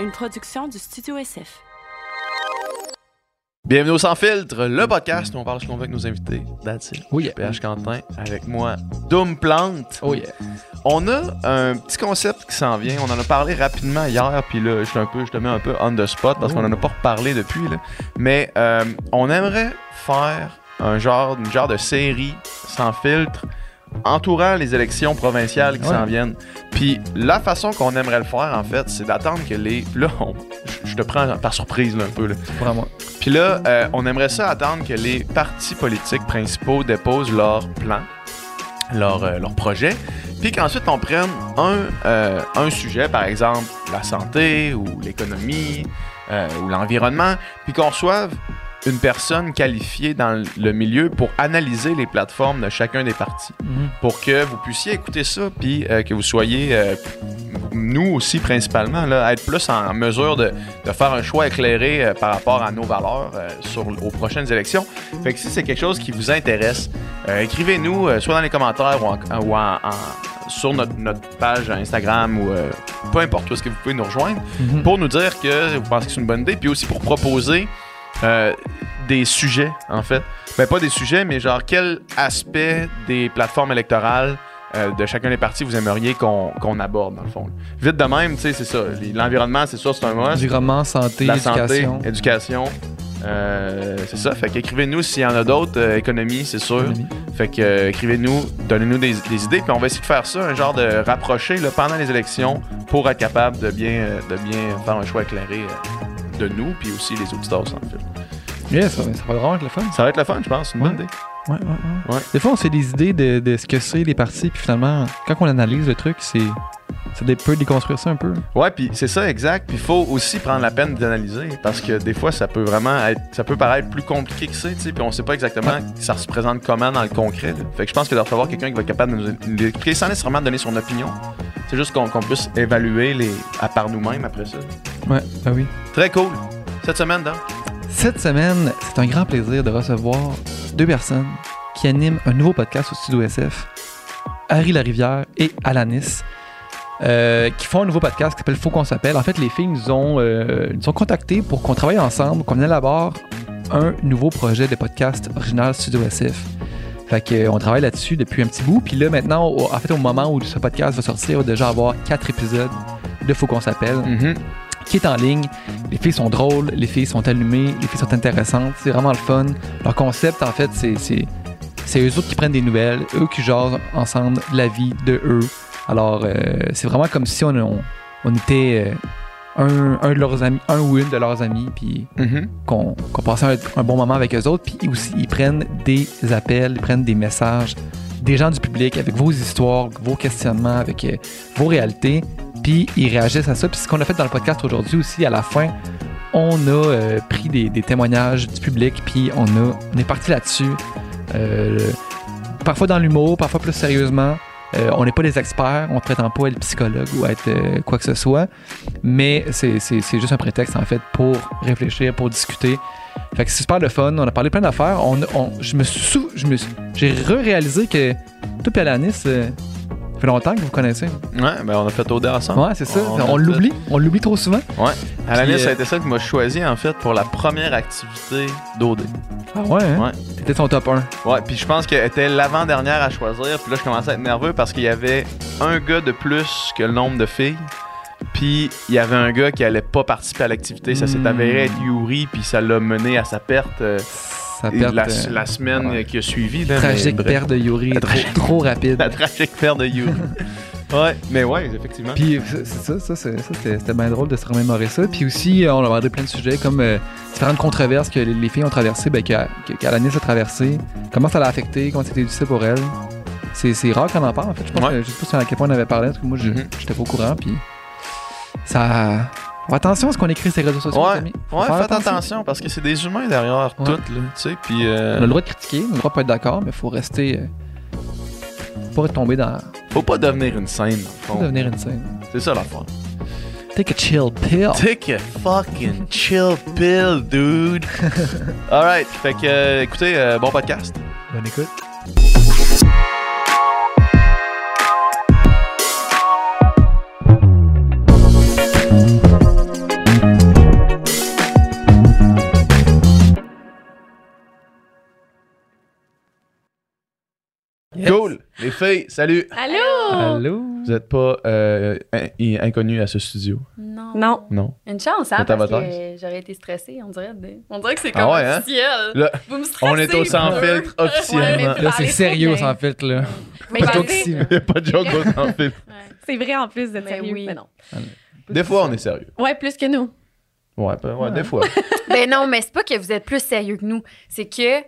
une production du Studio SF. Bienvenue au Sans Filtre, le podcast où on parle ce qu'on veut avec nos invités. That's it. Oui, PH Quentin, avec moi, Doom Plante. Oh yeah. On a un petit concept qui s'en vient. On en a parlé rapidement hier, puis là, je, suis un peu, je te mets un peu on the spot parce qu'on en a pas reparlé depuis. là. Mais euh, on aimerait faire un genre, une genre de série sans filtre entourant les élections provinciales qui Ouais. s'en viennent. Puis la façon qu'on aimerait le faire, en fait, c'est d'attendre que les... Là, on- je- je te prends par surprise là, un peu. Là. Pour moi. Puis là, euh, on aimerait ça attendre que les partis politiques principaux déposent leur plan, leur, euh, leur projet, puis qu'ensuite on prenne un, euh, un sujet, par exemple la santé ou l'économie euh, ou l'environnement, puis qu'on reçoive une personne qualifiée dans le milieu pour analyser les plateformes de chacun des partis Mm-hmm. pour que vous puissiez écouter ça, puis euh, que vous soyez, euh, nous aussi principalement, là, être plus en mesure de, de faire un choix éclairé euh, par rapport à nos valeurs euh, sur, aux prochaines élections. Fait que si c'est quelque chose qui vous intéresse, euh, écrivez-nous euh, soit dans les commentaires ou, en- ou en- en- sur notre, notre page Instagram ou euh, peu importe où est-ce que vous pouvez nous rejoindre Mhm. pour nous dire que vous pensez que c'est une bonne idée, puis aussi pour proposer euh, des sujets, en fait. Ben, pas des sujets, mais genre, quel aspect des plateformes électorales euh, de chacun des partis vous aimeriez qu'on qu'on aborde, dans le fond. là. Vite de même, tu sais, c'est ça. Les- L'environnement, c'est ça, c'est un must. Environnement, santé, La éducation. santé, éducation. Euh, c'est ça. Fait qu'écrivez-nous s'il y en a d'autres. euh, économie, c'est sûr. économie. Fait que euh, écrivez-nous, donnez-nous des, des idées, puis on va essayer de faire ça, un genre de rapprocher là, pendant les élections pour être capable de bien, euh, de bien faire un choix éclairé euh, de nous, puis aussi les auditeurs sans fil. Yeah, ça, va- ça va vraiment être le fun. Ça va être le fun, je pense, une bonne Ouais. idée. Ouais, ouais, ouais. Ouais. Des fois, on se fait des idées de, de ce que c'est les parties, puis finalement, quand on analyse le truc, c'est. Ça dé- peut déconstruire ça un peu. Ouais, puis c'est ça, exact. Puis il faut aussi prendre la peine d'analyser, parce que des fois, ça peut vraiment être, ça peut paraître plus compliqué que c'est, tu sais, puis on sait pas exactement ça se présente comment dans le concret. là. Fait que je pense que de recevoir quelqu'un qui va être capable de nous de- de- sans nécessairement donner son opinion, c'est juste qu'on qu'on puisse évaluer les, à part nous-mêmes après ça. Ouais, ben oui. Très cool. Cette semaine, donc. Cette semaine, c'est un grand plaisir de recevoir deux personnes qui animent un nouveau podcast au Studio SF, Harry Larivière et Alanis, euh, qui font un nouveau podcast qui s'appelle Faut qu'on s'appelle. En fait, les filles nous ont, euh, nous ont contactés pour qu'on travaille ensemble, qu'on élabore un nouveau projet de podcast original Studio SF. Fait que, euh, on travaille là-dessus depuis un petit bout. Puis là, maintenant, au- en fait, au moment où ce podcast va sortir, on va déjà avoir quatre épisodes de Faut qu'on s'appelle qui est en ligne. Les filles sont drôles, les filles sont allumées, les filles sont intéressantes. C'est vraiment le fun. Leur concept, en fait, c'est, c'est, c'est eux autres qui prennent des nouvelles, eux qui jasent ensemble la vie de eux. Alors, euh, c'est vraiment comme si on, on, on était euh, un, un de leurs amis, un ou une de leurs amis, puis qu'on, qu'on passait un, un bon moment avec eux autres. Puis aussi, ils prennent des appels, ils prennent des messages des gens du public avec vos histoires, vos questionnements, avec euh, vos réalités. Puis ils réagissent à ça. Puis ce qu'on a fait dans le podcast aujourd'hui aussi, à la fin, on a euh, pris des, des témoignages du public, puis on, a, on est parti là-dessus. Euh, parfois dans l'humour, parfois plus sérieusement. Euh, on n'est pas des experts, on ne prétend pas être psychologue ou être euh, quoi que ce soit, mais c'est c'est- c'est juste un prétexte en fait pour réfléchir, pour discuter. Fait que c'est super le fun, on a parlé plein d'affaires. On, on- je me sou, je me, suis- j'ai réalisé que tout Alanis, euh, ça fait longtemps que vous connaissez. Ouais, ben on a fait OD ensemble. Ouais, c'est ça. On a on fait- l'oublie, on l'oublie trop souvent. Alanis, Puis, euh, ça a été ça qui m'a choisi en fait pour la première activité d'OD. Ah ouais, hein? Ouais. C'était son top 1. Ouais, puis je pense qu'elle était l'avant-dernière à choisir. Puis là, je commençais à être nerveux parce qu'il y avait un gars de plus que le nombre de filles. Puis il y avait un gars qui allait pas participer à l'activité. Ça s'est Hmm. avéré être Yuri, puis ça l'a mené à sa perte, euh, Sa et perte. la, euh, la semaine ouais. qui a suivi. là, mais tragique bref. perte de Yuri, La trop, tragique- trop rapide. La tragique perte de Yuri. ouais, mais ouais, effectivement. Puis euh, c'est ça, ça, c'est- ça, c'était c'était bien drôle de se remémorer ça. Puis aussi, euh, on a abordé plein de sujets comme euh, différentes controverses que les, les filles ont traversées, ben, que- que- qu'Alanis a traversées, comment ça l'a affecté, comment c'était difficile pour elle. C'est c'est rare qu'on en parle en fait. Je pense Ouais. que- je sais pas si à quel point on avait parlé, parce que moi je- Mhm. j'étais pas au courant. Puis ça. Faut attention à ce qu'on écrit sur les réseaux sociaux, les Ouais, amis. Faut ouais faire faites attention. parce que c'est des humains derrière Ouais. tout, là, tu sais, puis... euh, On a le droit de critiquer, on a le droit de pas être d'accord, mais faut rester. euh, faut pas tomber dans. faut pas devenir une scène, dans Faut le fond. devenir insane. C'est ça, l'affaire. Take a chill pill. Take a fucking chill pill, dude! Alright, fait que, euh, écoutez, euh, bon podcast. Bonne écoute. Les filles, salut! Allô? Ah. Allô? Vous n'êtes pas euh, in- in- inconnus à ce studio, Non. Non. non? Une chance, hein, Votre parce que avantage. j'aurais été stressée, on dirait. de- On dirait que c'est Ah comme ouais, hein? officiel. Là, Vous me stressez. on est au sans-filtre peu. officiellement. Ouais, Là, c'est Parlez sérieux très bien. sans filtre, là. Mais mais Pas de parlez- joke ici. parlez- Il n'y a pas de joke au sans-filtre. Ouais. C'est vrai en plus de Mais sérieux. Ben oui. Mais non. Des fois, on est sérieux. Ouais, plus que nous. Ouais, ben ouais, des fois. Ben non, mais c'est pas que vous êtes plus sérieux que nous. C'est que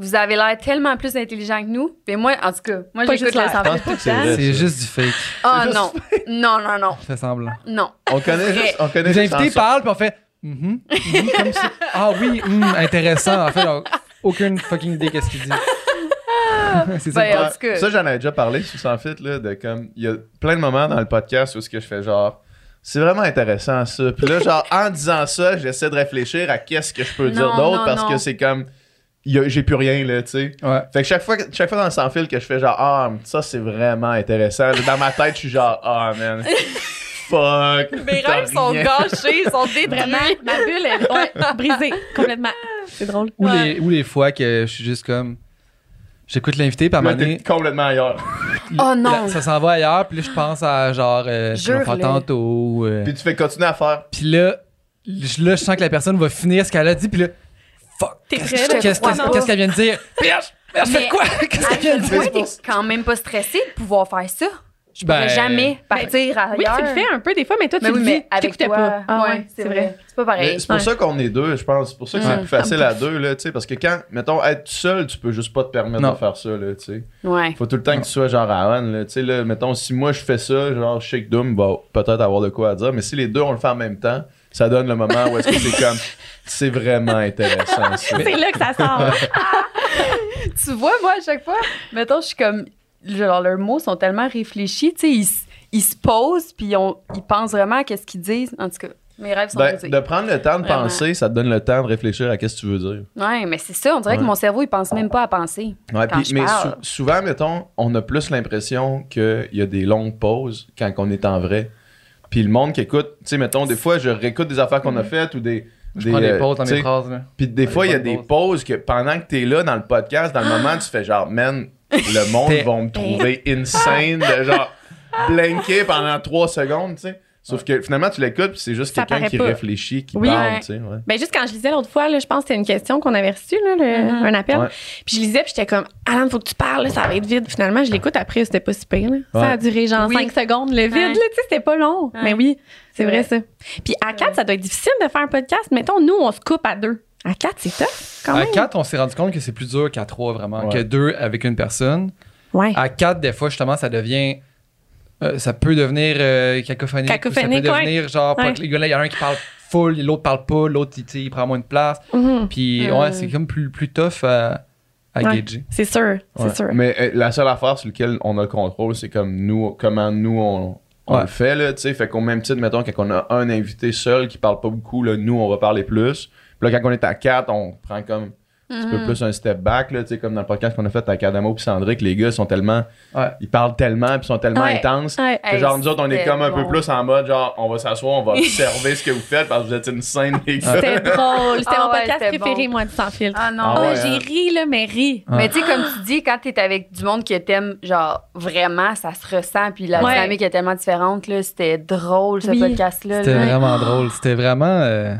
vous avez l'air tellement plus intelligent que nous. Ben moi, en tout cas, moi, Pas j'écoute juste le l'air. sans Je pense pas que c'est vrai. Ah, C'est ça. juste du fake, Ah C'est non. non, non, non, ça fait semblant. non. On connaît Vrai. juste. On connaît Les juste invités en- parlent, puis on fait Mhm, mhm, comme ça. Ah oui, hum, intéressant. En fait, on- aucune fucking idée qu'est-ce qu'il dit. c'est ça. le Ben, en problème. tout cas. Ça, j'en avais déjà parlé sur sans filtre, là, de comme. Il y a plein de moments dans le podcast où ce que je fais genre. C'est vraiment intéressant ça. Puis là, genre, en disant ça, j'essaie de réfléchir à qu'est-ce que je peux Non, dire d'autre non, parce non. que c'est comme. il y a- J'ai plus rien, là, tu sais. Ouais. Fait que chaque fois, que- chaque fois dans le sans fil que je fais genre ah ça c'est vraiment intéressant. Dans ma tête je suis genre ah man fuck. Mes t'as rêves sont rien. gâchés, ils sont Vraiment, détruits. ma bulle est ouais, brisée complètement. C'est drôle. Ou, Ouais. les, ou les fois que je suis juste comme. J'écoute l'invité, puis à un Là moment t'es donné, complètement ailleurs. Oh non. la- ça s'en va ailleurs, puis là, je pense à genre. Euh, je vais Jure-le. faire tantôt. euh, Puis tu fais continuer à faire. Puis là, je- là, je sens que la personne va finir ce qu'elle a dit, puis là. Fuck! T'es Qu'est-ce très- qu'est-ce- qu'est-ce- crois pas. qu'est-ce qu'elle vient de dire? Merde, merde, Je fais Mais- quoi? Qu'est-ce qu'elle À vient de quel dire? point t'es quand même pas stressé de pouvoir faire ça? Je pourrais jamais partir Ben, Oui, ailleurs. tu le fais un peu des fois, mais toi, tu Mais le oui, dis. mais avec t'écoutais toi. pas. Ah ouais, c'est vrai. C'est pas pareil. Mais c'est pour ça qu'on est deux, je pense. C'est pour ça que c'est Ben, Ouais. plus facile à deux, là, tu sais. Parce que quand, mettons, être tout seul, tu peux juste pas te permettre Non. de faire ça, là, tu sais. Ouais. Faut tout le temps que tu sois genre à on, là. Tu sais, là, mettons, si moi je fais ça, genre, je sais que Doom va peut-être avoir de quoi à dire, mais si les deux on le fait en même temps, ça donne le moment où est-ce que c'est comme, c'est vraiment intéressant, ça. C'est là que ça sort. Tu vois, moi, à chaque fois, mettons, je suis comme. Genre, leurs mots sont tellement réfléchis, tu sais, ils, s- ils se posent, puis ils ont- ils pensent vraiment à quest ce qu'ils disent. En tout cas, mes rêves sont Ben, brisés. de prendre le temps de Vraiment. penser, ça te donne le temps de réfléchir à qu'est-ce que tu veux dire. Ouais, mais c'est ça, on dirait Ouais. que mon cerveau, il pense même pas à penser. Ouais, Quand puis- je mais parle. sou- souvent, mettons, on a plus l'impression qu'il y a des longues pauses quand on est en vrai. Puis le monde qui écoute, tu sais, mettons, des fois, je réécoute des affaires qu'on Mm. a faites ou des. Je prends des euh, pauses dans tu mes sais, phrases, là. Puis des Ah, fois, il y a des des bonnes pauses que pendant que t'es là dans le podcast, dans le moment, tu fais genre, man, le monde T'es- va me trouver insane de genre blinker pendant trois secondes, tu sais. Sauf que finalement, tu l'écoutes, puis c'est juste Ça quelqu'un paraît qui pas. réfléchit, qui Oui, parle, ouais. tu sais. ouais. Ben juste quand je lisais l'autre fois, là, je pense que c'était une question qu'on avait reçue, là, le- Mhm. un appel. Ouais. Puis je lisais, puis j'étais comme, Alan, faut que tu parles, là, ça va être vide. Finalement, je l'écoute après, c'était pas super. Là. Ça a Ouais. duré genre Oui. 5 secondes, le vide, Ouais. là, tu sais, c'était pas long. Ouais. Mais oui, C'est c'est vrai, vrai. ça. Puis à 4, ça doit être difficile de faire un podcast. Mettons, nous, on se coupe à deux. À 4, c'est tough, quand À même. 4, on s'est rendu compte que c'est plus dur qu'à 3, vraiment, Ouais. que 2 avec une personne. Ouais. À 4, des fois, justement, ça devient. euh, ça peut devenir euh, cacophonique. ou Cacophonique, Ça peut ouais. devenir genre. pas Ouais. que- Il y en a un qui parle full, l'autre parle pas, l'autre, il, tu sais, il prend moins de place. Mhm. Puis, Mm. ouais, c'est comme plus, plus tough à, à Ouais. gager. C'est sûr, c'est Ouais. sûr. Mais euh, la seule affaire sur laquelle on a le contrôle, c'est comme nous, comment nous on, on Ouais. le fait, là, tu sais. Fait qu'au même titre, mettons, quand on a un invité seul qui parle pas beaucoup, là, nous, on va parler plus. Puis là, quand on est à quatre, on prend comme un Mhm. petit peu plus un step back, là, tu sais, comme dans le podcast qu'on a fait avec Adamo puis Sandrick, les gars sont tellement, Ouais. ils parlent tellement puis sont tellement Ouais. intenses. Ouais. que genre, nous autres, on est C'était comme un peu bon. plus en mode, genre, on va s'asseoir, on va observer ce que vous faites parce que vous êtes une scène, les gars. C'était drôle. C'était Ah mon ouais, podcast c'était préféré, bon. moi, de Sans Filtre. Ah non. Ah Ah, ouais, j'ai hein. ri, là, mais ri. Mais tu sais, comme tu dis, quand t'es avec du monde que t'aimes, genre, vraiment, ça se ressent, puis la Ouais. dynamique est tellement différente, là, c'était drôle, ce Oui. podcast-là. C'était là. vraiment drôle. C'était vraiment. euh,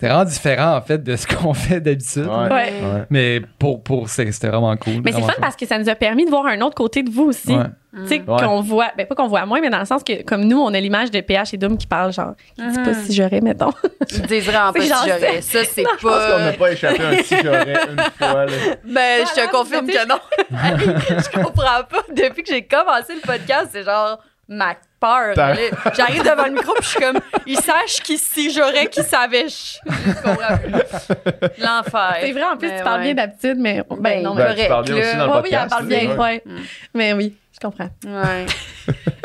c'était vraiment différent, en fait, de ce qu'on fait d'habitude. Ouais. Ouais. Ouais. Mais pour, pour c'est- c'était vraiment cool. Mais c'est le vraiment fun parce que ça nous a permis de voir un autre côté de vous aussi. Ouais. Mm. Tu sais, qu'on voit, ben pas qu'on voit moins, mais dans le sens que, comme nous, on a l'image de PH et Doom qui parlent, genre, qui dit pas Mhm. si j'aurais, mettons. Tu diserais en C'est pas si genre j'aurais. Ça, c'est Je pense qu'on n'a pas. pas échappé un petit j'aurais une fois, là. Ben, je Voilà, te confirme mais tu sais, que non. je comprends pas. Depuis que j'ai commencé le podcast, c'est genre ma peur. Ta- là. J'arrive devant le micro, puis je suis comme, ils sachent qui si j'aurais, qui savait. Je comprends plus. L'enfer. C'est vrai, en plus, Mais tu parles Ben ouais. bien d'habitude, mais ben Ben, non, mais. Ben, tu parles bien aussi dans le Ouais, oui, podcast. elle parle là, bien, ouais. ouais. Mm. Mais oui, je comprends. Ouais.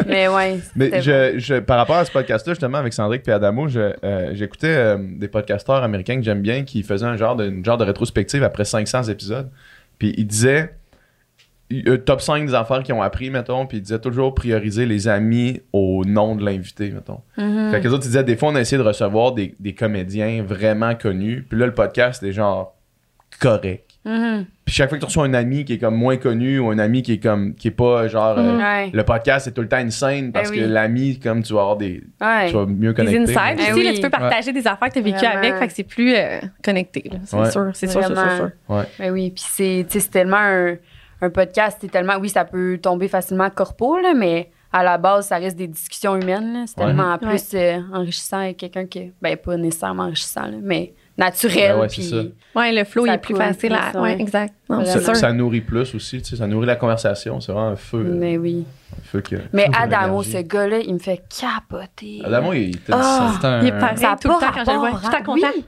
Mais ouais. Mais c'était je, je- par rapport à ce podcast-là, justement, avec Sandrick et Adamo, je, euh, j'écoutais euh, des podcasteurs américains que j'aime bien qui faisaient un genre de, une genre de rétrospective après 500 épisodes. Puis ils disaient euh, top 5 des affaires qu'ils ont appris, mettons, puis ils disaient toujours prioriser les amis au nom de l'invité, mettons. bon. Mhm. Fait que les autres, ils disaient des fois, on a essayé de recevoir des, des comédiens vraiment connus, puis là, le podcast est genre correct. Mhm. Puis chaque fois que tu reçois un ami qui est comme moins connu ou un ami qui est comme qui est pas genre euh, Ouais. Ben le podcast c'est tout le temps une scène parce oui. que l'ami comme tu vas avoir des Ouais. tu vas mieux Les connecter. insides mais- aussi, Eh oui. là, tu peux partager des affaires que tu as vécues Vraiment. avec, fait que c'est plus euh, connecté. là. C'est Ouais. sûr, c'est sûr, c'est sûr, Vraiment. sûr. Ben oui, puis c'est, tu sais, c'est tellement un, un podcast, c'est tellement, oui, ça peut tomber facilement corpo, là, mais à la base, ça reste des discussions humaines. là. C'est Ouais. tellement en plus euh, enrichissant avec quelqu'un qui, ben pas nécessairement enrichissant, là, mais naturel. Ben ouais, c'est puis ça. Ouais, le flow, Ça il est plus coule facile plus, à. Ouais, ouais. exact. Non, Vraiment. c'est ça, sûr. ça nourrit plus aussi, tu sais, ça nourrit la conversation, c'est vraiment un feu. euh, Mais ben oui. un feu que, Mais feu de Adamo, l'énergie. ce gars-là, il me fait capoter. Adamo, il était Ah, C'est un- Il est pareil ça a tout le pas temps quand je le vois. rapport, Tout le temps hein? content. Oui.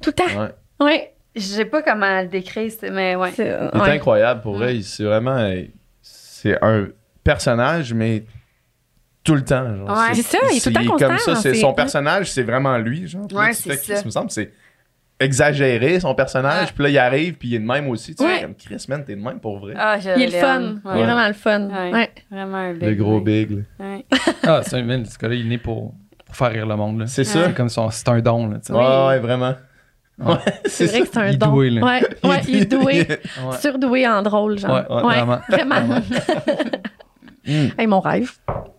Tout le temps. ouais. Ouais. Je sais pas comment le décrire, c'est- mais ouais. C'est Il est ouais. incroyable pour vrai, il- c'est vraiment euh, c'est un personnage mais tout le temps genre. Ouais. C'est ça, il est tout le temps comme constant, ça, c'est c'est- son personnage, c'est vraiment lui genre. Puis là, Ouais, tu te fais c'est Chris, ça. Ah. me semble c'est exagéré son personnage, Ouais. puis là il arrive puis il est de même aussi, tu sais Ouais. comme Chris man, t'es de même pour vrai. Ah, je Il est le fun. l'aime. Il est Ouais. vraiment le fun. Ouais. Ouais. Vraiment un big. Le gros ouais. big. là. Ouais. Ah, c'est un man, ce gars-là, il est né pour, pour faire rire le monde. là. C'est ça. C'est comme son, c'est un don, là, tu sais. Ouais, ouais, vraiment. Ouais. Ouais, C'est vrai que c'est un Il est don. doué, là. Ouais, ouais, il est doué. Ouais. Surdoué en drôle, genre. Ouais, ouais, vraiment. Vraiment. Hum. Hey, mon rêve.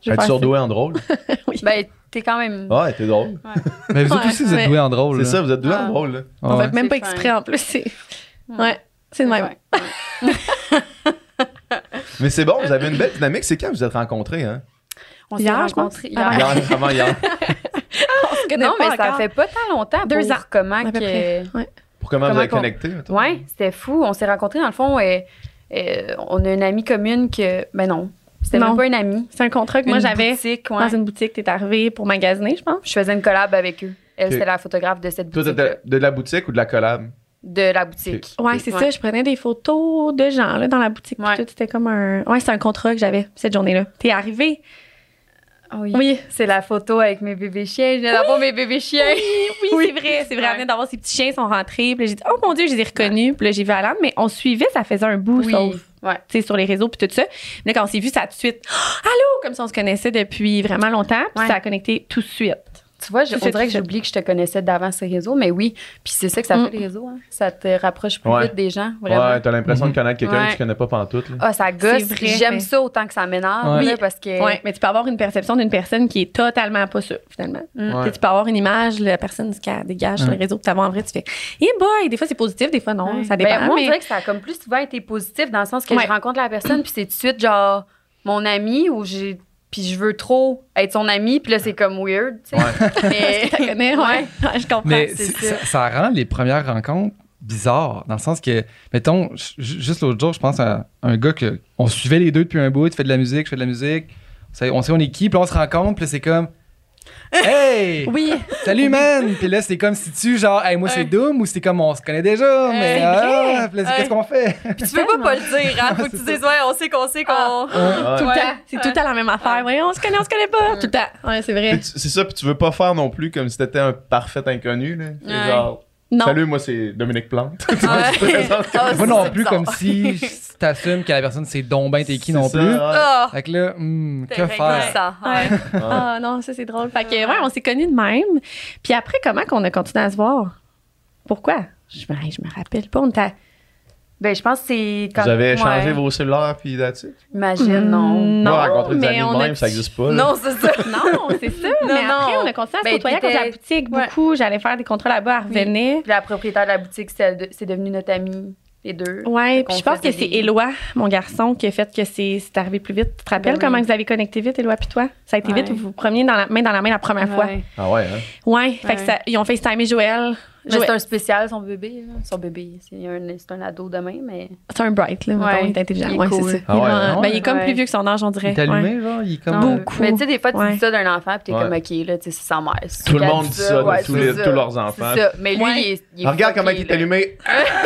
Je Es-tu vais faire ça. surdoué en drôle? Ben, t'es quand même. Ouais, t'es drôle. Mais vous autres Ouais, aussi, vous ouais. êtes doués en drôle. C'est là. ça, vous êtes doué en Ah. drôle. Là. Ouais. On fait C'est même pas fin. exprès en plus. c'est- Ouais. Ouais. C'est le même. Ouais. Mais c'est bon, vous avez une belle dynamique. C'est quand vous vous êtes rencontrés? Hein? On s'est Hier, je pense. rencontrés hier. Ah, Hier, avant hier. Non, mais ça fait pas tant longtemps. Deux pour ans, Comment à peu que- près. Ouais. Pour comment, vous Comment avez qu'on- connecté? mettons? Ouais, c'était fou. On s'est rencontrés, dans le fond, euh, euh, on a une amie commune que. Ben non, c'était Non. même pas une amie. C'est un contrat que moi Une j'avais boutique, ouais. dans une boutique. T'es arrivé pour magasiner, je pense. Je faisais une collab avec eux. Elle, Ok. c'était la photographe de cette Toi, boutique. t'es de, de la boutique ou de la collab? De la boutique. Ouais, c'est ça. Je prenais des photos de gens là, dans la boutique. puis Ouais. Tout, c'était comme un. Ouais, c'est un contrat que j'avais cette journée-là. T'es arrivé. Oui. Ah Oui. C'est la photo avec mes bébés chiens. Je viens d'avoir mes bébés chiens. Oui, c'est vrai. C'est vrai. Ouais. Elle venait d'avoir ses petits chiens, ils sont rentrés. Puis là, j'ai dit, oh mon Dieu, je les ai reconnus. Puis là, j'ai vu Alan, mais on suivait, ça faisait un bout, sauf. Ouais. tu sais, sur les réseaux puis tout ça. Mais là, quand on s'est vu, ça a tout de suite, Ah, allô, comme si on se connaissait depuis vraiment longtemps, puis Ouais. ça a connecté tout de suite. Tu vois, je- Tu on fais dirait tout que ça. j'oublie que je te connaissais d'avant ces réseaux, mais oui. Puis c'est ça que ça Mm. fait les réseaux. hein. Ça te rapproche plus Ouais. vite des gens, vraiment. Ouais, t'as l'impression Mhm. de connaître quelqu'un que Ouais. tu connais pas pantoute. Là. Ah, ça gosse. C'est vrai, J'aime mais- ça autant que ça m'énerve, Ouais. là, Oui. parce que. Ouais, mais tu peux avoir une perception d'une personne qui est totalement pas sûre, finalement. Mm. Tu sais, Tu peux avoir une image, la personne ce qu'elle dégage sur les Ouais. réseaux, puis t'as en vrai, tu fais, eh boy, des fois c'est positif, des fois non, Ouais. ça dépend. Ben, moi, on mais dirait que ça a comme plus souvent été positif dans le sens que Ouais. je rencontre la personne, puis c'est tout de suite genre mon ami ou j'ai. Puis je veux trop être son ami, puis là, c'est comme weird, tu sais. Mais. tu la connais, ouais. Ouais. Ouais, je comprends. Mais c'est c'est- ça. ça, ça rend les premières rencontres bizarres, dans le sens que, mettons, ju- juste l'autre jour, je pense à un gars que on suivait les deux depuis un bout, tu fais de la musique, je fais de la musique, on sait on, sait on est qui, puis là, on se rencontre, puis là, c'est comme, hey, Oui, salut man, puis là c'est comme si tu genre, hey moi c'est Ouais. Doom ou c'est comme on se connaît déjà, mais c'est ah, vrai. puis là, c'est Ouais. qu'est-ce qu'on fait? Puis tu veux pas pas le dire, hein? Faut que tu dises, ouais, on sait qu'on sait qu'on. tout le Ouais. temps. C'est tout le temps la même affaire. Ouais, on se connaît, on se connaît pas. Tout le temps. Ouais, c'est Puis vrai. tu- C'est ça, puis tu veux pas faire non plus comme si t'étais un parfait inconnu. Là. C'est Ouais. Genre, Non. Oh, salut, moi c'est Dominique Plante. Ah, Tu te présentes comme- Ah, Pas c'est non plus bizarre. comme si je- t'assumes que la personne c'est Don Ben t'es qui non C'est plus. Oh, ça, Ah! Fait que là, hmm, T'es que faire? réglé, ça, Ouais. ouais. ouais, ouais. Ah non, ça c'est drôle. Fait que, ouais, on s'est connus de même. Puis après, comment qu'on a continué à se voir? Pourquoi? Je me, hey, je me rappelle pas. On était à- Ben, je pense que c'est quand. Vous avez ouais. échangé vos cellulaires, puis that's it. Imagine, non. Mm, Moi, rencontrer des amis on de a- même, ça existe pas. là. Non, c'est ça. Non, c'est ça. Non, mais après, non. on a continué à se Ben, côtoyer à cause de la t'étais- boutique Ouais. beaucoup. J'allais faire des contrats là-bas, elle Oui. revenait. Puis la propriétaire de la boutique, c'est elle de- c'est devenu notre amie, les deux. Ouais, Fait puis qu'on je pense que faisait c'est des- Éloi, mon garçon, qui a fait que c'est c'est arrivé plus vite. Tu te rappelles Ben oui. comment vous avez connecté vite, Éloi, puis toi? Ça a été vite, Ouais. vous vous preniez dans la, main dans la main la première fois. Ouais. Ah ouais, hein? Ouais, fait que Ouais. ça, ils ont FaceTimé Joël. Mais Joël- C'est un spécial, son bébé. là. Son bébé, c'est un, c'est un ado demain, mais. C'est un bright, là. mettons, Ouais. il est intelligent. Il est ouais, cool. c'est ça. Ah il, est ouais, vraiment- ah ben, il est comme ouais. plus vieux que son âge, on dirait. Il est allumé, Ouais. genre, il est comme. euh, Non, Beaucoup. Mais tu sais, des fois, tu Ouais. dis ça d'un enfant, puis t'es Ouais. comme, OK, là, tu sais, c'est sa mère. c'est Tout le qu'elle monde dit ça, ouais, tous c'est les- ça. tous leurs C'est enfants. ça. Mais lui, Ouais. il est. il est Ah, regarde fucké, comment il est là. allumé.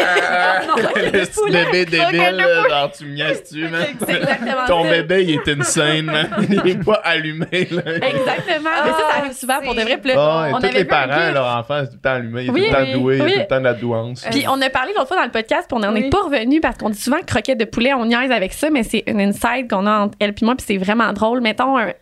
Le petit bébé débile, là, genre, tu me niaises-tu, man? C'est exactement Ton ça. bébé, il est insane, man. Il est pas allumé, là. Exactement. mais ça, ça arrive souvent pour de vrai. Puis, là, Ah, ouais, on tous avait les vu un parents, gif. leurs enfants, c'est tout le temps allumé, il est Oui, tout le oui, temps doué, il oui. est tout le temps de la douance. euh, Puis on a parlé l'autre fois dans le podcast, puis on n'en est Oui. pas revenu parce qu'on dit souvent croquette de poulet, on niaise avec ça, mais c'est une inside qu'on a entre elle puis moi, puis c'est vraiment drôle. Mettons, un-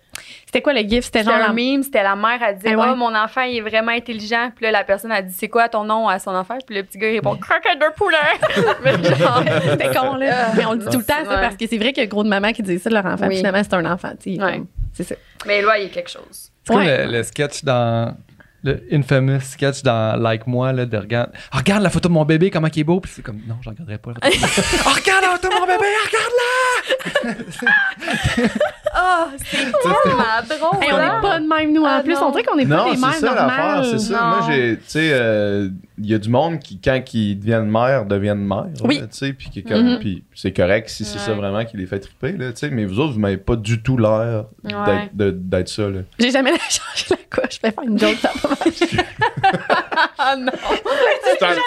C'était quoi le gif? C'était C'était genre. un la- mime, c'était la mère à dire Ah ouais. Oh, mon enfant, il est vraiment intelligent. Puis là, la personne a dit C'est quoi ton nom à son enfant Puis le petit gars il répond Mm. Croquette de poulet Mais genre, C'était con, là. Mais on le dit tout le temps, ça, Ah. Ouais. parce que c'est vrai qu'il y a gros de maman qui disait ça de leur enfant. Oui. Puis Finalement, c'est un enfant, tu sais. Ouais. comme- C'est ça. Mais là, il y a quelque chose. C'est comme Ouais. le, le sketch dans. Le infamous sketch dans Like Moi, là, de regarde. Ah, regarde la photo de mon bébé, comment il est beau. Puis c'est comme, non, j'en regarderai pas. la photo. Ah, regarde la photo de mon bébé, regarde-la! Ah, c'est Tu sais, c'est- tellement drôle. Hey, on hein? n'est pas de même, nous, en Ah, plus. non. On dirait qu'on n'est pas Non, des c'est mères ça l'affaire, normales. c'est ça. Non. Moi, j'ai, tu sais, euh, il y a du monde qui, quand ils deviennent mères, deviennent mères. Oui. là, Tu sais, puis qui est comme- Mhm. puis c'est correct si c'est ça Ouais. vraiment qui les fait triper, là, tu sais. Mais vous autres, vous m'avez pas du tout l'air Ouais. d'être, de- d'être ça, là. J'ai jamais changé la couche. Je vais faire une joke. ça va. Ah non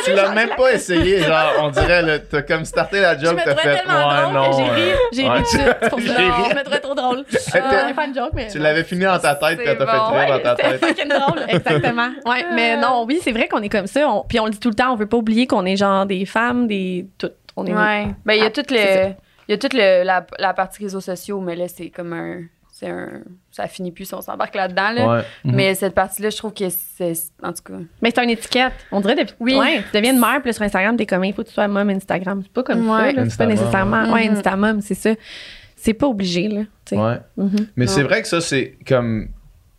Tu l'as même pas essayé, genre, on dirait, là, t'as comme starté la Je joke, me t'as trouvais fait, tellement drôle que j'ai ri. J'ai ouais. ri de ça. C'est pour J'ai ça. ri. Je me trouvais trop drôle. Je vais faire une joke, mais. Tu l'avais fini dans ta tête C'est quand t'as bon. fait rire Ouais, dans ta c'était tête. fucking drôle, Euh. exactement. Ouais, mais non, oui, c'est vrai qu'on est comme ça. On- puis on le dit tout le temps, on veut pas oublier qu'on est genre des femmes, des toutes. On est Ouais. Ben, il y a Ah, toute c'est le, il y a toute le- la, la partie réseaux sociaux, mais là, c'est comme un. C'est un. Ça finit plus si on s'embarque là-dedans, là. Ouais. Mhm. Mais cette partie-là, je trouve que c'est. En tout cas. Mais c'est une étiquette. On dirait depuis. Oui. Ouais, tu deviens une mère, puis là, sur Instagram, t'es comme, il faut que tu sois mom Instagram. C'est pas comme ça, Ouais. là. C'est pas Instamom, nécessairement. ouais. Ouais, Mhm. Instamom, c'est ça. C'est pas obligé, là. tu sais. Ouais. Mhm. Mais c'est Ouais. vrai que ça, c'est comme.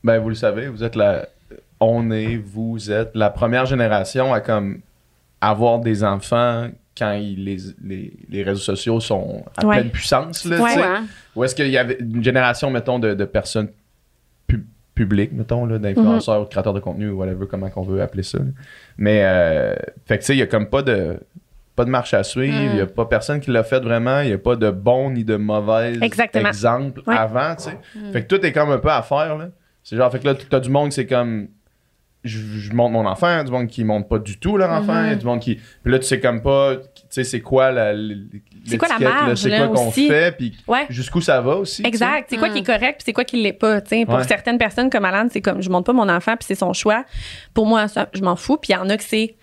Ben, vous le savez, vous êtes la. On est, vous êtes la première génération à comme avoir des enfants quand ils- les, les, les réseaux sociaux sont à Ouais. pleine puissance. Là, Ouais. tu sais. hein? Ou est-ce qu'il y avait une génération, mettons, de, de personnes pub- publiques, mettons, là, d'influenceurs Mhm. ou de créateurs de contenu, ou whatever, comment qu'on veut appeler ça. là. Mais, euh, fait que, tu sais, il y a comme pas de, pas de marche à suivre, il Mhm. Mm. n'y a pas personne qui l'a fait vraiment, il n'y a pas de bon ni de mauvais Exactement. exemple Ouais. Mhm. avant, tu sais. Fait que tout est comme un peu à faire, là. C'est genre, fait que là, t'as du monde, c'est comme. Je, je monte mon enfant, du monde qui monte pas du tout leur Mhm. enfant, il y a du monde qui. Puis là, tu sais comme pas, tu sais, c'est quoi la. C'est quoi la l'étiquette, là, marge, C'est là, quoi qu'on aussi? fait, puis Ouais. jusqu'où ça va aussi. tu sais. Exact. C'est quoi qui est correct, puis c'est quoi qui l'est pas. tu sais. Pour Ouais. certaines personnes comme Alan, c'est comme je monte pas mon enfant, puis c'est son choix. Pour moi, ça, je m'en fous. Puis il y en a que c'est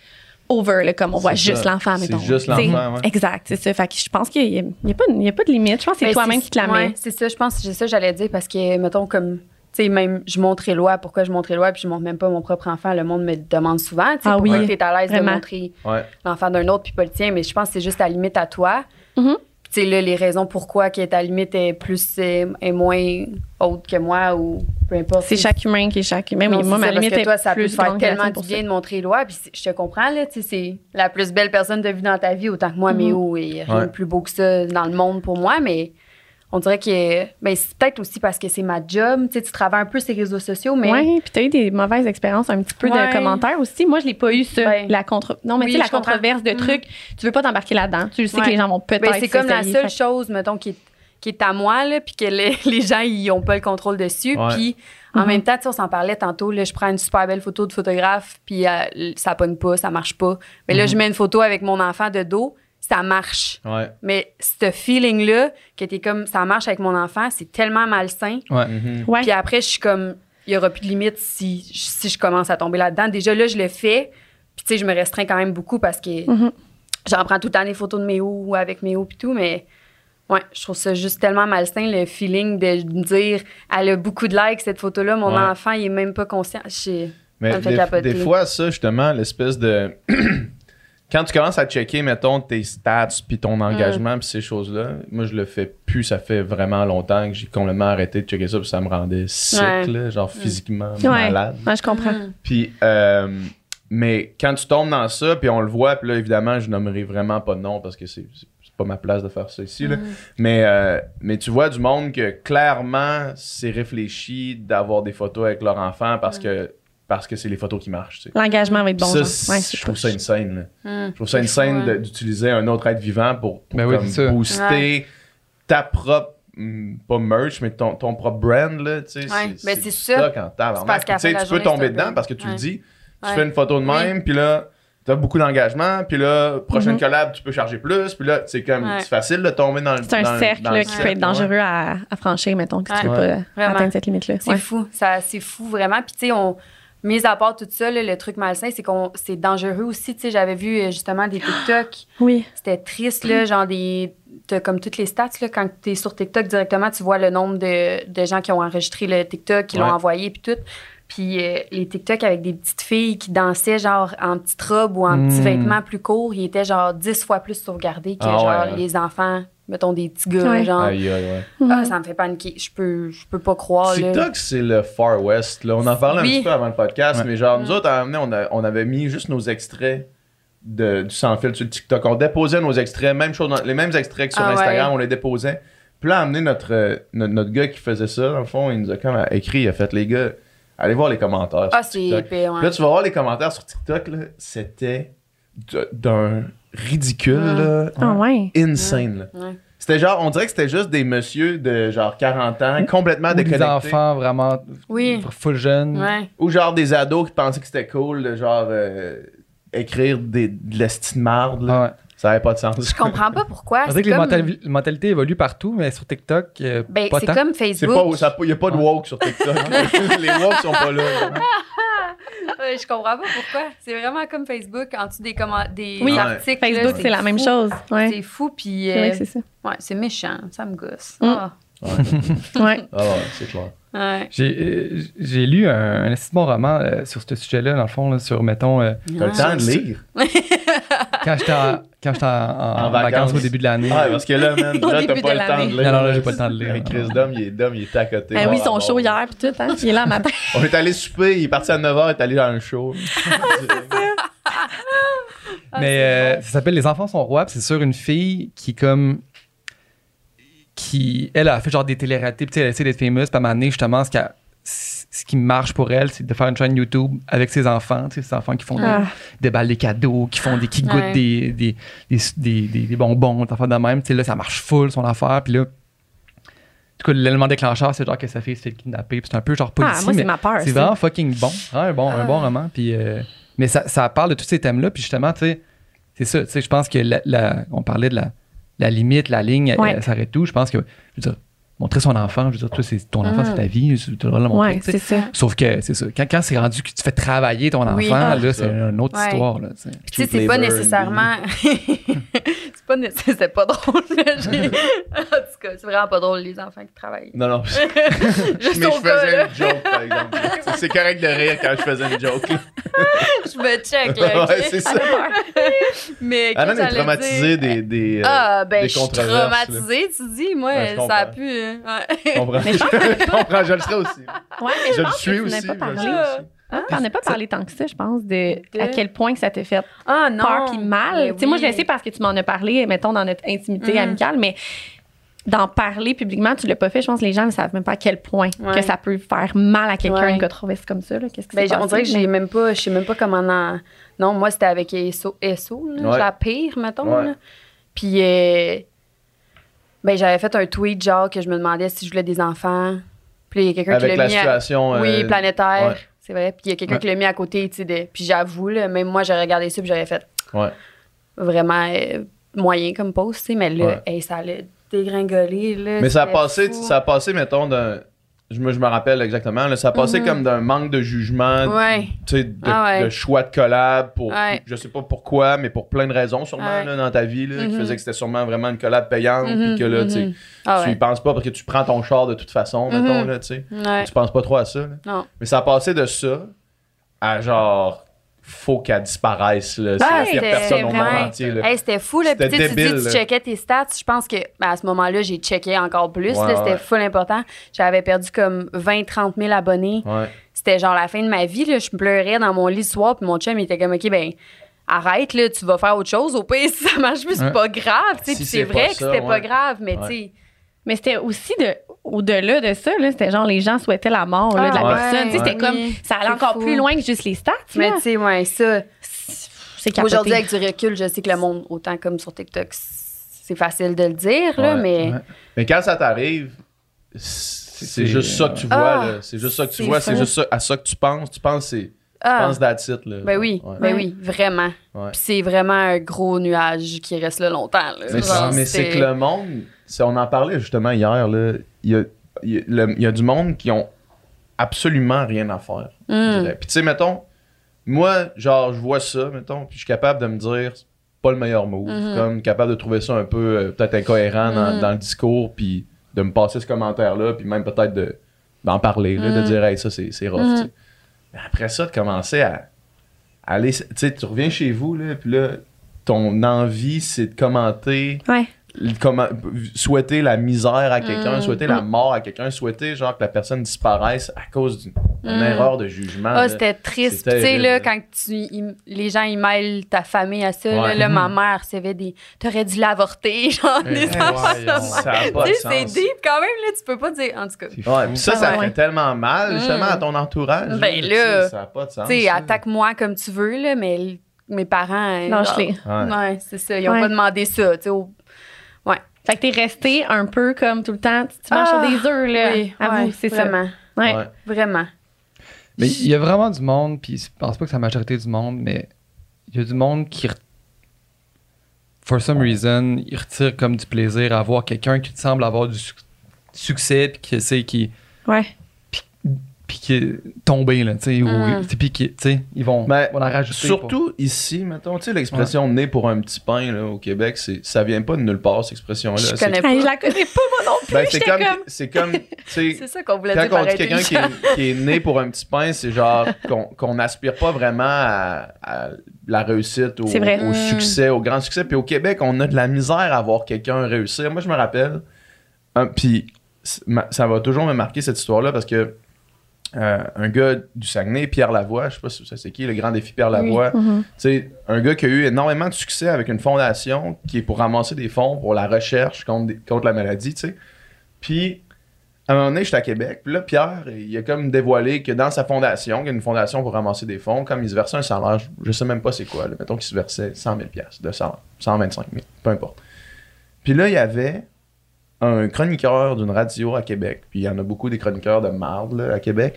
over, là, comme on voit C'est juste ça. l'enfant, C'est mettons. juste Tu sais, l'enfant, ouais. Exact. C'est ça. Fait que je pense qu'il n'y a, il y a pas de- il y a pas de limite. Je pense que c'est Ben, toi-même qui te la mets. ouais, c'est ça, je pense que c'est ça que j'allais dire parce que, mettons, comme, tu sais, même, je montre Éloi, pourquoi je montre Éloi, puis je montre même pas mon propre enfant, le monde me le demande souvent, tu sais, Ah pourquoi oui, t'es à l'aise de vraiment. montrer Ouais. l'enfant d'un autre, puis pas le tien, mais je pense que c'est juste à la limite à toi. Mhm. Puis, tu sais, là, les raisons pourquoi qui est à la limite est plus, est, est moins haute que moi ou peu importe. C'est chaque humain qui est chaque humain. Non, Mais Eh moi, c'est ma ça, limite parce que toi, est ça peut plus te faire grande que la tellement tienne du pour bien de montrer Éloi, puis c'est- je te comprends, là, tu sais, c'est la plus belle personne de vie dans ta vie, autant que moi, mais Mhm. où, il n'y a rien Ouais. de plus beau que ça dans le monde pour moi, mais on dirait que, ben, c'est peut-être aussi parce que c'est ma job, tu sais, tu travailles un peu ces réseaux sociaux, mais Oui, puis t'as eu des mauvaises expériences, un petit peu Ouais. de commentaires aussi. Moi, je l'ai pas eu, ça. Ouais. La contre... Non, mais Oui, tu sais, la je comprends. controverse de Mm. trucs, tu veux pas t'embarquer là-dedans. Tu sais que Ouais. les gens vont peut-être. ben, c'est comme la s'essayer. seule Fait- chose, mettons, qui est, qui est à moi, là, puis que les, les gens, ils n'ont pas le contrôle dessus, Ouais. puis en Mhm. même temps, tu sais, on s'en parlait tantôt, là, je prends une super belle photo de photographe, puis euh, ça pogne pas, ça marche pas, mais Mhm. là, je mets une photo avec mon enfant de dos, ça marche. Ouais. Mais ce feeling-là, que t'es comme ça marche avec mon enfant, c'est tellement malsain. Ouais. Mhm. Ouais. Puis après, je suis comme, il n'y aura plus de limite si, je- si je commence à tomber là-dedans. Déjà, là, je le fais. Puis tu sais, je me restreins quand même beaucoup parce que Mhm. j'en prends tout le temps des photos de mes hauts ou avec mes hauts puis tout. Mais ouais, je trouve ça juste tellement malsain, le feeling de me dire, elle a beaucoup de likes, cette photo-là, mon Ouais. enfant, il est même pas conscient. Je sais. Mais Ça me fait des, capoter. des fois, ça, justement, l'espèce de. Quand tu commences à checker, mettons, tes stats, puis Mm. ton engagement, puis ces choses-là, moi, je le fais plus. Ça fait vraiment longtemps que j'ai complètement arrêté de checker ça, puis ça me rendait sick, Ouais. Mm. là, genre physiquement Ouais. malade. Ouais, je comprends. Puis, euh, mais quand tu tombes dans ça, puis on le voit, puis là, évidemment, je nommerai vraiment pas de nom parce que c'est c'est- c'est pas ma place de faire ça ici. Mm. là. Mais, euh, mais tu vois du monde que clairement, c'est réfléchi d'avoir des photos avec leur enfant parce Mm. que parce que c'est les photos qui marchent. tu sais. L'engagement va être bon. ça, genre. c'est- Ouais, je trouve ça pas- une scène. là. Mhm. Je trouve ça une scène de- d'utiliser un autre être vivant pour, pour Ben oui, comme c'est ça. booster Ouais. ta propre hum, pas merch mais ton, ton propre brand là tu sais Ouais, c'est ben du c'est ça. stock en tabarnak. C'est parce qu'à la Tu sais, fin de la tu peux journée, c'est tomber un dedans brand. parce que tu le Ouais. dis tu Ouais. fais une photo de Oui. même puis là t'as beaucoup d'engagement puis là prochaine collab tu peux charger plus puis là c'est comme Mhm. Ouais. c'est facile de tomber dans le C'est dans un le- cercle dans le là, qui peut cercle, être dangereux à, à franchir, mettons, si tu Ouais. veux pas Vraiment. atteindre cette limite-là. C'est Ouais. fou, ça, c'est fou vraiment. Puis tu sais, on, Mis à part tout ça, là, le truc malsain, c'est qu'on c'est dangereux aussi. Tu sais, j'avais vu euh, justement des TikTok. Oui. C'était triste, là, genre des. T'as comme toutes les stats, là, quand t'es sur TikTok directement, tu vois le nombre de, de gens qui ont enregistré le TikTok, qui Ouais. l'ont envoyé, puis tout. Puis euh, les TikTok avec des petites filles qui dansaient, genre, en petite robe ou en petits Mm. vêtements plus courts, ils étaient, genre, 10 fois plus sauvegardés que, Ah ouais, genre, ouais. les enfants, mettons, des petits gars, Ouais. genre. Aïe, aïe, aïe. Ah, ça me fait paniquer. Je peux, je peux pas croire, Oh, là. TikTok, c'est le Far West. Là. On en parlait un Oui. petit peu avant le podcast, Ouais. mais genre, nous autres, à un moment donné, on, a- on avait mis juste nos extraits de, du sans fil sur le TikTok. On déposait nos extraits, même chose, dans- les mêmes extraits que sur Ah ouais. Instagram, on les déposait. Puis là, amené notre, euh, notre, notre gars qui faisait ça, dans le fond, il nous a comme euh, écrit, il a fait, les gars, allez voir les commentaires. Ah, sur c'est TikTok. épais, ouais. Puis Là, tu vas voir les commentaires sur TikTok, là, c'était d- d'un ridicule, là, Ah ouais. insane. là. Ouais. C'était genre, on dirait que c'était juste des messieurs de genre 40 ans, complètement Ou des déconnectés. enfants vraiment Oui. full jeunes. Ouais. Ou genre des ados qui pensaient que c'était cool de genre euh, écrire des, de l'esti de marde. là. Ah ouais. Ça avait pas de sens. Je comprends pas pourquoi. On dirait C'est que les comme- mentali- mentalités évoluent partout, mais sur TikTok, euh, Ben, pas c'est tant. comme C'est pas, Facebook. il n'y a pas de woke sur TikTok. les woke sont pas là. hein. Ouais, je comprends pas pourquoi. C'est vraiment comme Facebook, en dessous des, comment... des Oui. articles. là, Facebook, c'est la même fou. chose. Ouais. C'est fou, puis C'est vrai euh, que c'est ça. ouais, c'est méchant, ça me gosse. Mm. Ah, Ouais. Ah ouais, c'est clair. ouais. J'ai euh, j'ai lu un, un assez bon roman euh, sur ce sujet-là, dans le fond, là, sur, mettons, euh, T'as le temps de lire. quand j'étais en, quand j'étais en- en- En en vacances vacances. au début de l'année. Ah, parce que là, man, là, Au t'as début pas de le temps de l'année. lire. Non, non, là, j'ai pas le temps de lire. Mais Chris Dom, il est Dom, il est à côté. Ah oui, Bon, son bon. show hier, puis tout, hein. Il est là matin. On est allé souper, il est parti à 9h, il est allé dans le show. Ah, Mais euh, ça s'appelle Les enfants sont rois, puis c'est sur une fille qui comme qui elle a fait genre des téléréalités, puis tu sais, elle essaie d'être fameuse, puis à un moment donné, justement ce qui a- ce qui marche pour elle, c'est de faire une chaîne YouTube avec ses enfants, tu sais, ses enfants qui font des- Ah. des, balles de cadeaux, qui font des qui goûtent Ouais. des, des, des, des- des- des bonbons, des affaires de même, tu sais là ça marche full son affaire, puis là en tout cas, l'élément déclencheur, c'est genre que sa fille se fait kidnapper. puis C'est un peu genre policier, Ah, moi, mais- c'est ma peur. c'est ça. vraiment fucking bon. Vraiment un bon, un Ah. bon roman. Puis, euh, mais ça, ça parle de tous ces thèmes-là. Puis justement, tu sais, c'est ça. Tu sais, je pense que la, la- on parlait de la, la limite, la ligne, elle- Ouais. elle s'arrête tout. Je pense que, je veux dire, montrer son enfant, je veux dire, toi, c'est ton enfant, Mhm. c'est ta vie. Tu tu dois le montrer. Mm. Ouais, tu sais. c'est ça. Sauf que, c'est ça. Quand, quand c'est rendu que tu fais travailler ton enfant, Oui. Ah, là, ça. c'est une autre Ouais. histoire. Là, tu sais. Puis tu sais, c'est pas Flavor and nécessairement. c'est pas né- c'était pas drôle. mais j'ai- en tout cas, c'est vraiment pas drôle les enfants qui travaillent. Non, non, Juste mais je au cas, faisais là, une joke, par exemple. C'est- C'est correct de rire quand je faisais une joke. je me check. Là, Ouais, ok? c'est ça. Elle a peur. Mais qu'est-ce Anna est que j'allais traumatisée dire? des. des euh, Ah, ben, des je suis controverses, traumatisée, tu dis. Moi, Ouais, je ça a comprends. pu. hein. Ouais. je comprends. Mais je pense je comprends, je le serais aussi. Ouais, mais Je je le pense que suis tu n'en aussi. as je pas le parlé. suis aussi. Hein, T'en as pas parlé tant que ça, je pense, de, De- à quel point ça t'a fait Ah non. peur puis mal. Mais Tu sais, moi, je le oui. sais parce que tu m'en as parlé, mettons, dans notre intimité Mhm. amicale, mais d'en parler publiquement, tu l'as pas fait. Je pense que les gens ne savent même pas à quel point Ouais. que ça peut faire mal à quelqu'un Ouais. une controverse comme ça. là. Qu'est-ce que Ben, c'est on dirait que j'ai même pas, je sais même pas comment en- Non, moi, c'était avec SO, SO là, Ouais. la pire, mettons. Ouais. là. Puis, euh, ben, j'avais fait un tweet, genre, que je me demandais si je voulais des enfants. Puis, il y a quelqu'un qui Avec l'a la mis. à- situation. euh, Oui, planétaire. ouais. C'est vrai. Puis, il y a quelqu'un Ouais. qui l'a mis à côté, tu sais. de- Puis, j'avoue, là, même moi, j'ai regardé ça, puis j'avais fait Ouais. vraiment euh, moyen comme post, tu sais. Mais là, Ouais. hey, ça allait dégringoler, là. Mais ça a c'était passé, fou. ça a passé mettons, d'un. Je me, je me rappelle exactement, là, ça a passé Mhm. comme d'un manque de jugement, Ouais. tu sais, de, Ah ouais. de choix de collab pour, Ouais. je sais pas pourquoi, mais pour plein de raisons sûrement Ouais. là, dans ta vie, là, qui Mhm. faisait que c'était sûrement vraiment une collab payante, Mhm, puis que là, tu sais, mhm. Ah tu y ouais. penses pas parce que tu prends ton char de toute façon, mettons, Mhm. là, tu sais. Ouais. Tu penses pas trop à ça. là. Non. Mais ça a passé de ça à genre, faut qu'elle disparaisse. Là. C'est Ah, la pire c'était- personne au c'était monde vraiment- entier. là. Hey, c'était fou, là. Puis, tu C'était sais, tu dis, débile, tu là. checkais tes stats. Je pense que ben, à ce moment-là, j'ai checké encore plus. Ouais, là. C'était ouais. full important. J'avais perdu comme 20, 30 000 abonnés. Ouais. C'était genre la fin de ma vie, là. Je pleurais dans mon lit le soir, puis mon chum, il était comme, OK, ben. Arrête, là, tu vas faire autre chose. Au pire, si ça marche plus, c'est Ouais. pas grave. tu sais. Si Puis c'est c'est pas vrai que ça, c'était pas ouais. grave, mais Ouais. tu sais. Mais c'était aussi de au-delà de ça, là, c'était genre les gens souhaitaient la mort là, de la Ah, personne. ouais. Tu sais, C'était Oui. comme ça allait C'est encore fou. plus loin que juste les stats. Mais là. tu sais, ouais, ça. C'est capoté. Aujourd'hui, avec du recul, je sais que le monde, autant comme sur TikTok, c'est facile de le dire, là, Ouais, mais. ouais. Mais quand ça t'arrive, c'est c'est C'est- juste ça que tu vois. Ah, là. c'est juste ça que tu c'est vois. C'est fou. juste ça, à ça que tu penses. Tu penses, c'est, tu Ah. penses that's it, là. Ben oui, Ouais. ben oui, vraiment. Ouais. Puis c'est vraiment un gros nuage qui reste là longtemps. là. Mais, Genre, c'est- mais c'est que le monde, c'est- on en parlait justement hier, là, il y a, il y a- le- il y a du monde qui ont absolument rien à faire. Hmm. je Mm. dirais. Puis tu sais, mettons, moi, genre, je vois ça, mettons, puis je suis capable de me dire, c'est pas le meilleur move. Mhm. Comme capable de trouver ça un peu euh, peut-être incohérent dans, Mhm. dans le discours, puis de me passer ce commentaire-là, puis même peut-être de, d'en parler, là, de Mhm. dire, hey, ça, c'est, c'est rough. Mhm. tu sais. Mais après ça, de commencer à à aller, tu sais, tu reviens chez vous, là, puis là, ton envie, c'est de commenter Ouais. le- comment- souhaiter la misère à quelqu'un, Mm. souhaiter la mort à quelqu'un, souhaiter genre que la personne disparaisse à cause d'une d'une Mm. erreur de jugement. Ah, là. c'était triste. c'est Tu sais, terrible. là, quand tu, ils- les gens, ils mêlent ta famille à ça, là, Ouais. Hmm. là, Mhm. ma mère, c'était des. T'aurais dû l'avorter, genre, Eh, des enfants voyons. de même. ça a pas Tu de sais, c'est sens. deep quand même, là, tu peux pas dire. En tout cas, tu C'est Ouais, puis ça, ça Ouais. fait tellement mal justement Mm. à ton entourage. Ben tu là, sais, ça a pas de sens. sais, là. attaque-moi comme tu veux, là, mais l- mes parents. Lâche-les. Ouais. Ouais, c'est ça. Ils ont Ouais. pas demandé ça, tu sais. au- Fait que t'es resté un peu comme tout le temps, tu, tu marches Ah, sur des œufs, là. Oui, Avoue, ouais, c'est ça. vraiment. Ouais. Ouais. Vraiment. Mais il y a vraiment du monde, puis je pense pas que c'est la majorité du monde, mais il y a du monde qui, re- for some reason, il retire comme du plaisir à voir quelqu'un qui te semble avoir du suc- succès, puis qui sait qui, Ouais. puis qui est tombé, là, tu sais, ou- Mm. tu sais, puis qui, tu sais, ils vont, Ben, on en rajouter. Surtout ici, mettons, tu sais, l'expression né pour un petit pain là, au Québec, c'est, ça vient pas de nulle part, cette expression-là. Je C'est- connais Ah, pas. je la connais pas, moi non plus. ben, c'est J'étais comme, comme... c'est comme, tu sais, C'est ça qu'on voulait Quand dire. on par dit quelqu'un qui, intelligent. est- qui est né pour un petit pain, c'est genre qu'on qu'on n'aspire pas vraiment à, à la réussite, au, C'est vrai. Hmm. au Mm. succès, au grand succès. Puis au Québec, on a de la misère à voir quelqu'un réussir. Moi, je me rappelle, hein, puis c- ma- ça va toujours me marquer cette histoire-là parce que euh, un gars du Saguenay, Pierre Lavoie, je sais pas si ça c'est qui, le grand défi Pierre Lavoie, Mhm. tu sais, un gars qui a eu énormément de succès avec une fondation qui est pour ramasser des fonds pour la recherche contre, des- contre la maladie, tu sais. Puis, à un moment donné, j'étais à Québec. Puis là, Pierre, il a comme dévoilé que dans sa fondation, qu'il y a une fondation pour ramasser des fonds, comme il se versait un salaire, je- je sais même pas c'est quoi, là, mettons qu'il se versait 100 000 piastres de salaire, 125 000, peu importe. Puis là, il y avait un chroniqueur d'une radio à Québec, puis il y en a beaucoup des chroniqueurs de marde là, à Québec,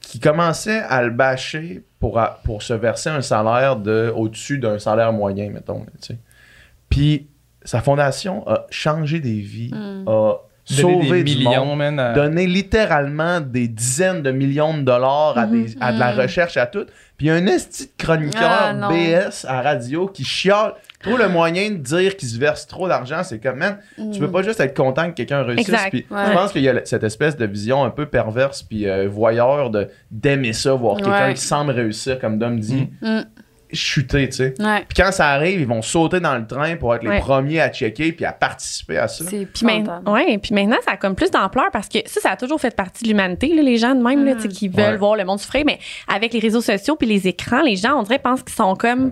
qui commençait à le bâcher pour, a- pour se verser un salaire de au-dessus d'un salaire moyen, mettons. là, tu sais. Puis sa fondation a changé des vies, Mm. a Donner sauvé des du millions, monde, man, Euh, à- donné littéralement des dizaines de millions de dollars à, des- à de la Mhm. recherche, à tout. Puis il y a un esti de chroniqueur Ah, non. BS à radio qui chiale. Trouve le moyen de dire qu'il se verse trop d'argent, c'est comme, man, tu peux pas juste être content que quelqu'un réussisse. Exact. Puis Mm. Ouais. je pense qu'il y a cette espèce de vision un peu perverse puis euh, voyeur de d'aimer ça, voir quelqu'un Ouais. qui semble réussir, comme Dom dit, Mm. chuter, tu sais. Ouais. Puis quand ça arrive, ils vont sauter dans le train pour être les Ouais. premiers à checker puis à participer à ça. C'est Puis, main- épouvantable. ouais, puis maintenant, ça a comme plus d'ampleur parce que ça, ça a toujours fait partie de l'humanité, là, les gens de même, là, Mhm. tu sais, qui veulent Ouais. voir le monde souffrir. Mais avec les réseaux sociaux puis les écrans, les gens, on dirait, pensent qu'ils sont comme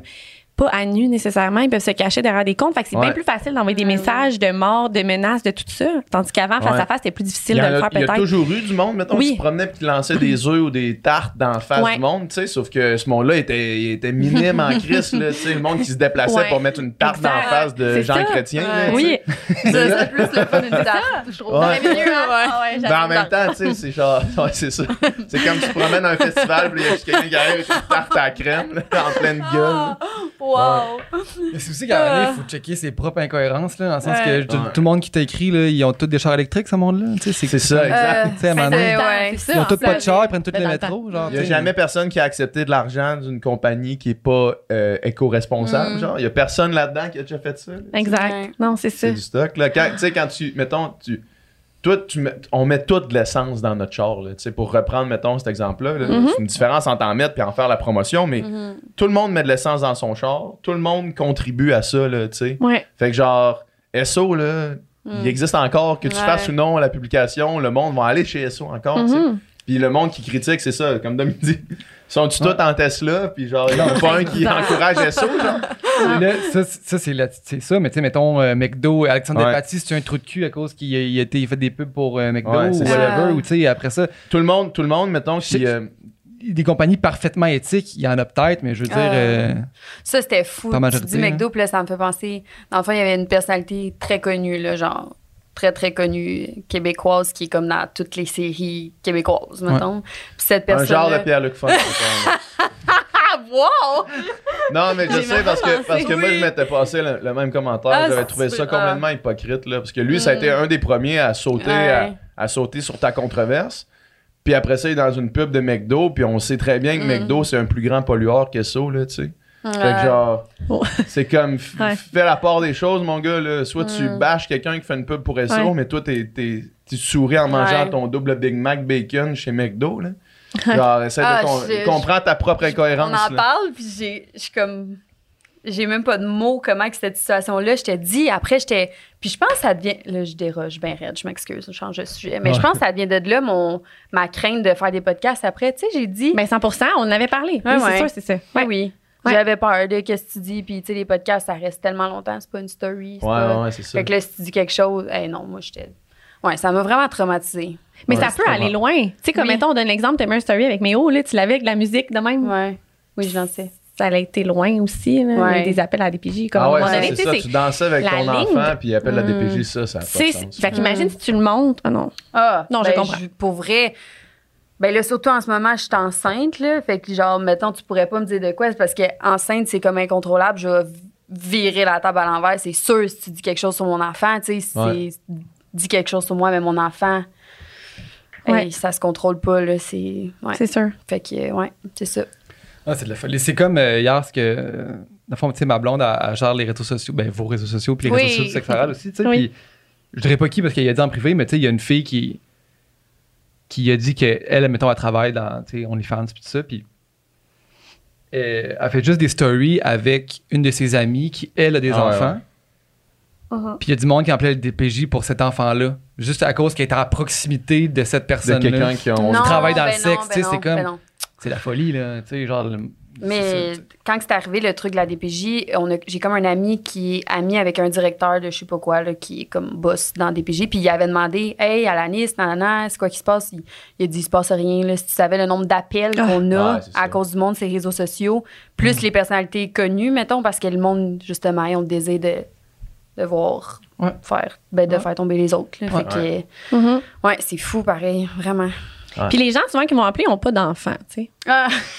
pas à nu nécessairement. Ils peuvent se cacher derrière des comptes. Fait que c'est Ouais. bien plus facile d'envoyer des Ouais, ouais. messages de mort, de menaces, de tout ça. Tandis qu'avant, face Ouais. à face, c'était plus difficile Il y, de en le a, faire il y a peut-être. toujours eu du monde, mettons, Oui. qui se promenait puis qui lançait des œufs ou des tartes dans la face Ouais. du monde, tu sais, sauf que ce monde-là était, il était minime en crise, là, tu sais, le monde qui se déplaçait Ouais. pour mettre une tarte dans la Exact. face de C'est Jean ça. Chrétien. là, Ouais. tu sais. Oui, Ça, C'est plus le fun d'une tarte, je trouve. Ouais. Dans les milieux, hein? Ah Ben, ouais, en j'adore. même temps, tu sais, c'est genre. Ouais, c'est ça. C'est comme tu te promènes à un festival, puis il y a juste quelqu'un qui arrive avec une tarte à la crème, là, en pleine Ah. gueule. Wow! Mais c'est aussi qu'à un moment donné, il faut checker ses propres incohérences, là, dans le sens Ouais. que tout, Ouais. tout le monde qui t'écrit, là, ils ont tous des chars électriques, ce monde-là. tu sais, C'est ça, exact. Euh, Tu sais, à un moment donné, c'est- ouais. c'est ils ça. ont tous en pas fait. de char, ils prennent tous Mais les dans le temps. métros. genre, Il n'y a tu sais. jamais personne qui a accepté de l'argent d'une compagnie qui n'est pas euh, éco-responsable. Mm. Genre, il n'y a personne là-dedans qui a déjà fait ça. là. Exact. Ouais. Non, c'est ça. C'est du stock. Là. Quand, tu sais, quand tu. Mettons, tu. Toi, tu mets- on met toute l'essence dans notre char. Là, tu sais, pour reprendre, mettons, cet exemple-là, là. Mhm. c'est une différence entre en mettre et en faire la promotion, mais Mhm. tout le monde met de l'essence dans son char. Tout le monde contribue à ça. Là, tu sais. Ouais. Fait que genre, SO, là, il existe encore, que tu Ouais. fasses ou non la publication, le monde va aller chez SO encore, tu sais. Mhm. Puis le monde qui critique, c'est ça, comme Dom dit. Ils sont-tu tous en Tesla, puis genre, il y en a pas un qui encourage SO, genre? Là, ça, c'est- ça, c'est la- c'est ça, mais tu sais, mettons, euh, McDo, Alexandre Ouais. Despatie, c'est un trou de cul à cause qu'il a, il a été- il fait des pubs pour euh, McDo Ouais, ou c'est ça. whatever, Ah. ou tu sais, après ça, Tout le monde, tout le monde, mettons, C'est- qui... euh, des compagnies parfaitement éthiques, il y en a peut-être, mais je veux dire, Ah. euh, Ça, c'était fou. Pas majorité, tu dis McDo, puis là, ça me fait penser. Dans le fond, il y avait une personnalité très connue, là, genre très, très connue québécoise qui est comme dans toutes les séries québécoises, mettons. Puis cette un personne. genre de Pierre-Luc Funk. mettons, là. Ah, wow! non, mais je J'ai sais, parce que, vraiment parce que pensé, moi, oui. je m'étais passé le, le même commentaire. Ah, J'avais c'est- trouvé ça ah. complètement hypocrite, là, parce que lui, ça a été un des premiers à sauter, Ouais. à, à sauter sur ta controverse. Puis après ça, il est dans une pub de McDo, puis on sait très bien que Mm. McDo, c'est un plus grand pollueur que ça, là, tu sais. Fait que Euh, genre, Ouais. c'est comme, f- Oh. Ouais. fais la part des choses, mon gars, là. Soit tu Mm. bâches quelqu'un qui fait une pub pour SO, Ouais. mais toi, t'es, t'es- tu souris en mangeant Ouais. ton double Big Mac bacon chez McDo, là. Genre, essaie Ah, de com- je- comprendre ta propre incohérence, On en là. parle, puis j'ai, je suis comme, j'ai même pas de mots comment que cette situation-là. Je t'ai dit, après, j'étais, puis je pense que ça devient, là, je déroge bien raide, je m'excuse, je change de sujet, mais je Ouais. pense que ça devient de là mon, ma crainte de faire des podcasts après. Tu sais, j'ai dit, Ben 100 on en avait parlé. Ouais, oui, c'est ouais. sûr, c'est ça. oui, Ouais. oui, Ouais. j'avais peur de qu'est-ce que tu dis, puis tu sais, les podcasts, ça reste tellement longtemps, c'est pas une story. c'est pas- Ouais, ouais, c'est ça. Fait que là, si tu dis quelque chose, eh non, moi, j'étais, ouais, ça m'a vraiment traumatisée. Mais Ouais, ça c'est peut aller vraiment- loin. Tu sais, comme Oui. mettons, on donne l'exemple de Mary Story avec Méo, là, tu l'avais avec de la musique de même. Ouais. Oui, je l'en sais. Ça a été loin aussi, là, Ouais. avec des appels à la DPJ. Comme Ah ouais, on ça, avait, c'est tu sais, ça. c'est- Tu dansais avec la ton ligne. enfant, puis il appelle la Mm. DPJ, ça, ça a pas tu sais, de c'est- ben, sens. fait qu'imagine si tu le montes. Ah non. Ah, Non, je ben, comprends. pour vrai, ben là, surtout en ce moment, je suis enceinte, là. Fait que, genre, mettons, tu pourrais pas me dire de quoi, c'est parce que enceinte, c'est comme incontrôlable. Je vais virer la table à l'envers, c'est sûr, si tu dis quelque chose sur mon enfant, tu sais, si Ouais. c'est- dis quelque chose sur moi, mais mon enfant, Ouais. hey, ça se contrôle pas, là. C'est. Ouais. C'est sûr. Fait que, ouais, c'est ça. Ah, c'est de la folie. C'est comme euh, hier, ce que. euh, Dans le fond, tu sais, ma blonde, elle, elle gère les réseaux sociaux, ben, vos réseaux sociaux, puis les Oui. réseaux sociaux sectorales aussi, tu sais. Oui. Puis, je dirais pas qui parce qu'il a dit en privé, mais tu sais, il y a une fille qui. qui a dit qu'elle, mettons, elle travaille dans, tu sais, OnlyFans, puis tout ça, puis. euh, elle fait juste des stories avec une de ses amies qui, elle, a des Ah ouais, enfants. Uh-huh. Puis il y a du monde qui appelait le DPJ pour cet enfant-là, juste à cause qu'elle était à proximité de cette De personne-là. quelqu'un qui a. on- Non, travaille dans ben le sexe, non, tu sais, ben c'est non, comme- ben non. C'est la folie, là, tu sais, genre. le- Mais c'est- quand c'est arrivé le truc de la DPJ, on a- j'ai comme un ami qui est ami avec un directeur de je sais pas quoi, là, qui est comme boss dans DPJ, puis il avait demandé Hey, Alanis, nanana, c'est quoi qui se passe il, il a dit Il se passe rien, là. si tu savais le nombre d'appels Ah. qu'on a Ouais, c'est à ça. cause du monde, ces réseaux sociaux, Mm. plus les personnalités connues, mettons, parce que le monde, justement, ils ont le désir de, de voir, Ouais. faire, ben, de Ouais. faire tomber les autres. là. Ouais. Fait que, ouais, c'est fou, pareil, vraiment. Ah. Puis les gens, souvent, qui m'ont appelé, ils n'ont pas d'enfants, tu sais.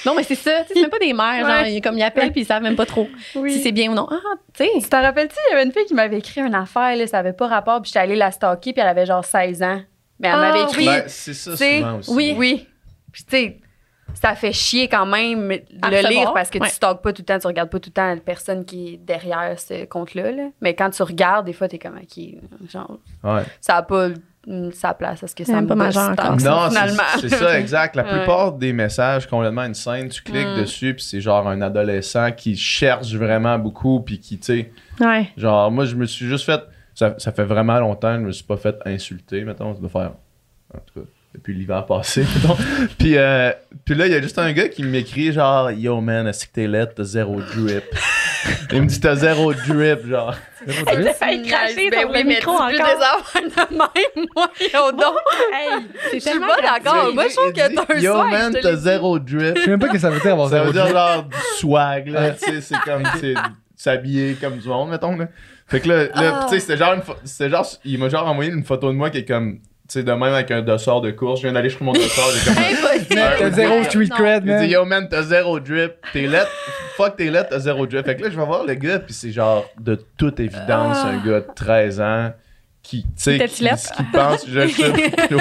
Non, mais c'est ça. tu sais, C'est même pas des mères. Genre, Ouais. ils- comme ils appellent, puis ils savent même pas trop si c'est bien ou non. Ah, tu sais. Tu t'en rappelles-tu, il y avait une fille qui m'avait écrit une affaire, là, ça avait pas rapport, puis j'étais allée la stalker, puis elle avait genre 16 ans. Mais elle Ah, m'avait écrit. Ben, c'est ça, tu sais, souvent aussi. hein. oui, oui. Puis tu sais, ça fait chier quand même À le recevoir, lire parce que ouais. tu stalkes pas tout le temps, tu regardes pas tout le temps la personne qui est derrière ce compte-là. là. Mais quand tu regardes, des fois, t'es comme, OK, genre, Ouais. ça a pas mm, sa place à ce que ça Même me pas majeur stalk, encore. Non, c'est- Ah, finalement. c'est ça, exact. La Ouais. plupart des messages complètement insane, tu cliques Mm. dessus, puis c'est genre un adolescent qui cherche vraiment beaucoup, puis qui, tu sais, Ouais. genre, moi, je me suis juste fait. Ça, ça fait vraiment longtemps que je me suis pas fait insulter, mettons, de faire. En tout cas, depuis l'hiver passé, mettons. puis, euh, puis là, il y a juste un gars qui m'écrit, genre, Yo, man, est-ce que t'es lettre, t'as zéro drip. il me dit, t'as zéro drip, genre. Elle fait cracher Ben sur oui, mais le micro dis plus encore. des affaires de même, moi, yo, donc. C'est Je suis tellement pas gratuit. d'accord. Moi, je trouve que t'as un Yo, swag, man, je te t'as l'ai dit. zéro drip. Je sais même pas que ça veut dire avoir Ça zéro veut dire drip. genre du swag, là. tu sais, c'est comme tu sais, s'habiller comme du monde, mettons, là. Fait que là, là Ah. tu sais, c'était genre, une pho- c'était genre, il m'a genre envoyé une photo de moi qui est comme, tu sais, de même avec un dossard de course. Je viens d'aller chercher mon dossard, j'ai comme. Mais T'as zéro street cred, Il dit man. yo man t'as zéro drip t'es lettre fuck t'es lettre t'as zéro drip fait que là je vais voir le gars puis c'est genre de toute évidence un gars de 13 ans qui tu sais T'es-tu qui, lettre? qui pense je sais c'est comme-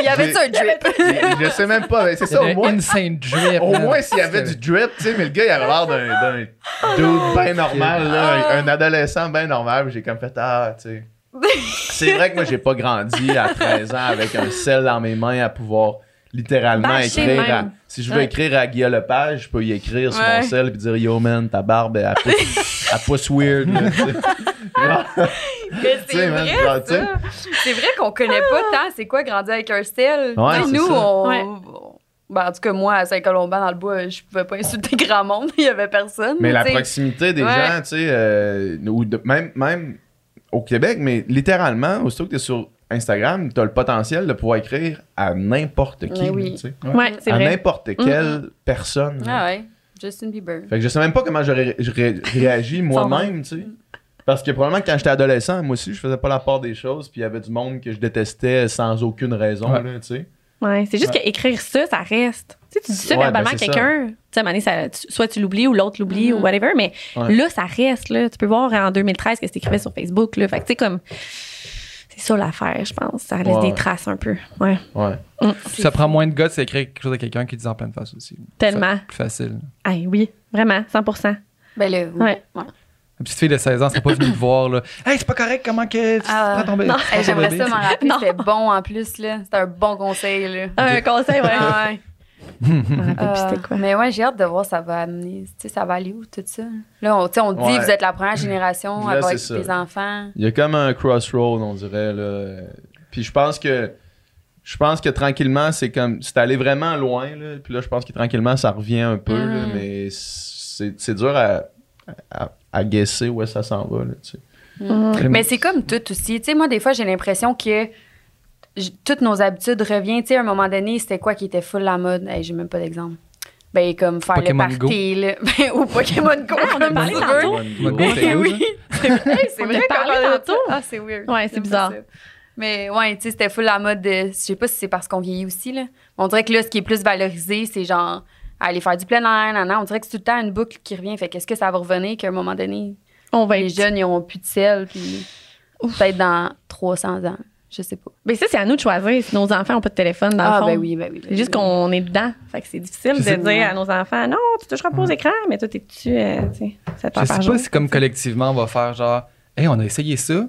Il y avait-tu un drip? je sais même pas mais c'est ça au moins insane drip. Au man. moins, s'il y avait du drip, tu sais, mais le gars, il avait l'air d'un, d'un Oh, dude bien normal, là, un, un adolescent bien normal. puis J'ai comme fait, ah, tu sais. C'est vrai que moi, j'ai pas grandi à 13 ans avec un sel dans mes mains à pouvoir littéralement Bâcher écrire. à- même. si je veux Ouais. écrire à Guillaume Lepage, je peux y écrire sur Ouais. mon sel et dire, yo man, ta barbe, elle pousse, elle pousse weird. là, tu sais. Genre, Tu Mais sais, c'est man, vrai, genre, tu sais. ça. C'est vrai qu'on connaît pas tant c'est quoi grandir avec un sel. Tu Ouais, sais, c'est nous, ça. on... Ouais. Ben, en tout cas, moi, à Saint-Colomban, dans le bois, je pouvais pas insulter grand monde. Il y avait personne. Mais la tu sais. proximité des Ouais. gens, tu sais, euh, ou de- même, même au Québec, mais littéralement, aussitôt que tu es sur Instagram, tu as le potentiel de pouvoir écrire à n'importe qui. Mais là, oui. Mm-hmm. tu sais. Ouais, c'est À vrai. n'importe quelle personne. là. Ah ouais, Justin Bieber. Fait que je sais même pas comment j'aurais ré- ré- réagi moi-même, tu sais. Parce que probablement que quand j'étais adolescent, moi aussi, je faisais pas la part des choses, puis il y avait du monde que je détestais sans aucune raison, Ouais. là, tu sais. Ouais, c'est juste qu'écrire ça, ça reste. Tu sais, tu dis ça Ouais, verbalement ben, à c'est quelqu'un, tu sais, à un moment donné, ça- tu- soit tu l'oublies ou l'autre l'oublie Mhm. ou whatever, mais Ouais. là, ça reste. Là. Tu peux voir en 2013 que c'était écrit sur Facebook. Là. Fait que tu sais, comme. C'est ça l'affaire, je pense. Ça laisse Ouais, ouais. des traces un peu. Ouais. Ouais. Mm. Ça prend moins de guts c'est écrire quelque chose à quelqu'un qui dit en pleine face aussi. Tellement. C'est Plus facile. Ah oui, vraiment, 100 Ben là, oui. Ouais. Ouais. La petite fille de 16 ans serait pas venue te voir, là. Hey, c'est pas correct, comment que. Ah, pas tombé. non. Hey, J'aimerais ça m'en rappeler. Non. C'était bon en plus. là. C'était un bon conseil. Là. Ah, Un conseil, ouais. Ah, ouais. Je me rappelle plus Ah, c'était quoi. Mais ouais, j'ai hâte de voir ça va amener. Tu sais, ça va aller où tout ça? Là, on, tu sais, on dit Ouais. vous êtes la première génération Là, c'est avec ça. les enfants. Il y a comme un crossroad, on dirait. Là. Puis je pense que je pense que tranquillement, c'est comme c'est allé vraiment loin. Là. Puis là, je pense que tranquillement, ça revient un peu. là, Mm-hmm. Mhm. mais c'est c'est dur à, à, à guesser où est-ce que ça s'en va. Là, tu sais. Mm. Mais c'est comme tout aussi. Tu sais, moi, des fois, j'ai l'impression que j- toutes nos habitudes reviennent. Tu sais, à un moment donné, c'était quoi qui était full la mode? Hey, j'ai même pas d'exemple. Ben, comme faire Pokémon le Go. party, là. Ben, ou Pokémon Go. Ah, on en a comme parlé tu tantôt. veux. Votre goût, c'est Ben où, oui. C'est hey, c'est On vrai en a qu'on parlé parle de tantôt. ça. Ah, c'est weird. Ouais, c'est J'aime bizarre. pas ça. Mais ouais, tu sais, c'était full la mode de. Je sais pas si c'est parce qu'on vieillit aussi, là. On dirait que là, ce qui est plus valorisé, c'est genre aller faire du plein air, nanana. On dirait que c'est tout le temps une boucle qui revient. Fait qu'est-ce que ça va revenir qu'à un moment donné, On va les être jeunes. jeunes, ils auront plus de sel, puis peut-être dans 300 ans. Je sais pas. Mais ça, c'est à nous de choisir si nos enfants n'ont pas de téléphone dans le ah, fond. ben oui, ben oui. ben C'est juste oui. qu'on est dedans. Fait que c'est difficile de Je sais- dire à nos enfants non, tu toucheras pas aux écrans, mais toi, t'es dessus, euh, tu sais, ça Je sais pas jour. si, comme collectivement, on va faire genre. Hey, on a essayé ça.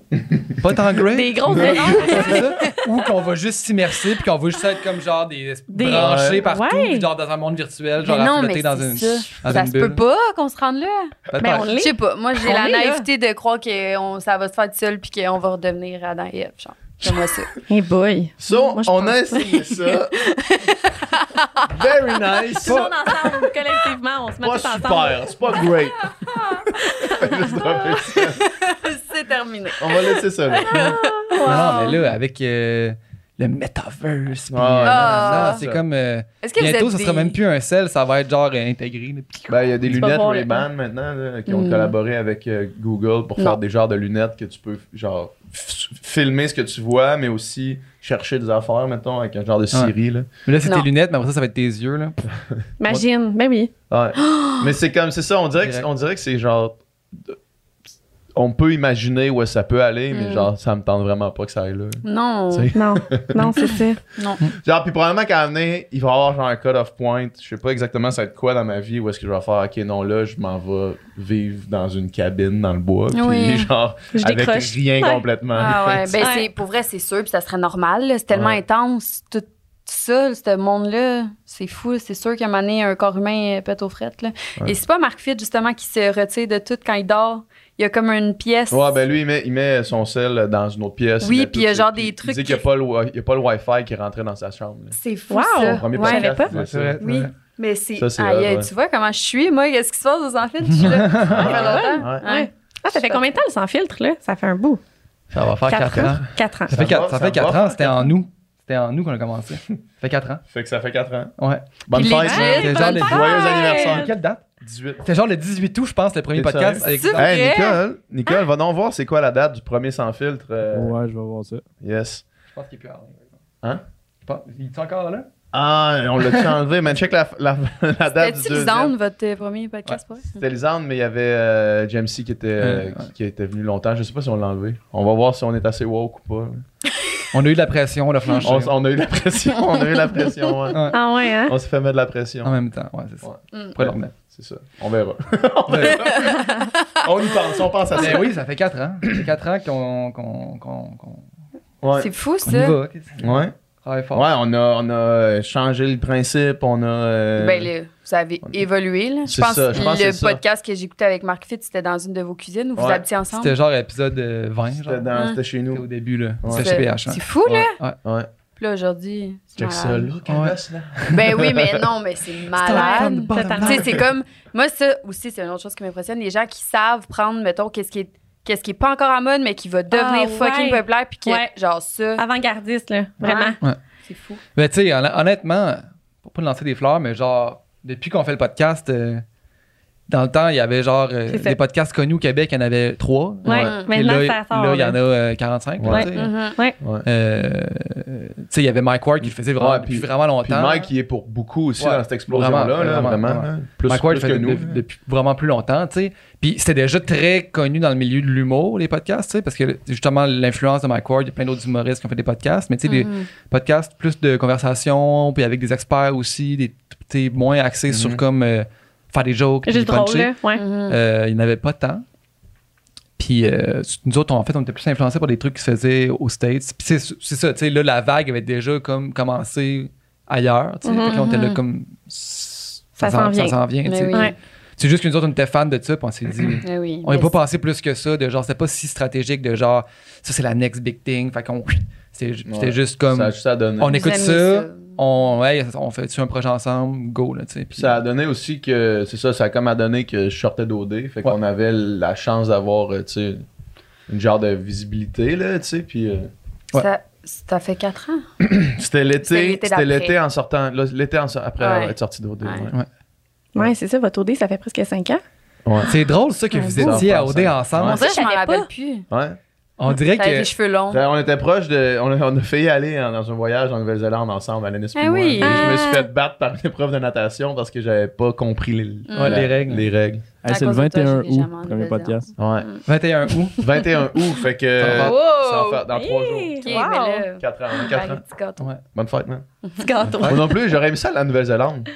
Pas tant great. Des grosses mais erreurs. on a essayé ça. Ou qu'on va juste s'immerser, puis qu'on va juste être comme genre des, Des- branchés partout, Ouais. puis genre dans un monde virtuel, genre Mais non, à mais flotter dans c'est une, ça. dans Ça une se bulle. peut pas qu'on se rende là. Peut-être. Mais on Je l'est. sais pas. Moi, j'ai On la est là. naïveté de croire que on- ça va se faire tout seul puis qu'on va redevenir Adam et Ève, genre. J'aimerais ça. Hey boy. Ça, Moi, je on a pense- essayé ça. Very nice. Pas, ensemble, collectivement, on se pas super. C'est pas great. Juste dropper ça. C'est terminé. on va laisser ça là. Non, mais là, avec euh, le metaverse, puis, Ouais. euh, Ah. non, non, c'est comme. euh, Est-ce que bientôt, vous ça êtes sera des- même plus un sel, ça va être genre euh, intégré. là, puis- Ben, il y a des Tu vas lunettes voir le Ray-Ban maintenant là, qui ont Mm. collaboré avec euh, Google pour faire Non. des genres de lunettes que tu peux genre f- filmer ce que tu vois, mais aussi chercher des affaires, mettons, avec un genre de Siri. Là. Mais là, c'est tes Non. lunettes, mais après ça, ça va être tes yeux. Là. Imagine, ben oui. Ouais. mais c'est comme, c'est ça, on dirait, que, Direct. on dirait que c'est genre. On peut imaginer où ça peut aller, mais Mm. genre, ça me tente vraiment pas que ça aille là. Non. Tu sais. Non, non, c'est ça. Genre, puis probablement qu'à venir, il va y avoir genre un cut-off point. Je sais pas exactement ça va être quoi dans ma vie, où est-ce que je vais faire, ok, non, là, je m'en vais vivre dans une cabine dans le bois, puis Oui. genre, Je avec décroche. rien Ouais. complètement. Ah ouais. Ben, Ouais. c'est- pour vrai, c'est sûr puis ça serait normal. là. C'est tellement Ouais. intense. Tout ça, ce monde-là, c'est fou. C'est sûr qu'à un moment donné, un corps humain euh, pète aux frettes. là. Ouais. Et c'est pas Marc Fitt, justement, qui se retire de tout quand il dort. Il y a comme une pièce. Ouais, ben lui, il met, il met son sel dans une autre pièce. Oui, met puis tout il y a ça, genre puis des trucs Il dit qu'il n'y a, qui- pas le wi- il y a pas le Wi-Fi qui rentrait dans sa chambre. là. C'est fou, Wow. ça. Premier Ah, Ouais. j'avais pas. podcast, il disait ça. Oui, mais c'est. Ça, c'est Aïe, hot, ouais. Tu vois comment je suis, moi? Qu'est-ce qui se passe aux enfants? Je suis là. Ça fait longtemps. Ouais. Ah, Ouais. Ah, ça fait combien de temps le sans filtre, là? Ça fait un bout. Ça va faire Quatre Ah, quatre ans. Quatre ans. Ça fait Ça va, quatre- ça ça fait quatre va. ans, c'était en nous. C'était en nous qu'on a commencé. Ça fait quatre ans. Fait que ça fait 4 ans. Ouais. Bonne Puis fête, les man. gels, les bonne gens, les fête. Joyeux Euh. anniversaire. Quelle date hein? 18. C'était genre le 18 août, je pense, le premier C'est podcast. ça. Avec... C'est vrai? Hey, Nicole, Nicole, va donc voir c'est quoi la date du premier sans filtre. euh, Ouais, je vais voir ça. Yes. Je pense qu'il est plus en ligne. Hein? Je pense- Il est encore là? Ah, on l'a-tu enlevé, man? Check la, la, la date du C'était-tu deuxième. Lisande, votre euh, premier podcast, pour vrai? C'était Lisande, mais il y avait euh, James C qui était, euh, Euh, qui- ouais. qui était venu longtemps. Je sais pas si on l'a enlevé. On va voir si on est assez woke ou pas. On a eu de la pression, on l'a flanché. On, on a eu la pression, on a eu la pression. ouais. Ah ouais, hein? On s'est fait mettre de la En pression. même temps, ouais, c'est ça. Mm. Après, le remettre. C'est ça. On verra. on verra. on y pense, on pense à ça. Ben oui, ça fait 4 ans. Ça fait 4 ans qu'on qu'on- qu'on- qu'on- Ouais. C'est fou, qu'on y ça. va. Ouais. ouais, Travaille fort. on a, on a changé le principe, on a. euh, Ben, là, vous avez évolué. Là. Je C'est pense ça, je pense que que le c'est ça. podcast que j'écoutais avec Marc Fitt, c'était dans une de vos cuisines où vous Ouais. habitiez ensemble. C'était genre épisode euh, 20, genre. C'était dans- Ouais. c'était chez C'était au nous. début, là. Ouais. C'était chez PH. hein. C'est fou, là. Ouais. Puis là, aujourd'hui. c'est Check ça, malade. là, calasse, Ben oui, mais non, mais c'est malade. Bottom line. Tu sais, c'est comme. Moi, ça aussi, c'est une autre chose qui m'impressionne. Les gens qui savent prendre, mettons, qu'est-ce qui est. Qu'est-ce qui est pas encore en mode, mais qui va devenir Ah, fucking ouais. populaire, puis que, Ouais. genre, ça, Avant-gardiste, là. Vraiment. c'est fou. Mais tu sais, hon- honnêtement, pour pas lancer des fleurs, mais genre, depuis qu'on fait le podcast, euh, Dans le temps, il y avait genre euh, C'est ça. des podcasts connus au Québec, il y en avait trois. Ouais, Genre, maintenant, et là, ça sort, hein. Mm-hmm. là, il y en là. a euh, 45. là, Ouais. tu sais. Mhm. Euh, euh, tu sais, il y avait Mike Ward qui le faisait vraiment, Ouais, depuis puis- vraiment Puis longtemps. Mike, il est pour beaucoup aussi Ouais, dans cette explosion-là, vraiment, là, vraiment, vraiment. ouais. hein. Plus, Mike Ward plus que faisait nous. de- depuis vraiment plus longtemps, tu sais. Puis c'était déjà très connu dans le milieu de l'humour, les podcasts, tu sais, parce que justement, l'influence de Mike Ward, il y a plein d'autres humoristes qui ont fait des podcasts, mais tu sais, des podcasts plus de conversation, puis avec des experts aussi, des, tu sais, moins Mhm. axés sur comme euh, faire des jokes, puis Juste drôle, puncher. là. Ouais. Mhm. Euh, il n'y en avait pas tant. Puis euh, nous autres, on- en fait, on était plus influencés par des trucs qui se faisaient aux States. Puis c'est c'est ça, tu sais, là, la vague avait déjà comme commencé ailleurs, tu sais. Mhm, Fait que là, on était là mhm. comme... Ça, Ça s'en vient. Ben Ça s'en vient, tu Mais sais. oui. Ouais. C'est juste que nous autres, on était fans de ça, puis on s'est dit... Mais Eh oui. On n'y Mais a pas pensé plus que ça, de genre, c'était pas si stratégique, de genre, ça, c'est la next big thing. Fait qu'on... C'était c'était Ouais. juste comme... Ça a juste à donner. on Vous écoute aimez ça, ça. on, ouais, on fait-tu un projet ensemble? Go, là, tu sais. Puis- Puis ça a donné aussi que, c'est ça, ça a comme a donné que je sortais d'OD, fait qu'on avait la chance d'avoir, euh, tu sais, une genre de visibilité, là, tu sais, puis... euh, Ouais. Ça, ça fait quatre ans. C'était C'était l'été, l'été c'était d'après. l'été en sortant, là, l'été en so- après Ouais. être sorti d'OD, Ouais. ouais. Ouais, c'est ça, votre OD, ça fait presque 5 ans. C'est drôle, ça, que Un vous beau- étiez à OD ensemble. On dirait que je m'en savais pas. rappelle plus. Ouais. On dirait Avec que. les cheveux longs. Fait, On était proche de. On a, on a failli aller en- dans un voyage en Nouvelle-Zélande ensemble à l'Ennis Ah puis moi. oui. Et Je me suis Ah. fait battre par une épreuve de natation parce que j'avais pas compris les, Ouais, les règles. les règles. À Hey, c'est le cause de toi, 21 j'ai jamais août, enlevé premier le podcast. Ouais. 21 août. 21 août, fait que. Ça va. Oh! Ça va faire dans trois jours. Hey, Ok, mais là, 4 ans, on 4 parle ans. des petits gâteaux. Ouais. Bonne fête, man. Petit gâteau. Moi non plus, j'aurais aimé ça à la Nouvelle-Zélande.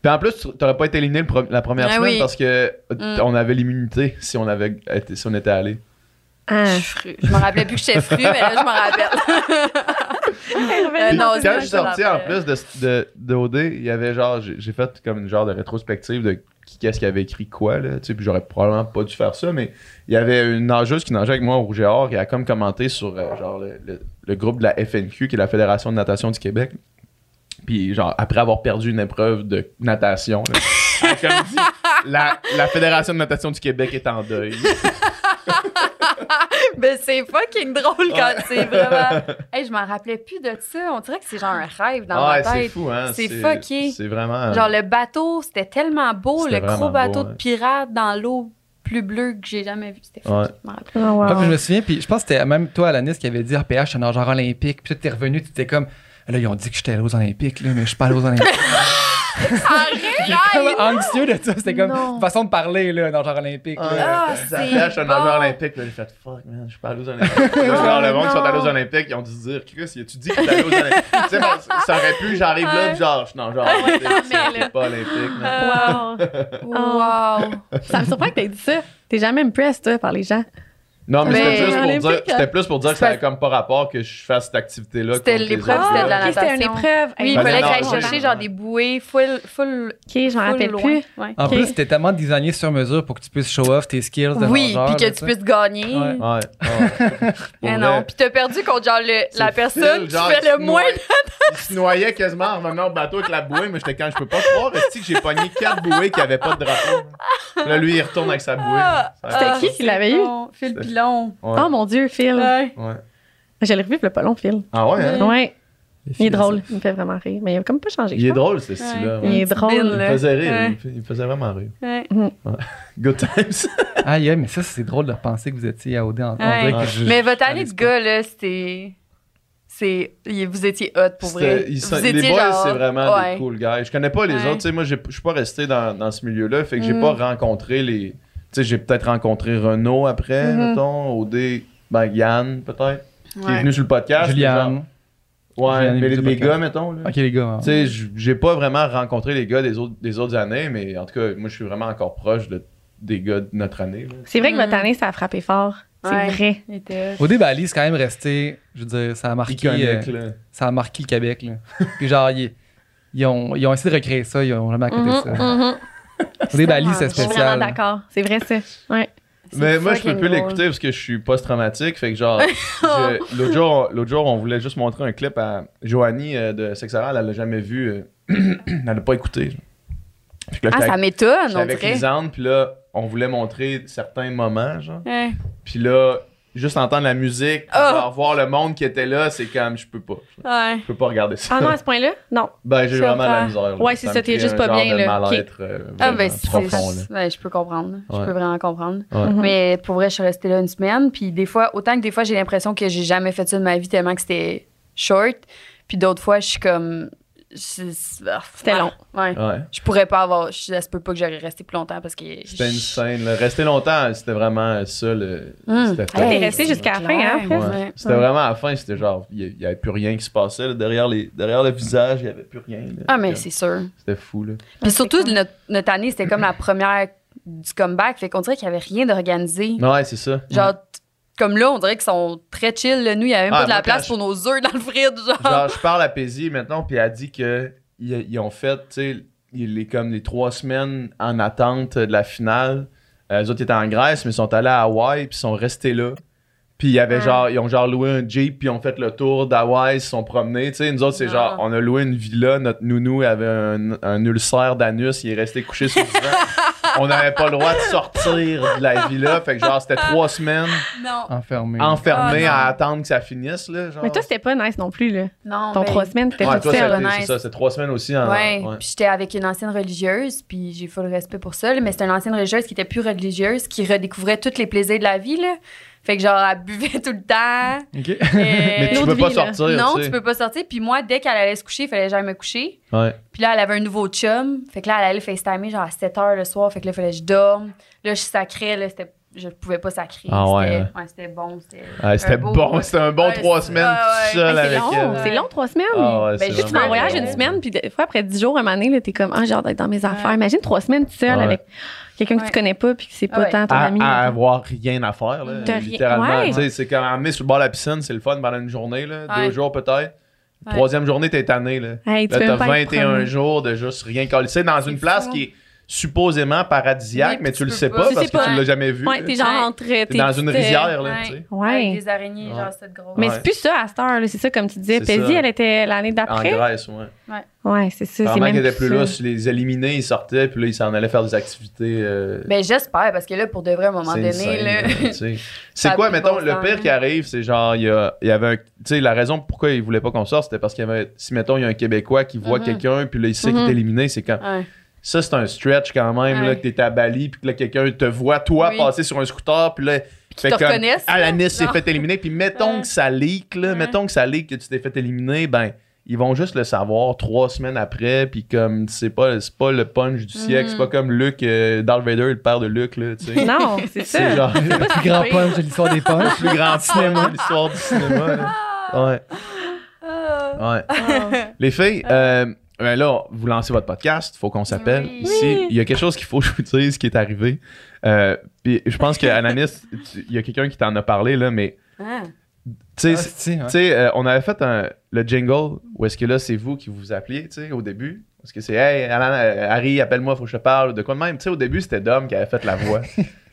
Puis en plus, tu- t'aurais pas été éliminé le pro- la première Ah semaine oui. parce que Mm. on avait l'immunité si on avait été, si on était allé. Je Ah. suis fru. Je me rappelais plus que j'étais fru, mais là, je me rappelle. Ah. Euh, non, Quand c'est je suis ça, sorti ça en va. plus de, de, d'OD, il y avait genre, j'ai, j'ai fait comme une genre de rétrospective de qui qu'est-ce qui avait écrit quoi, là, tu sais, puis j'aurais probablement pas dû faire ça, mais il y avait une nageuse qui nageait avec moi au Rouge et Or, qui a comme commenté sur euh, genre le, le- le groupe de la FNQ, qui est la Fédération de natation du Québec. Puis genre, après avoir perdu une épreuve de natation, là, elle a comme dit, la, la Fédération de natation du Québec est en deuil. Mais Ben, c'est fucking drôle quand c'est vraiment. Hey, je m'en rappelais plus de ça. On dirait que c'est genre un rêve dans Ah, ma c'est tête. fou, hein? C'est fucké. C'est vraiment... Genre le bateau, c'était tellement beau, C'était le gros vraiment bateau beau, de ouais. pirate dans l'eau plus bleue que j'ai jamais vue. C'était fou. Ouais. Je m'en rappelle. Ah, wow. Ah, puis je me souviens, puis je pense que c'était même toi, Alanis, qui avait dit Ah, PH, c'est un nageur olympique. Puis tu t'es revenu, tu étais comme Là, ils ont dit que j'étais allé aux Olympiques, là, mais je suis pas allé aux Olympiques. Arrête! comme anxieux de ça. C'était comme Non. une façon de parler, là, un nageur olympique. là. Ah, Ça c'est lâche un bon. nageur olympique, là, j'ai fait fuck, man, je suis pas allé aux Olympiques. Là, genre, le monde qui sont allés aux Olympiques, ils ont dû se dire, Chris, y a-tu dit que t'es allé aux Olympiques? tu sais, moi, ça aurait pu, j'arrive là, puis genre, je suis nageur Ah olympique, mais là. c'est pas olympique, man. Wow. Wow! ça me surprend que t'aies dit ça. T'es jamais impressed, toi, par les gens. Non, mais, Mais c'était juste olympique, pour dire, hein. c'était plus pour dire que ça C'est avait comme pas rapport que je fasse cette activité-là. C'était contre les l'épreuve, autres, là. c'était de la ok, c'était une natation. épreuve. Oui, il Ben, fallait non, que j'aille non, chercher non. genre des bouées full, full, Ok, je m'en full rappelle loin. plus. Ouais. En Ok. plus, c'était tellement designé sur mesure pour que tu puisses show off tes skills de Oui, nageur. puis là, que tu sais. puisses gagner. Ouais. Ouais. ouais. Pour Mais vrai. Eh non, puis t'as perdu contre genre le- la C'est personne Phil, qui genre, fait il le se moins. noyait- Il se noyait quasiment en revenant au bateau avec la bouée, mais j'étais quand je peux pas croire est-ce que j'ai pogné quatre bouées qui avaient pas de drapeau. Là, lui, il retourne avec sa bouée. Ah. Ça- C'était qui qui l'avait eu? eu? Phil Pilon. Ouais. Oh mon Dieu, Phil. Ouais. Ouais. Je l'ai revu le pas long, Phil. Ah ouais, hein? Ouais. Il est drôle. Il me fait vraiment rire. Mais il a comme pas changé. Il je est pense. drôle, ce style-là. Il ouais. est Hum. Bin, drôle. Il là. me faisait rire, Ouais. il me fais- il me faisait vraiment rire. Ouais. Good times. Ah, yeah, mais ça, c'est drôle de penser que vous étiez à OD en on Ouais. dirait Ah, que je- Mais votre connais année de pas. gars, là, c'était. C'est. il- Vous étiez hot pour vrai. C'était- ils sont- Vous les étiez boys, genre- c'est vraiment ouais. des cool guys. Je connais pas les Ouais. autres. tu sais, Moi, j'ai- je suis pas resté dans, dans ce milieu-là. Fait que j'ai Mm. pas rencontré les. Tu sais, j'ai peut-être rencontré Renaud Hum. après, Mhm. mettons, OD, ben, Yann, peut-être, qui est Ouais. venu sur le podcast. Juliane. mais genre- Ouais, Juliane mais est venue les, sur le les podcast. gars, mettons. là. Ok, les gars. hein. Tu sais, j- j'ai pas vraiment rencontré les gars des autres, des autres années, mais en tout cas, moi, je suis vraiment encore proche de, des gars de notre année. là. C'est vrai que votre Mhm. année, ça a frappé fort. C'est Ouais. vrai. Il était hot. OD Bali, c'est quand même resté, je veux dire, ça a marqué. euh, Iconique, là. ça a marqué le Québec. Là. Puis genre, ils, ils ont, ils ont essayé de recréer ça, ils ont jamais accepté Mhm, ça. mhm. Des balises, c'est Je suis vraiment spécial. d'accord. C'est vrai, ça. Ouais. C'est Mais moi, je peux fucking plus drôle. l'écouter parce que je suis post-traumatique. Fait que, genre, je- l'autre jour, l'autre jour, on voulait juste montrer un clip à Joanie euh, de Sexoral. Elle l'a jamais vu. euh, elle l'a pas écouté. Fait que là, Ah, j'étais ça avec- m'étonne, j'étais on avec dirait. Lisande, puis là, on voulait montrer certains moments, genre. Ouais. Puis là, juste entendre la musique, Ah! genre, voir le monde qui était là, c'est comme je peux pas. Ouais. Je peux pas regarder ça. Ah non, à ce point-là? Non. ben, j'ai c'est vraiment de la pas- misère. là. Ouais, c'est ça, me t'es crée juste un pas genre bien, de là. mal-être euh, Ah, vraiment ben, c'est- profond, là. ouais, je peux comprendre. là. Ouais. Je peux vraiment comprendre. Ouais. Mhm. Mais pour vrai, je suis restée là une semaine. Puis des fois, autant que des fois, j'ai l'impression que j'ai jamais fait ça de ma vie tellement que c'était short. Puis d'autres fois, je suis comme. c'est- ah, C'était long. Ouais. Ouais. Je pourrais pas avoir. je- Ça se peut pas que j'aurais resté plus longtemps parce que. C'était une je- scène. là. Rester longtemps, c'était vraiment euh, ça. Le... Hum. C'était Ah, t'es Hey, resté jusqu'à la fin, clair. hein, après? Ouais. Ouais. C'était vraiment à la fin, c'était genre, il n'y avait plus rien qui se passait. là. Derrière, les, derrière le visage, il n'y avait plus rien. là. Ah, mais Comme, c'est sûr. C'était fou, là. Puis surtout, notre, notre année, c'était comme la première du comeback. Fait qu'on dirait qu'il y avait rien d'organisé. Ouais, c'est ça. Genre, t- comme là, on dirait qu'ils sont très chill. là. Nous, il y avait même Ah, pas de moi, la quand place je- pour nos œufs dans le frigo. Genre. Genre, je parle à Paisy maintenant, puis elle dit que ils, ils ont fait, tu sais, il- les, comme les trois semaines en attente de la finale. Euh, eux autres étaient en Grèce, mais ils sont allés à Hawaï, puis ils sont restés là. Puis il y avait Ah. genre, ils ont genre loué un Jeep, puis ils ont fait le tour d'Hawaï, ils se sont promenés. Tu sais, nous autres, c'est Ah. genre, on a loué une villa, notre nounou avait un, un ulcère d'anus, il est resté couché sur le divan. on n'avait pas le droit de sortir de la villa, fait que genre, c'était trois semaines Non, Enfermé. enfermés Ah, non. à attendre que ça finisse, là. Genre. Mais toi, c'était pas nice non plus, là. non. Ton ben, trois semaines, t'étais Ah Ouais, toute toi, seule. c'était- nice. c'est ça, c'est trois semaines aussi. En, Ouais, Ah, ouais. puis j'étais avec une ancienne religieuse, puis j'ai full respect pour ça, là, mais c'était une ancienne religieuse qui était plus religieuse, qui redécouvrait tous les plaisirs de la vie, là. Fait que genre, elle buvait tout le temps. OK. Mais Euh, tu L'autre peux pas vie, là. sortir. non, tu sais. tu peux pas sortir. Puis moi, dès qu'elle allait se coucher, il fallait que j'aille me coucher. Ouais. Puis là, elle avait un nouveau chum. Fait que là, elle allait le FaceTimer genre à 7 h le soir. Fait que là, il fallait que je dorme. Là, je sacrais. Là, c'était- je pouvais pas sacrer. Ah ouais, C'était- hein. ouais, c'était bon. C'était Ouais, Ah, c'était un beau- bon, c'était un bon Ouais, trois c'est- semaines ah ouais, tout seul mais C'est avec euh, long, elle. c'est long, trois semaines. Ah ouais, Ben, c'est juste Tu vraiment tu vas en Ouais. voyage long. une semaine, puis des fois, après dix jours, un moment donné, là, t'es comme, ah, j'ai hâte d'être dans mes affaires. Ouais. Imagine trois semaines toute seule Ouais. avec quelqu'un que Ouais. tu connais pas, puis que c'est pas Ouais. tant ton À, ami. à avoir rien à faire, là, T'as rien- littéralement. ouais. Tu sais, C'est comme amener sur le bord de la piscine, c'est le fun pendant une journée, là, Ouais. deux jours peut-être. Ouais. Troisième journée, t'es tanné. Là, Hey, tu Là, peux t'as même pas être 21 promené. jours de juste rien coller. C'est dans C'est une place fou. qui est supposément Oui, paradisiaque, puis mais tu tu le peux sais pas. pas Tu parce sais que pas. tu l'as jamais vu. Ouais, là. t'es genre Ouais. entre. T'es T'es dans une petite, euh, rivière. là, Ouais. tu sais. Ouais. Avec des araignées, genre, cette grosse. Mais Ouais. c'est plus ça à cette heure, là. c'est ça, comme tu disais. C'est Paisy, ça. elle était l'année En d'après. Grèce, ouais. Ouais, c'est ça. C'est Apparemment même qu'ils étaient plus là, ça. si les éliminés, ils sortaient, puis là, ils s'en allaient faire des activités. euh, Ben, j'espère, parce que là, pour de vrai, à un moment c'est donné, insane, là. là, tu sais. c'est a quoi, plus de mettons, bon le sens, pire là. qui arrive, c'est genre, il y, a- il y avait un. Tu sais, la raison pourquoi ils voulaient pas qu'on sorte, c'était parce qu'il y avait. Si, mettons, il y a un Québécois qui voit Mhm. quelqu'un, puis là, il sait qu'il Mhm. est éliminé, c'est quand. Ouais. Ça, c'est un stretch quand même, là, Mm-hmm. Ouais. que t'es à Bali, puis que là, quelqu'un te voit, toi, Oui. passer sur un scooter, puis là. Fait te comme, ah, reconnaissent, Alanis s'est genre. fait éliminer, puis mettons Ouais. que ça leak, là, Ouais. mettons que ça leak, que tu t'es fait éliminer, ben, ils vont juste le savoir trois semaines après, puis comme, c'est pas, c'est pas le punch du siècle, Mhm. c'est pas comme Luke, euh, Darth Vader, le père de Luke, là, tu sais. Non, c'est C'est ça. genre le Le plus grand punch de l'histoire des punchs. plus Ah. grand cinéma de l'histoire du cinéma. là. Ouais. Ah. Ouais. Les filles, euh, ben là, vous lancez votre podcast, faut qu'on s'appelle. Oui. Ici, il y a quelque chose qu'il faut que je vous dise qui est arrivé. Euh, Puis je pense que Ananis, tu- il y a quelqu'un qui t'en a parlé, là, mais Ah. tu sais, Ah, c'est- tu sais, euh, on avait fait un- le jingle où est-ce que là, c'est vous qui vous appeliez, tu sais, au début. Parce que c'est Hey, Alan, euh, Harry, appelle-moi, faut que je te parle, ou de quoi de même. Tu sais, au début, c'était Dom qui avait fait la voix.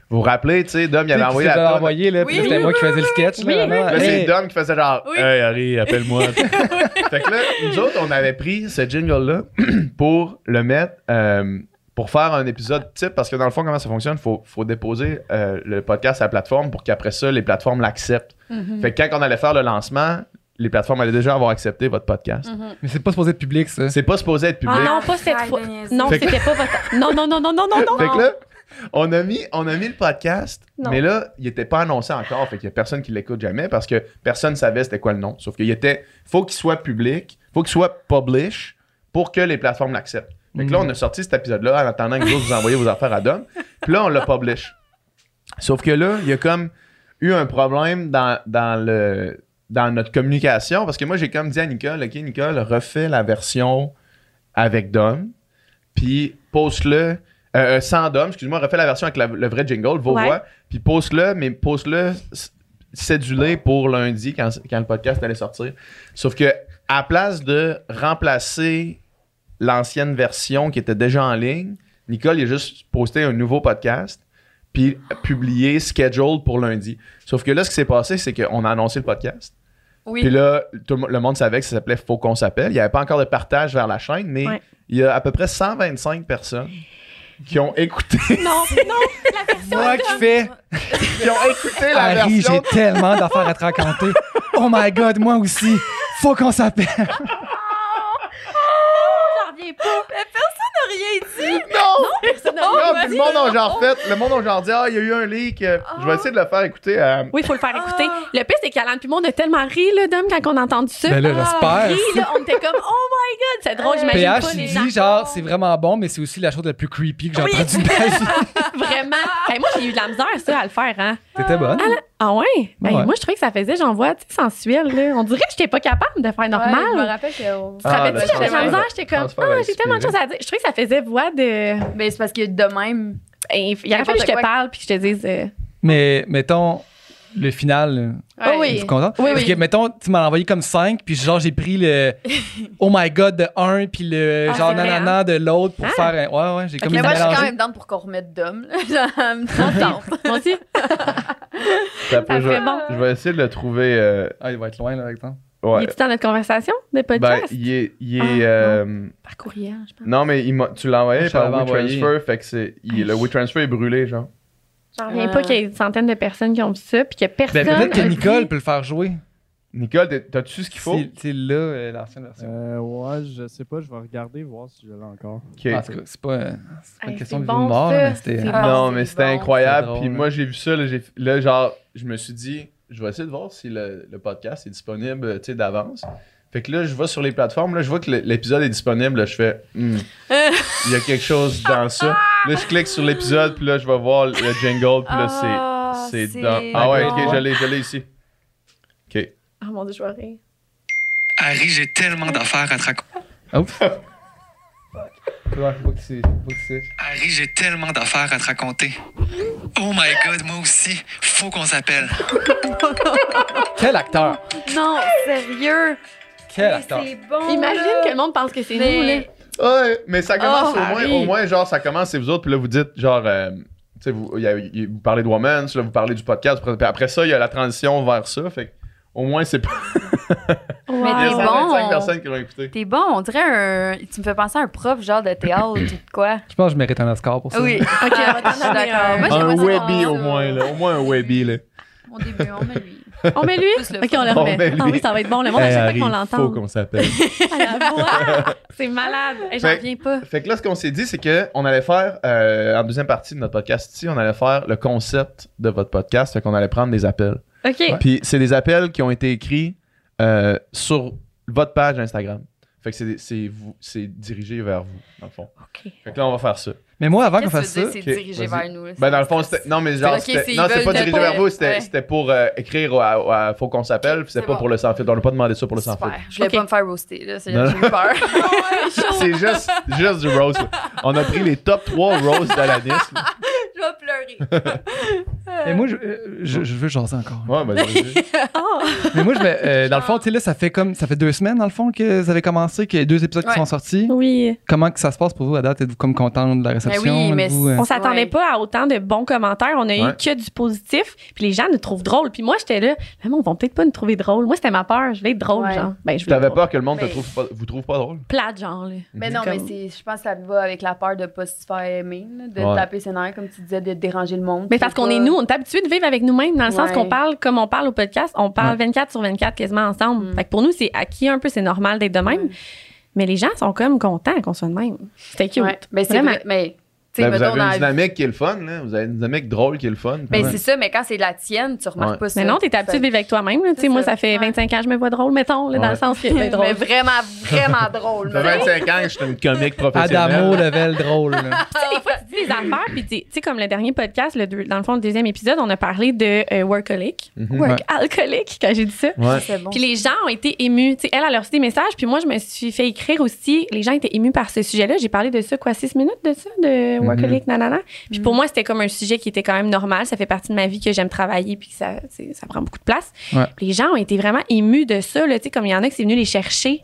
vous vous rappelez, tu sais, Dom, il Tu sais, avait qui envoyé s'était la tonne. envoyé, là, puis Oui, c'était oui, moi qui faisais le sketch. oui, là, oui. vraiment. Là, c'est Hey, Dom qui faisait genre Oui. Hey Harry, appelle-moi. fait que là, nous autres, on avait pris ce jingle-là pour le mettre, euh, pour faire un épisode type, parce que dans le fond, comment ça fonctionne, faut, faut déposer euh, le podcast à la plateforme pour qu'après ça, les plateformes l'acceptent. Mhm. Fait que quand on allait faire le lancement, les plateformes allaient déjà avoir accepté votre podcast. Mhm. Mais c'est pas supposé être public, ça. C'est pas supposé être public. Ah non, pas cette Arrête fois. de niaiser. Non, Fait que- c'était pas votre. Non, non, non, non, non, non, non. Fait que là, on a mis, on a mis le podcast, Non. mais là, il était pas annoncé encore. Fait qu'il y a personne qui l'écoute jamais parce que personne savait c'était quoi le nom. Sauf qu'il était, faut qu'il soit public, faut qu'il soit publish pour que les plateformes l'acceptent. Fait que là, Mhm. on a sorti cet épisode-là en attendant que vous autres vous envoyez vos affaires à Dom. Puis là, on l'a publish. Sauf que là, il y a comme eu un problème dans, dans le dans notre communication parce que moi j'ai comme dit à Nicole OK Nicole refais la version avec Dom puis poste-le euh, euh, sans Dom excuse-moi refais la version avec la- le vrai jingle vos Ouais. voix puis poste-le mais poste-le s- cédulé pour lundi quand, quand le podcast allait sortir sauf que à place de remplacer l'ancienne version qui était déjà en ligne Nicole il a juste posté un nouveau podcast puis publié scheduled pour lundi. Sauf que là, ce qui s'est passé, c'est qu'on a annoncé le podcast. Oui. Puis là, tout le mo- le monde savait que ça s'appelait Faut qu'on s'appelle. Il n'y avait pas encore de partage vers la chaîne, mais Ouais. il y a à peu près 125 personnes qui ont écouté, Non, non, la version. Moi qui fais qui ont écouté la Harry, j'ai version. tellement d'affaires à te raconter. Oh my god, moi aussi. Faut qu'on s'appelle. J'en reviens pas. Personne n'a rien dit. Non! Personne n'a- Non, puis le monde a genre fait, le monde a genre dit, ah, il y a eu un leak, euh, Ah. je vais essayer de le faire écouter euh, à. Oui, il faut le faire écouter. Ah! Le pire, c'est qu'Alan puis moi, on a tellement ri, là, Dom, quand on a entendu ça. Ben là, on j'espère. rit, là, on était comme, oh my god, c'est Euh, drôle, j'imagine PH, pas il les dit genre, c'est vraiment bon, mais c'est aussi la chose la plus creepy que j'ai entendue de ma vie. Vraiment. Hey, moi, j'ai eu de la misère, ça, à le faire, hein. T'étais bonne. Ah ouais? Ouais. Hey, Moi, je trouvais que ça faisait, j'en vois, tu sais, sensuel, là. On dirait que j'étais pas capable de faire normal. Ouais, je me rappelle que. Tu te Ah, ben, rappelles-tu, le j'avais de la transfert- misère, j'étais comme, transfert ah, à j'ai tellement de choses à dire. Je trouvais que ça faisait voix de. Ben, c'est parce que de même. Et Il aurait fallu que je N'importe te quoi. parle puis que je te dise. euh, Mais mettons, le final. Ah oui. Tu es content? Oui, Parce oui. que, mettons, tu m'as envoyé comme 5, puis genre, j'ai pris le Oh my God de un, puis le Ah, genre c'est vrai, nanana de l'autre pour Ah. faire un. Ouais, ouais, j'ai comme Mais une moi, je suis mélangé. quand même dente pour qu'on remette Dom. là. Genre, Moi aussi. Fait que Ça je, serait bon. je vais essayer de le trouver. euh, Ah, il va être loin, là, par exemple. Il ouais. est dans notre conversation de Ben, podcast? il est. il est, Ah, non. euh, Par courriel, je pense. non. mais il m'a- tu l'as envoyé Je par l'avais envoyé. WeTransfer, fait que c'est. il- le WeTransfer est brûlé, genre. J'en reviens Ah. pas qu'il y ait une centaine de personnes qui ont vu ça puis que personne. Ben, peut-être que a dit- Nicole peut le faire jouer. Nicole, t'es- t'as-tu ce qu'il faut? C'est c'est là euh, l'ancienne version. Euh, ouais, je sais pas, je vais regarder voir si je l'ai encore. Ok. En tout cas, c'est pas, euh, c'est pas Hey, une question c'est de vie ou bon, de mort, ça. là, mais c'était. C'est Ah, non, c'est mais c'était bon, incroyable. c'est drôle, Puis hein. moi, j'ai vu ça. Là, j'ai- là, genre, je me suis dit, je vais essayer de voir si le, le podcast est disponible euh, tu sais, d'avance. Fait que là, je vais sur les plateformes. Là, je vois que le- l'épisode est disponible. là, je fais, Hmm, il y a quelque chose dans ça. Là, je clique sur l'épisode. Puis là, je vais voir le jingle. Puis là, Ah, c'est, c'est dans. Ah ouais, ok, bon. je l'ai, je l'ai ici. Ok. Ah mon dieu, je vais rire. Harry, j'ai tellement d'affaires à te raconter. Ah Ouais, faut que tu- faut que tu- Harry, j'ai tellement d'affaires à te raconter. Oh my god, moi aussi, faut qu'on s'appelle. Quel acteur! Non, sérieux. Quel Mais acteur! C'est bon. Imagine là. que le monde pense que c'est Mais- nous, là. Ouais, mais ça commence Oh, au moins, Harry. au moins, genre, ça commence, c'est vous autres, puis là, vous dites, genre, euh, tu sais, vous, il y a- il- vous parlez de Woman, là, vous parlez du podcast, puis après ça, il y a la transition vers ça, fait que au moins, c'est pas. Wow. Il y a t'es bon. 125 personnes qui l'ont écouté. T'es bon, on dirait un. Tu me fais penser à un prof genre de théâtre ou de quoi. Je pense que je mérite un Oscar pour ça. Ah Oui, ok, on va t'en donner un. Moi, Un j'aimerais ça qu'on Webby, lance, au euh, moins, là. Au moins, un Webby, là. Mon début, on met lui. On met lui? Plus le ok, fun. on le On remet. met Ah lui. oui, ça va être bon. Le monde, à chaque fois qu'on l'entend. s'appelle. À la voix. C'est malade. Hey, J'en Fait- reviens pas. fait que là, ce qu'on s'est dit, c'est qu'on allait faire, euh, en deuxième partie de notre podcast ici, on allait faire le concept de votre podcast, fait qu'on allait prendre des appels. Ok. Puis c'est des appels qui ont été écrits euh, sur votre page Instagram. Fait que c'est- c'est vous- c'est dirigé vers vous, dans le fond. Ok. Fait que là, on va faire ça. Mais moi, avant qu'on Qu'est-ce que fasse tu ça, veux dire, c'est ok, dirigé vas-y. vers nous? là, Ben, dans le c'est- fond, c'était. Non, mais genre, Ok, c'était. s'ils Non, c'est veulent, pas t'as dirigé pas- vers vous, c'était ouais. c'était pour euh, écrire à, à- Faut qu'on s'appelle, puis c'était C'est pas bon. pour le sans fil. On n'a pas demandé ça pour le sans fil. Super. Je voulais Ok. pas me faire roaster, là. C'est Non. là que j'ai eu peur. C'est juste, juste du roast. là. On a pris les top 3 roasts d'Alanis. là. Je vais pleurer. mais moi, je, euh, je, je veux jaser encore. Ouais, ben, vas-y. Oh. mais moi, je vais, euh, dans le fond, tu sais, là, ça fait comme ça fait deux semaines, dans le fond, que vous avez commencé, qu'il y a deux épisodes qui Ouais. sont sortis. Oui. Comment que ça se passe pour vous à date? Êtes-vous comme content de la réception? Ben oui, mais Êtes-vous, euh, On s'attendait Ouais. pas à autant de bons commentaires. On a eu Ouais. que du positif. Puis les gens nous trouvent drôles. Puis moi, j'étais là. Mais on va peut-être pas nous trouver drôles. Moi, c'était ma peur. Je voulais être drôle, Ouais. genre. Ben, je voulais T'avais être drôle. peur que le monde te Mais- trouve pas, vous trouve pas drôle? plate, genre. Là. Mais non, mais Comme- c'est, je pense que ça va avec la peur de pas se faire aimer, là, de Ouais. taper ses nerfs, comme tu disais, de déranger le monde. Mais parce qu'on est nous, on est habitués de vivre avec nous-mêmes, dans le sens Ouais. qu'on parle comme on parle au podcast, on parle 24 sur 24 quasiment ensemble. Mm. Fait que pour nous, c'est acquis un peu, c'est normal d'être de même. Mais les gens sont comme contents qu'on soit de même. C'était cute. Ouais. Mais c'est Vraiment. vrai, mais tu sais, Ben, vous avez mettons dans une la vie- dynamique qui est le fun, là. Vous avez une dynamique drôle qui est le fun. Ben, Ouais. c'est ça, mais quand c'est la tienne, tu remarques Ouais. pas ça. Mais non, t'es habitué de vivre avec toi-même. là. Tu sais, C'est moi, ça. ça fait Ouais. 25 ans, je me vois drôle, mettons, là, dans le Ouais. sens que ben, drôle. Mais vraiment, vraiment drôle. Ça là. fait 25 ans que je suis une comique professionnelle. Adamo level drôle. là. Tu sais, des fois, tu dis des affaires, puis tu tu sais, comme le dernier podcast, le deux- dans le fond, le deuxième épisode, on a parlé de euh, workaholic. Mhm. Workaholic, quand j'ai dit ça. Ouais. C'est bon. Puis les gens ont été émus. Tu sais, elle, elle a reçu des messages, puis moi, je me suis fait écrire aussi. Les gens étaient émus par ce sujet-là. J'ai parlé de ça, quoi, six minutes de ça, de Workaholic, nanana. Puis Mm-hmm. pour moi, c'était comme un sujet qui était quand même normal. Ça fait partie de ma vie que j'aime travailler, puis que ça, tu sais, ça prend beaucoup de place. Ouais. Puis les gens ont été vraiment émus de ça, là, tu sais, comme il y en a qui sont venus les chercher.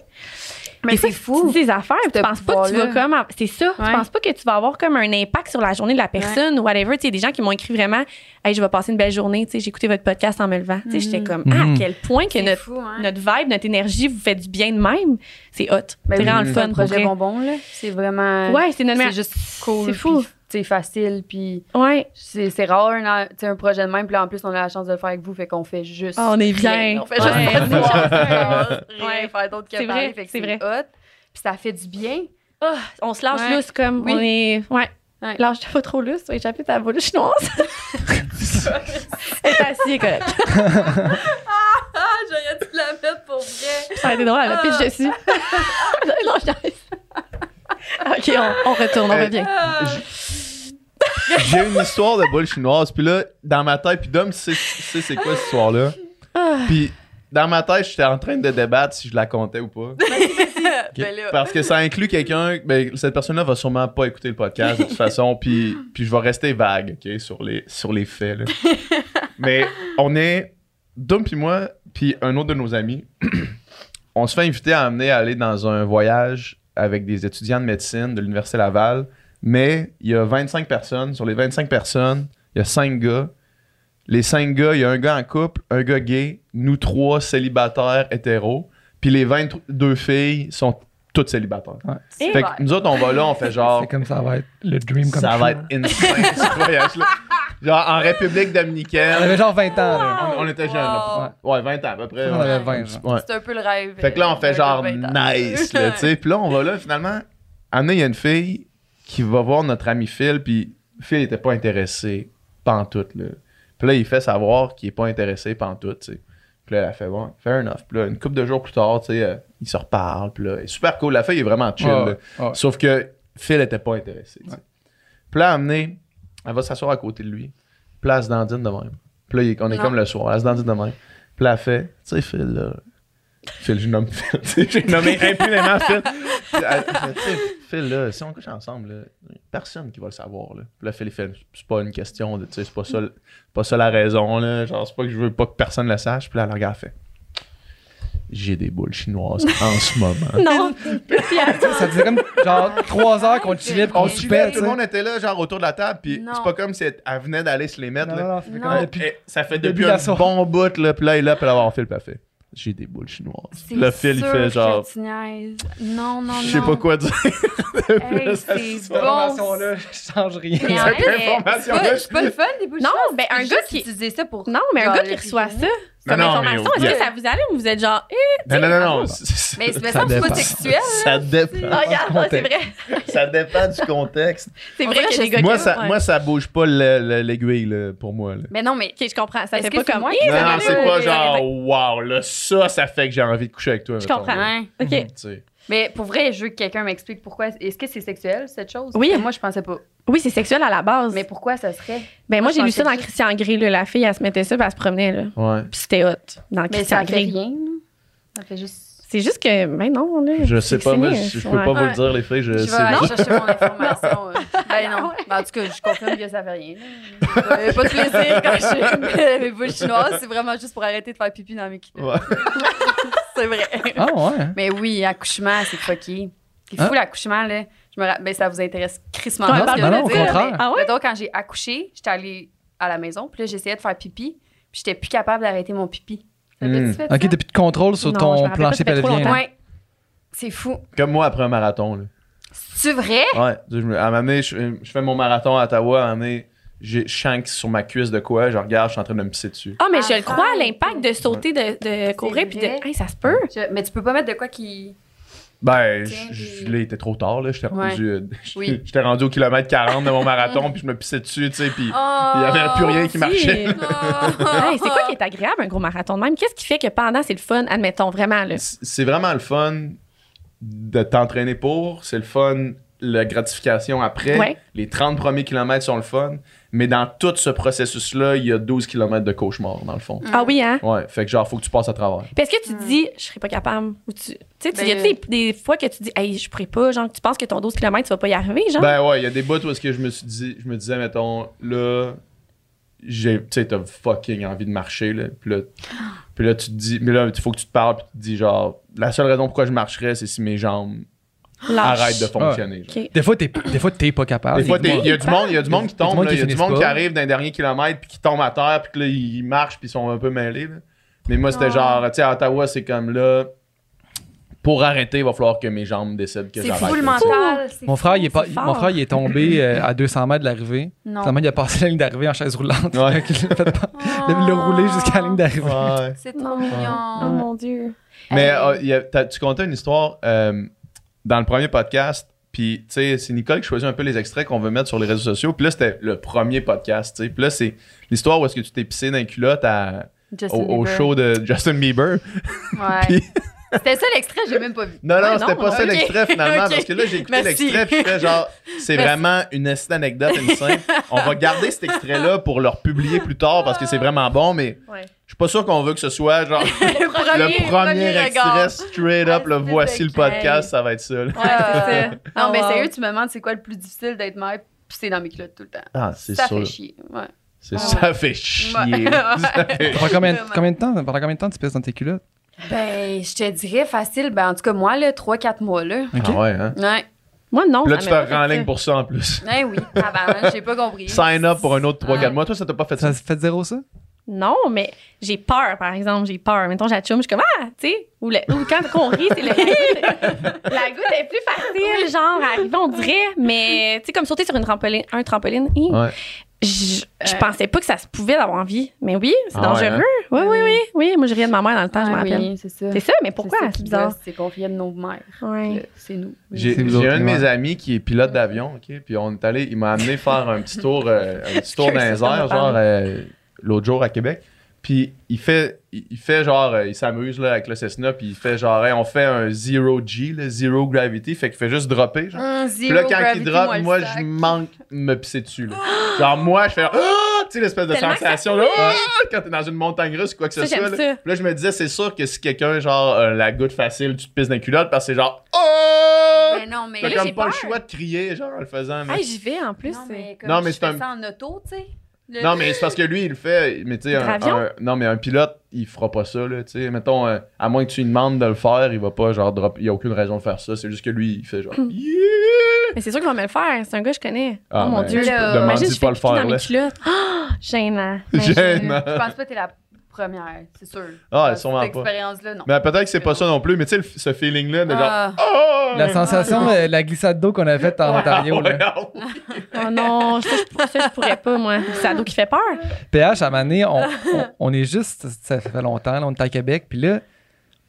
mais Des fois, c'est Tu fou. dis des affaires, ce tu penses pas que tu vas pouvoir-là. comme. C'est ça. Tu Ouais. penses pas que tu vas avoir comme un impact sur la journée de la personne ou whatever. Tu sais, il y a des gens qui m'ont écrit vraiment Hey, je vais passer une belle journée. Tu sais, j'ai écouté votre podcast en me levant. Tu sais, j'étais comme Ah, à Mhm. quel point que Mm. Mm-hmm. C'est notre, fou, hein. notre vibe, notre énergie vous fait du bien de même. C'est hot. Ben c'est oui, vraiment le fun. un pour projet vrai. bonbon, là. C'est vraiment. Ouais, c'est C'est notre meilleure- juste cool. C'est fou. puis tu sais, facile, puis Ouais. c'est c'est rare un, tu sais, un projet de même, puis là, en plus, on a la chance de le faire avec vous, fait qu'on fait juste. Ah, on est rien. bien. On fait juste Ouais. pas de voir, Ouais. rien, faire d'autre que C'est parler, vrai, fait que c'est c'est vrai. hot. Puis ça fait du bien. On se lâche Ouais. lousse comme Oui. on est. Ouais. Ouais. Lâche-toi pas trop lousse, tu vas échapper ta boule chinoise. Elle est assise, correct. Ah, j'aurais dû la mettre pour vrai. Ça a été drôle, elle m'a pitché dessus. non, je t'arrête. OK, on, on retourne, on Euh, revient. Ah, J'ai une histoire de boule chinoise, puis là, dans ma tête, puis Dom, tu sais, tu sais c'est quoi cette histoire-là? Puis dans ma tête, j'étais en train de débattre si je la comptais ou pas. Ben là. Parce que ça inclut quelqu'un, ben, cette personne-là va sûrement pas écouter le podcast de toute façon, puis, puis je vais rester vague, ok, sur les, sur les faits. là. Mais on est, Dom puis moi, puis un autre de nos amis, on se fait inviter à amener à aller dans un voyage avec des étudiants de médecine de l'Université Laval, mais il y a 25 personnes. Sur les 25 personnes, il y a 5 gars. Les 5 gars, il y a un gars en couple, un gars gay, nous trois célibataires hétéros, puis les 22 filles sont toutes célibataires. Et Fait que voilà. nous autres, on va là, on fait genre. C'est comme ça va être le dream comme Ça va être insane ce voyage-là. Genre en République Elle dominicaine. avait genre 20 ans. là. On, on était jeunes. là. Ouais, 20 ans à peu près. On ouais. avait 20, genre. Ouais. C'est un peu le rêve. Fait que là, on fait euh, genre de 20 ans. nice, là, tu sais. Puis là, on va là, finalement. Anna, il y a une fille qui va voir notre ami Phil, puis Phil était pas intéressé pantoute, là. Puis là, il fait savoir qu'il est pas intéressé pantoute, tu sais. Puis là, elle a fait bon, fair enough. Puis là, une couple de jours plus tard, tu sais, euh, ils se reparlent, puis là, elle est super cool. La fille est vraiment chill, Ouais, là. ouais. Sauf que Phil était pas intéressé, tu sais. Puis là, amené, elle va s'asseoir à côté de lui. Place d'Andine de même. Puis là, il- on est Non. comme le soir, place d'Andine de même. Puis là, elle fait, tu sais, Phil, là. Phil, je nomme Phil. tu sais, J'ai nommé impunément Phil. Puis elle fait, Tu sais, Phil, là, si on couche ensemble, là, y a personne qui va le savoir. Là. Puis là, Phil, il fait, c'est pas une question de, tu sais, c'est pas ça, le- c'est pas ça la raison, là. Genre, c'est pas que je veux pas que personne le sache. Puis là, la regarde, elle fait, j'ai des boules chinoises en ce moment. Non. Puis elle- Tu sais, Ça faisait comme genre Ah, 3 heures qu'on chillait puis On qu'on chillait, soupait. tout le monde était là, genre autour de la table, puis Non. c'est pas comme si elle elle venait d'aller se les mettre. là. Non. là. Eh, ça fait Ah, depuis depuis la un soirée. bon bout, là, puis là, il est là, puis là, on file, puis elle fait, j'ai des boules chinoises. C'est Le fil, il sûr fait genre, que tu niaises. Non, non, non. je sais pas quoi dire. de Hey, plus. c'est Cette bon. information-là, je change rien. Mais en Cette fait, information-là, c'est pas- je- C'est pas le fun des bouches. Non, ben, un gars qui- Tu disais ça pour. non, mais un Genre, gars le qui reçoit petit ça, Non, comme non, mais information, est-ce yeah. que ça vous allait ou vous êtes genre, eh, Non, non, non, non. Mais Ça c'est ça, c'est pas dépend. sexuel. hein, Ça dépend. regarde, contexte. c'est vrai. Ça dépend du contexte. C'est On vrai dirait que que les gars Moi, qui- ça, ouais. moi, ça bouge pas le- le- l'aiguille là, pour moi. Là. Mais non, mais. OK, je comprends. Ça Est-ce fait que pas c'est comme. moi Eh, qui- ça Non, non, fait c'est le- pas le- genre wow, là, ça, ça fait que j'ai envie de coucher avec toi. Je mettons, comprends. là. Ouais. OK. Tu sais. Hein? Mais pour vrai, je veux que quelqu'un m'explique pourquoi. Est-ce que c'est sexuel, cette chose? Oui. Parce que Moi, je pensais pas. Oui, c'est sexuel à la base. Mais pourquoi ça serait? ben, moi, je j'ai lu ça pensais dans que- Christian Grey. là. La fille, elle se mettait ça, puis elle se promenait. Là. Ouais. Puis c'était hot. Dans Mais ça Christian fait Grey. rien. là. Ça fait juste. C'est juste que, ben non, là. Je sais pas, moi, je, je peux pas vous le Ouais. dire, les filles. Je, Je vais Euh, c'est aller juste- chercher mon information. euh. ben non. Ben, en tout cas, je confirme que ça fait rien. là. Euh, pas de plaisir quand je mets mes boules chinoises. C'est vraiment juste pour arrêter de faire pipi dans mes culottes. Ouais. C'est vrai. Ah ouais. Mais oui, accouchement, c'est fucké. C'est fou Hein? l'accouchement, là. Je me ra- ben, ça vous intéresse crissement Ouais, pas, parle ce que pas je de veux ça, dire, au contraire. mais- Ah ouais? Mettons, quand j'ai accouché, j'étais allée à la maison, puis là, j'essayais de faire pipi, puis j'étais plus capable d'arrêter mon pipi. Ça fait Hmm. tu fait Ok, ça? t'as plus de contrôle sur Non, je me ton rappelle pas, plancher ça fait trop pelvien. là. Ouais. C'est fou. Comme moi après un marathon. Là. C'est vrai? Ouais, tu sais, je me- à un moment donné, je, je fais mon marathon à Ottawa, à un moment donné, j'ai- je sens que sur ma cuisse de quoi, je regarde, je suis en train de me pisser dessus. Ah, mais je le crois, Arrête. l'impact de sauter, de, de courir, puis de. vrai. Hey, ça se peut. Je- Mais tu peux pas mettre de quoi qui. Ben, Tiens, je, puis- je- là, il était trop tard, là, j'étais Ouais. rendu, euh, Oui. j'étais rendu au kilomètre 40 de mon marathon, puis je me pissais dessus, tu sais, puis Oh, il y avait plus rien qui marchait. Si. Hey, c'est quoi qui est agréable, un gros marathon de même? Qu'est-ce qui fait que pendant, c'est le fun, admettons, vraiment, Mm. là? C- C'est vraiment le fun de t'entraîner pour, c'est le fun la gratification après, Ouais. les 30 premiers kilomètres sont le fun, mais dans tout ce processus-là, il y a 12 kilomètres de cauchemar, dans le Mm. fond. Ah oui, hein? Ouais, fait que genre, faut que tu passes à travers. Puis est-ce que tu te dis, je serais pas capable? Ou tu tu sais, tu Ben, y a-tu des, des fois que tu dis, hey, je pourrais pas, genre, que tu penses que ton 12 km, tu vas pas y arriver, Hein? genre? Ben ouais, il y a des bouts où est-ce que je me suis dit, je me disais, mettons, là, j'ai, tu sais, t'as fucking envie de marcher, là, puis là, puis là, tu te dis, mais là, il faut que tu te parles, puis tu te dis, genre, la seule raison pourquoi je marcherais, c'est si mes jambes Ah, Lâche. arrêtent de fonctionner. genre. Ok. Des fois, t'es, des fois, t'es pas capable. Des fois, t'es- il y a du monde, il y a du monde qui Ah, Il y a du tombe, monde là, qui il y a du finissent monde qui pas. arrive d'un dernier kilomètre, puis qui tombe à terre, puis que là, ils marchent, puis ils sont un peu mêlés, là. Mais moi, c'était Ah. genre, tu sais, à Ottawa, c'est comme là, pour arrêter, il va falloir que mes jambes décident que C'est j'arrête. fou le là, tu sais. mental. c'est Mon fou, frère, il est pas- c'est mon fort. frère, il est tombé euh, à 200 mètres de l'arrivée. Non. Oh! Finalement, il a passé la ligne d'arrivée en chaise roulante. Ouais. Fait qu'il l'a fait pas- il l'a roulé jusqu'à la ligne d'arrivée. Ouais. C'est trop Non. Oh mignon. mon Dieu. Mais Hey. euh, il y a- t'as- tu contais une histoire euh, dans le premier podcast, puis tu sais, c'est Nicole qui choisit un peu les extraits qu'on veut mettre sur les réseaux sociaux. Puis là, c'était le premier podcast, tu sais. Puis là, c'est l'histoire où est-ce que tu t'es pissé dans les culottes à- Justin au, au Bieber. show de Justin Bieber. Ouais. Puis- C'était ça l'extrait, j'ai même pas vu. Non, non, Ouais, c'était non, pas ça ok. l'extrait finalement, Ok. parce que là, j'ai écouté Merci. l'extrait, puis je fais genre, c'est Merci. vraiment une esti- anecdote, une simple. On va garder cet extrait-là pour le republier plus tard, parce que c'est vraiment bon, mais Ouais. je suis pas sûr qu'on veut que ce soit genre Le le premier extrait straight up, Ouais, là, c'est voici le ok. podcast, ça va être ça. là. Ouais, c'est ça. Non, mais wow. sérieux, tu me demandes c'est quoi le plus difficile d'être mère, puis c'est dans mes culottes tout le temps. Ah, c'est ça sûr. fait chier. Ouais. C'est- Ouais. Ça fait chier. Ouais. Ça fait- Pendant combien, Vraiment. combien de temps, pendant combien de temps tu pisses dans tes culottes? Ben, je te dirais facile, ben en tout cas, moi, là, 3-4 mois, là. Ok. Ah ouais, hein? Ouais. Moi, non. Puis là, ça tu m'a pas te rends en fait hein. ligne pour ça en plus. Ben oui, tabarnak, j'ai pas compris. Sign up pour un autre 3-4 Ouais. mois. Toi, ça t'a pas fait ça. Ça se fait zéro, ça? ça. Non, mais j'ai peur, par exemple. J'ai peur. Mettons, j'atchoume, je suis comme, ah, tu sais. Ou, le- ou quand on rit, c'est le. la goutte est plus facile, genre, à arriver, on dirait. Mais, tu sais, comme sauter sur une trampoline, un trampoline, hi. Ouais. je, je Euh. pensais pas que ça se pouvait d'avoir envie. Mais oui, c'est Ah ouais, dangereux. Oui, oui, oui, oui. Moi, je riais de ma mère dans le temps, je me Ah rappelle. oui, c'est ça. C'est ça, mais pourquoi? ça C'est qui bizarre. gosse, C'est qu'on vient de nos mères. Ouais. Là, C'est nous. J'ai C'est vous j'ai autres, un de ouais. mes amis qui est pilote d'avion, OK? Puis on est allé, il m'a amené faire un petit tour, euh, un petit tour dans les Curse, on airs, en genre parle. euh, l'autre jour à Québec. Puis il fait, il il fait genre, euh, il s'amuse là avec le Cessna, puis il fait genre, hey, on fait un zero G, le zero gravity, fait qu'il fait juste dropper, genre. Puis là, quand il drop, moi, je manque de me pisser dessus, là. Genre, moi, je fais, genre, Ah! tu sais, l'espèce de Tellement que ça sensation, là, Ah! quand t'es dans une montagne russe ou quoi que ce Ça, soit, j'aime là. ça. Puis là, je me disais, c'est sûr que si quelqu'un, genre, euh, la goutte facile, tu te pisses dans les culottes parce que c'est genre, oh! Mais Ben non, mais. T'as Ben, là, comme j'ai pas le peur. choix de crier, genre, en le faisant. Mais... Hey, j'y vais en plus. Non, mais, comme Non, mais je c'est fais un- ça en auto, tu sais. Le- non, mais c'est parce que lui, il le fait. Mais tu sais, Par un, avion? un- non, mais un pilote, il fera pas ça, là. Tu sais, mettons, euh, à moins que tu lui demandes de le faire, il va pas, genre, drop. Il y a aucune raison de faire ça. C'est juste que lui, il fait genre. Yeah! Mais c'est sûr qu'il va me le faire. C'est un gars que je connais. Ah, oh mon ben, Dieu. je te Là, demande imagine, dis je pas fais le pipi dans faire, là. mes culottes. Ah, gênant. Gênant. Je pense pas que t'es la première, c'est sûr. Ah, Dans sûrement pas. Cette expérience-là, non. Mais peut-être que c'est pas ça non plus, mais tu sais, le- ce feeling-là de genre. Ah, Oh! La sensation, euh, la glissade d'eau qu'on a faite en Ontario. Ouais, là. oh, Oh non, ça je, ça, je pourrais pas, moi. C'est ado qui fait peur. PH, à Mané, on, on, on est juste, ça fait longtemps, là, on est à Québec, puis là,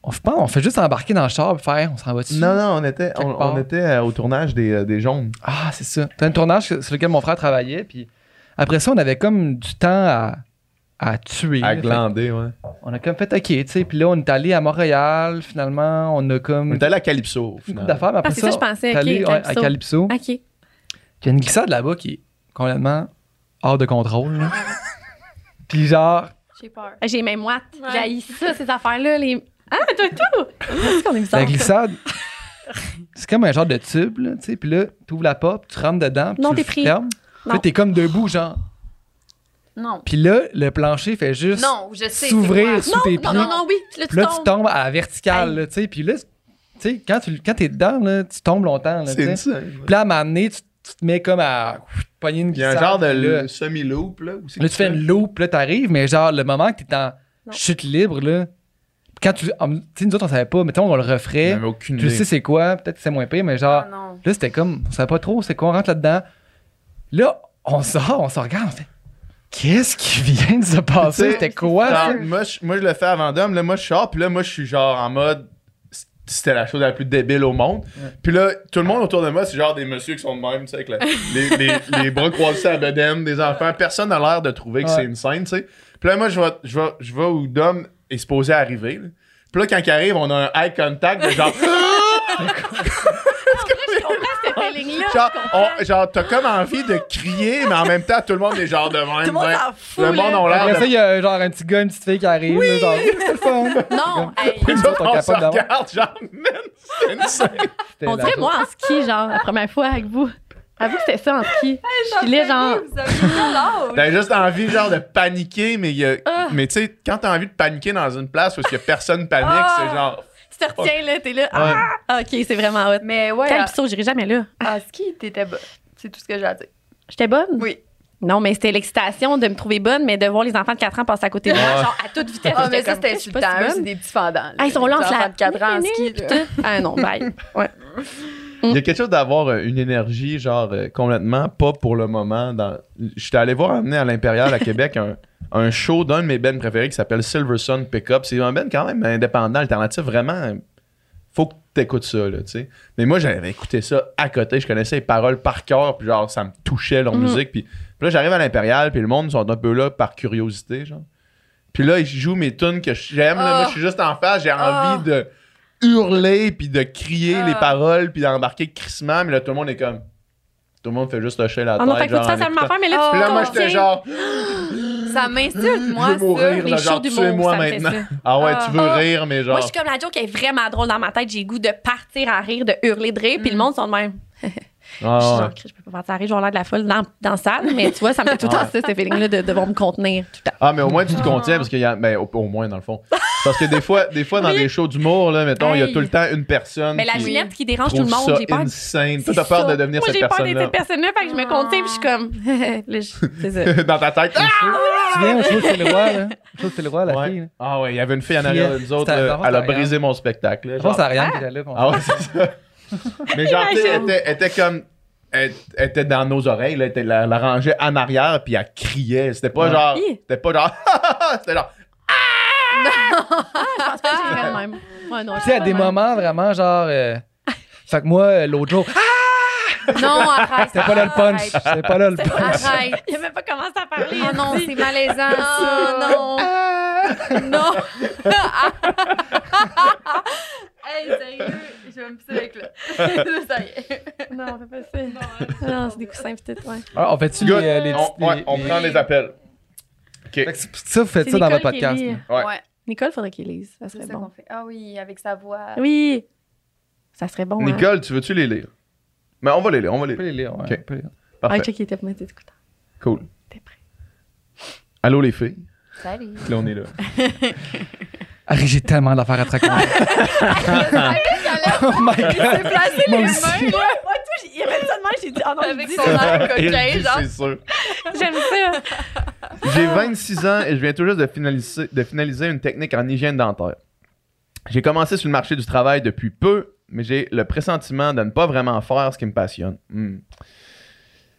on, se pense, on fait juste embarquer dans le char, puis faire, on s'en va dessus. Non, non, on était, on, Quelque part. on était euh, au tournage des, euh, des jaunes. Ah, c'est ça. C'était un tournage que- sur lequel mon frère travaillait, puis après ça, on avait comme du temps à, à tuer. là. À Fait glander, ouais. que on a comme fait, ok, tu sais, puis là, on est allé à Montréal, finalement, on a comme On était allé à Calypso. au une coupe final. d'affaires, mais après Ah, c'est ça, je on pensais. est allé Ok, ouais, à Calypso. Calypso. Ok. Puis il y a une glissade là-bas qui est complètement hors de contrôle, là. Puis genre, j'ai peur. J'ai même moite. Ouais. J'ai ça, ces affaires-là. Les... Ah, toi, tout. Est-ce qu'on est bizarre? La glissade, c'est comme un genre de tube, là, tu sais. Puis là, tu ouvres la porte, tu rentres dedans, puis Non, tu le t'es pris. fermes. Puis là, Non. t'es comme debout, genre. Non. Puis là, le plancher fait juste Non, je sais. c'est quoi. s'ouvrir sous tes pieds. Non, non, non, Ah oui. Là, tu Puis là, tu tombes. tombes à la verticale, là, tu sais. Puis là, tu sais, quand, tu, quand t'es dedans, là, tu tombes longtemps, là, tu C'est sais. ça. Puis là, à un moment donné, tu, tu te mets comme à ouf, pogner une Il y a glissade. un genre de puis Là, le- semi-loop, là. où c'est là, que tu fais une loupe, puis là, t'arrives, mais genre, le moment que t'es en Non. chute libre, là, quand tu. en- Tu sais, nous autres, on savait pas, mettons, on le On referait. avait aucune Tu idée. sais, c'est quoi, peut-être que c'est moins pire, mais genre. Ah, non. Là, c'était comme, on savait pas trop, c'est quoi, on rentre là-dedans. Là, on sort, on se regarde, on fait, qu'est-ce qui vient de se Tu sais, passer? C'était Ah, quoi? Genre, ça? moi, je, moi, je le fais à Vendôme. Là, moi, je sors. Puis là, moi, je suis genre en mode. c- C'était la chose la plus débile au monde. Puis là, tout le monde autour de moi, c'est genre des messieurs qui sont de même, tu sais, avec la- les, les, les bras croisés à bedaine, des enfants. Personne n'a l'air de trouver que Ouais. c'est une scène, tu sais. Puis là, moi, je vais, je vais, je vais où Dom est supposé arriver. là. Puis là, quand il arrive, on a un eye contact de genre. Je comprends cette feeling-là. genre, on- genre, t'as comme envie de crier, mais en même temps, tout le monde est genre de même. Tout le monde ouais. s'en fout. le monde a l'air Après de ça, il y a genre un petit gars, une petite fille qui arrive, là, genre, Oui, c'est le fun. Non, hey, Puis Nous là, autres, on on se capote d'avoir- regarde, genre, man, c'est insane. C'était On la dirait, chose. moi, en ski, genre, la première fois avec vous. Avoue que c'était ça, en ski. Je suis là, genre. Vous avez l'air. T'as juste envie, genre, de paniquer, mais il y a- Ah. Mais tu sais, quand t'as envie de paniquer dans une place où il y a personne panique, Ah. c'est genre. Tu te retiens, là, t'es là. Ah, Ah, ok, c'est vraiment hot. Mais ouais, Calypso, j'irai jamais là. à, à ski, t'étais bonne. C'est tout ce que j'ai à dire. J'étais bonne? Oui. Non, mais c'était l'excitation de me trouver bonne, mais de voir les enfants de 4 ans passer à côté de moi, Ouais. genre à toute vitesse. Ah, mais J'étais ça, comme, c'était je suis pas insultant. si Eux, bonne. c'est des petits fendants. Ah, ils sont là en les enfants slap. de 4 ans en ski. Puis là. tout. Ah non, bye. Ouais. Il y a quelque chose d'avoir euh, une énergie, genre, euh, complètement pas pour le moment. Dans... J'étais allé voir amener à l'Impérial à Québec un, un show d'un de mes bands préférés qui s'appelle Silver Sun Pickup. C'est un band quand même indépendant, alternatif, vraiment. euh, Faut que t'écoutes ça, là, tu sais. Mais moi, j'avais écouté ça à côté. Je connaissais les paroles par cœur, puis genre, ça me touchait leur Mm. musique. Puis, puis là, j'arrive à l'Impérial, puis le monde sont un peu là par curiosité, genre. Puis là, ils jouent mes tunes que j'aime. là. Oh. Moi, je suis juste en face, j'ai Ah. envie de hurler puis de crier Ah. les paroles puis d'embarquer crissement mais là tout le monde est comme tout le monde fait juste hocher la Ah tête non, fait que faut genre, que tu fasses en la même écoutant. affaire, mais là, Oh. tu puis te là moi j'étais contiens. genre Ça m'insulte, Mm. je moi, veux mourir ça. là, les shows genre d'humour, tuez-moi ça me fait maintenant ça. ah ouais Ah. tu veux Ah. rire mais genre Moi, je suis comme la joke est vraiment drôle dans ma tête. J'ai le goût de partir à rire, de hurler de rire, puis le monde sont de même. Ah, je suis ouais. genre, Christ, je peux pas partir à rire, j'ai l'air de la folle dans, dans la salle, mais tu vois, ça me fait tout le temps ça, ce feeling-là de devoir me contenir tout le temps. Ah, mais au moins, tu te contiens parce qu'il y a. Ben, au, au moins, dans le fond. Parce que des fois, des fois dans Oui. des shows d'humour, là, mettons, il y a Hey. tout le temps une personne. Mais la qui Juliette qui dérange trouve tout le monde, ça j'ai peur. insane. C'est Toi, t'as peur ça. de devenir Moi, cette j'ai peur d'être personne-là. cette personne-là, fait que je me contiens, puis je suis comme. Là, je- c'est ça. dans ta tête. Tu viens au show de Filroy, là. Au show de Filroy, la Ouais. fille. là. Ah, ouais, il y avait une fille en arrière de nous C'était- autres. c'était euh, avant Elle a Ariane. brisé mon spectacle. là, Je genre. pense à rien qui était là. puis on- Ah ouais, c'est ça. Mais genre, tu sais, elle Imagine. était, elle était comme. Elle, elle était dans nos oreilles, là, elle était- la, la rangeait en arrière, puis elle criait. C'était pas Ouais. genre. Hi. C'était pas genre. c'était genre. Je pense pas que j'ai fait de même. Ouais, non, Tu sais, à des moments vraiment genre. euh, Fait que moi, euh, l'autre jour, ah, Non, arrête. c'était pas là le punch. Arrête. C'était pas là le punch. Arrête. Il a même pas commencé à parler. Oh non, c'est malaisant. Oh non. Non. Hey, sérieux, je vais me pisser avec là. Ça y est. non, on fait pas ça. Non, hein. non c'est des coussins, peut-être, ouais. Ah, on fait-tu les, Good. euh, les petites- On, ouais, on les- prend les appels. Fait que c'est- Ça, vous faites ça dans votre podcast. là. Ouais. Ouais, Nicole, faudrait qu'il lise. Ça c'est serait ça bon. qu'on fait. Ah oui, avec sa voix. Oui. Ça serait bon. hein. Nicole, tu veux-tu les lire? Mais on va les lire, on va les On peut lire. les lire, ouais, Ok. on peut les lire. Ah, Parfait. check, il était pas t'es écoutant. Cool. T'es prêt. Allô les filles. Salut. Là, on est là. Harry, Ah, j'ai tellement d'affaires à te raconter. oh my god. Placer Moi les aussi. mains Ouais, tu vois, il avait ça de j'ai dit, ah non, avec son air coquin, Eric, genre. c'est sûr. J'aime ça. J'ai 26 ans et je viens tout juste de finaliser, de finaliser une technique en hygiène dentaire. J'ai commencé sur le marché du travail depuis peu, mais j'ai le pressentiment de ne pas vraiment faire ce qui me passionne. Hmm.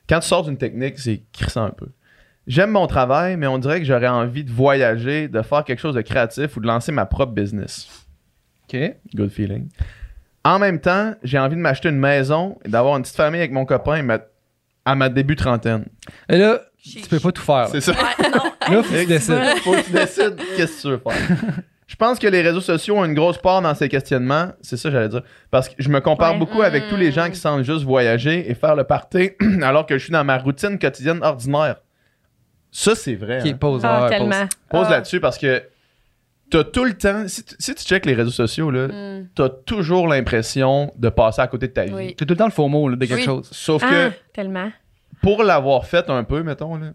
Quand tu sors d'une technique, c'est crissant un peu. J'aime mon travail, mais on dirait que j'aurais envie de voyager, de faire quelque chose de créatif ou de lancer ma propre business. Ok. Good feeling. En même temps, j'ai envie de m'acheter une maison et d'avoir une petite famille avec mon copain et ma- à ma début trentaine. Et là, tu peux pas tout faire. Là, C'est ça. Là, faut que tu décides. Faut que tu décides qu'est-ce que tu veux faire. Je pense que les réseaux sociaux ont une grosse part dans ces questionnements. C'est ça, que j'allais dire. Parce que je me compare Ouais. beaucoup avec tous les gens Mm. qui semblent juste voyager et faire le party alors que je suis dans ma routine quotidienne ordinaire. Ça, c'est vrai. Ok, hein. pause. Ah, ouais, pause. tellement. Pose Ah. là-dessus parce que t'as tout le temps. Si tu, si tu checkes les réseaux sociaux, là, Mm. t'as toujours l'impression de passer à côté de ta vie. Oui. T'as tout le temps le faux mot là, de quelque Oui. chose. Sauf Ah, que tellement. pour l'avoir fait un peu, mettons, là,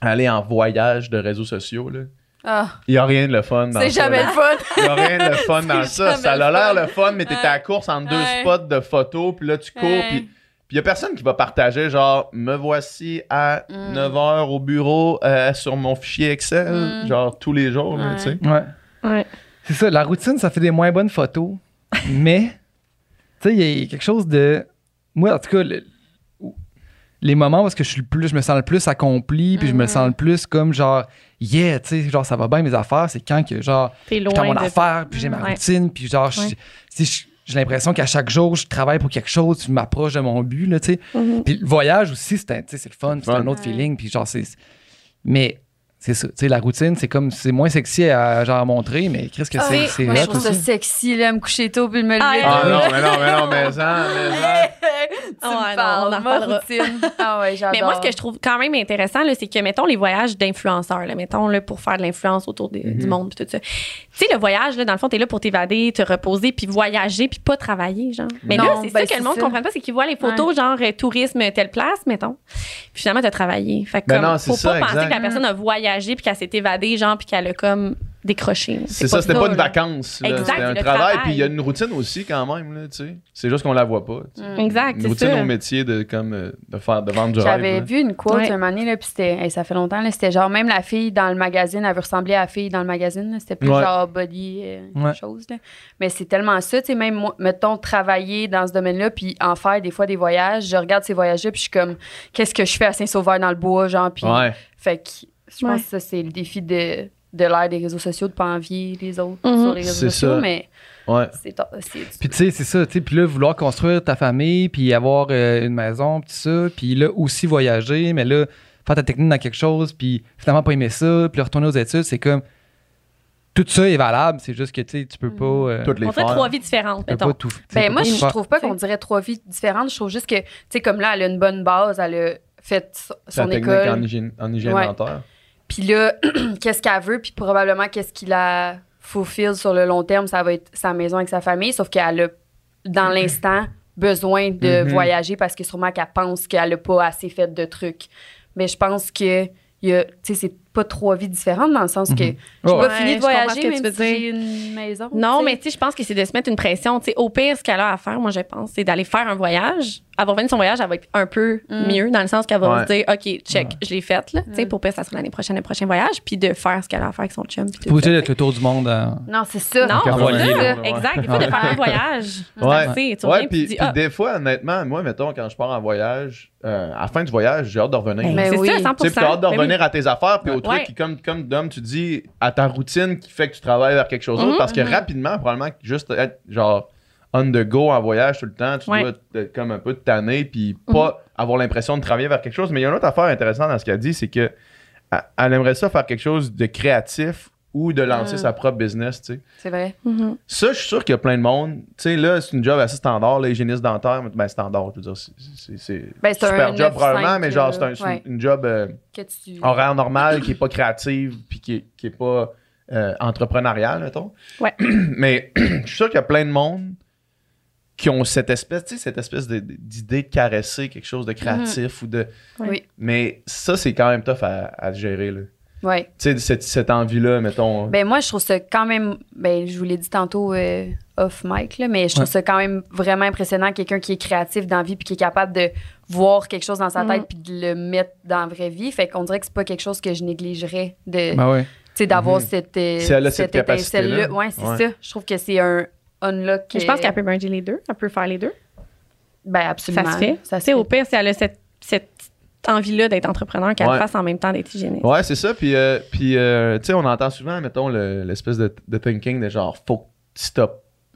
aller en voyage de réseaux sociaux, là, Ah, il n'y a rien de le fun dans c'est ça, jamais là. le fun. Il n'y a rien de fun dans C'est ça. jamais Ça a le l'air fun. le fun, mais t'es à la course entre deux Ouais. spots de photos, puis là, tu cours, Ouais. puis il n'y a personne qui va partager, genre, me voici à Mm. 9h au bureau euh, sur mon fichier Excel, Mm. genre, tous les jours, là, Ouais. tu sais. Ouais. Ouais. C'est ça, la routine, ça fait des moins bonnes photos, mais tu sais, il y a quelque chose de. Moi, en tout cas, le- les moments où est-ce que je suis le plus, je me sens le plus accompli, puis je me Mhm. sens le plus comme genre, yeah, tu sais, genre ça va bien mes affaires, c'est quand que genre, T'es je suis dans loin mon de affaire, puis j'ai ma Ouais. routine, puis genre, je- Ouais. tu sais, je- j'ai l'impression qu'à chaque jour, je travaille pour quelque chose, je m'approche de mon but, là, tu sais. Mhm. Puis le voyage aussi, c'est un- tu sais, c'est le fun, c'est fun. un autre Ouais. feeling. Puis genre, c'est. Mais c'est ça. Tu sais, la routine, c'est comme. C'est moins sexy à genre montrer, mais qu'est-ce que Ah, c'est. oui, C'est moi, je hot trouve ça aussi. sexy, là, me coucher tôt puis me lever Ah, Ah tôt. non, mais non, mais non, mais ça, mais ça. tu Ah ouais, me non, parles, on en ma reparlera. routine. Ah ouais, j'adore. Mais moi, ce que je trouve quand même intéressant, là, c'est que, mettons, les voyages d'influenceurs, là, mettons, là, pour faire de l'influence autour des- Mhm. du monde, puis tout ça. Tu sais, le voyage, là, dans le fond, t'es là pour t'évader, te reposer, puis voyager, puis pas travailler, genre. Mais là, Non, c'est ben, ça que c'est le monde ça. comprend pas, c'est qu'ils voient les photos, genre, euh, tourisme, telle place, mettons. Puis finalement, t'as travaillé. Fait que, Ben comme, non, c'est faut ça, pas penser exact. que la personne a voyagé, puis qu'elle s'est évadée, genre, puis qu'elle a, comme, décrocher. C'est ça, c'était pas une là. vacances. là. Exact, C'était un le travail. travail. Puis il y a une routine aussi quand même. là, tu sais. C'est juste qu'on la voit pas. tu sais. Hmm. Exact, Une c'est routine ça. au métier de, comme, euh, de, faire, de vendre du rêve. hein. J'avais là. vu une quote Ouais. un moment donné, là, puis c'était, hey, ça fait longtemps, là, c'était genre, même la fille dans le magazine, elle veut ressembler à la fille dans le magazine, là, c'était plus Ouais. genre body, euh, quelque Ouais. chose. là. Mais c'est tellement ça, tu sais, même, moi, mettons, travailler dans ce domaine-là, puis en faire des fois des voyages, je regarde ces voyages-là, puis je suis comme, qu'est-ce que je fais à Saint-Sauveur dans le bois, genre, puis. Ouais. Fait que je Ouais. pense que ça, c'est le défi de, de l'ère des réseaux sociaux, de pas envier les autres Mhm. sur les réseaux C'est sociaux, ça. mais Ouais. c'est. c'est- Puis tu sais, c'est ça, tu sais, puis là, vouloir construire ta famille, puis avoir euh, une maison, puis tout ça, puis là, aussi voyager, mais là, faire ta technique dans quelque chose, puis finalement pas aimer ça, puis là, retourner aux études, c'est comme... Tout ça est valable, c'est juste que, tu sais, tu peux pas... euh, Toutes les On fait faire. trois vies différentes, tu peux pas mettons. tout... tu sais, Ben, peux moi, pas tout je faire. trouve pas T'sais. qu'on dirait trois vies différentes. Je trouve juste que, tu sais, comme là, elle a une bonne base, elle a fait so- Sa son technique en école. hygiène, en hygiène Ouais. dentaire. Puis là, qu'est-ce qu'elle veut, puis probablement qu'est-ce qui la fulfill sur le long terme, ça va être sa maison avec sa famille, sauf qu'elle a, dans l'instant, besoin de Mhm. voyager parce que sûrement qu'elle pense qu'elle a pas assez fait de trucs. Mais je pense que, il y a- tu sais, c'est pas trois vies différentes dans le sens que Mhm. Ouais, j'ai pas ouais. fini de Je comprends ce voyager, que même tu veux si dire. j'ai une maison. tu Non, sais. mais tu sais, je pense que c'est de se mettre une pression. Tu sais, au pire, ce qu'elle a à faire, moi, je pense, c'est d'aller faire un voyage. Avoir fini son voyage, elle va être un peu Mm. mieux, dans le sens qu'elle va Ouais. se dire, OK, check, Ouais. je l'ai faite, là. Tu sais, Mm. pour pire, ça sera l'année prochaine, le prochain voyage, puis de faire ce qu'elle a à faire avec son chum. puis tout Faut ça. obligé d'être le tour du monde euh, en- Non, c'est ça. Non, En c'est voilier, ça. là, ouais. Exact. Des fois, de faire un voyage. Ouais. Ouais. Tu reviens, Ouais, puis puis, tu dis, puis ah, des fois, honnêtement, moi, mettons, quand je pars en voyage, euh, à la fin du voyage, j'ai hâte de revenir. ben, Mais c'est oui. ça, 100 Tu sais, puis t'as hâte de Ben oui. revenir à tes affaires, puis au truc Ouais. qui, comme, comme Dom, tu dis, à ta routine qui fait que tu travailles vers quelque chose d'autre. Mhm, parce que mhm. rapidement, probablement, que juste être genre on the go en voyage tout le temps, tu Ouais. Mhm. dois être comme un peu tanné, puis pas avoir l'impression de travailler vers quelque chose. Mais il y a une autre affaire intéressante dans ce qu'elle dit, c'est que elle- elle aimerait ça faire quelque chose de créatif ou de lancer Ah. Mhm. sa propre business, tu sais. C'est vrai. Mhm. Ça, je suis sûr qu'il y a plein de monde. Tu sais, là, c'est une job assez standard, là, hygiéniste dentaire, mais ben, standard, je veux dire, c'est- c'est c'est- Ben, c'est super un job 9-5, probablement, mais genre, là. c'est un- c'est Ouais. une job euh, Que tu... horaire normal, qui est pas créative, puis qui est, qui est pas euh, entrepreneurial, mettons. Ouais. Mais je suis sûr qu'il y a plein de monde qui ont cette espèce, tu sais, cette espèce de- d'idée de caresser quelque chose de créatif ou de. Ouais. Mm-hmm. Oui. Mais ça, c'est quand même tough à, à gérer, là. Ouais. Tu sais, cette, cette envie-là, mettons. Ben moi, je trouve ça quand même, ben je vous l'ai dit tantôt euh, off mic, là, mais je trouve Ouais. ça quand même vraiment impressionnant, quelqu'un qui est créatif dans la vie puis qui est capable de voir quelque chose dans sa Mhm. tête puis de le mettre dans la vraie vie. Fait qu'on dirait que c'est pas quelque chose que je négligerais de, tu Ben ouais. sais, d'avoir Mhm. cette, euh, Si elle a cette capacité-là. étincelle-là. Ouais, c'est Ouais. ça. Je trouve que c'est un unlock. Je pense euh, qu'elle peut merger les deux. Elle peut faire les deux. Ben Ça absolument. se fait. Ça Tu sais, au pire, si elle a cette, cette envie-là d'être entrepreneur, qu'elle Ouais. fasse en même temps d'être hygiéniste. Ouais, c'est ça. Puis, euh, puis euh, tu sais, on entend souvent, mettons, le- l'espèce de, de thinking de genre, faut que si t'as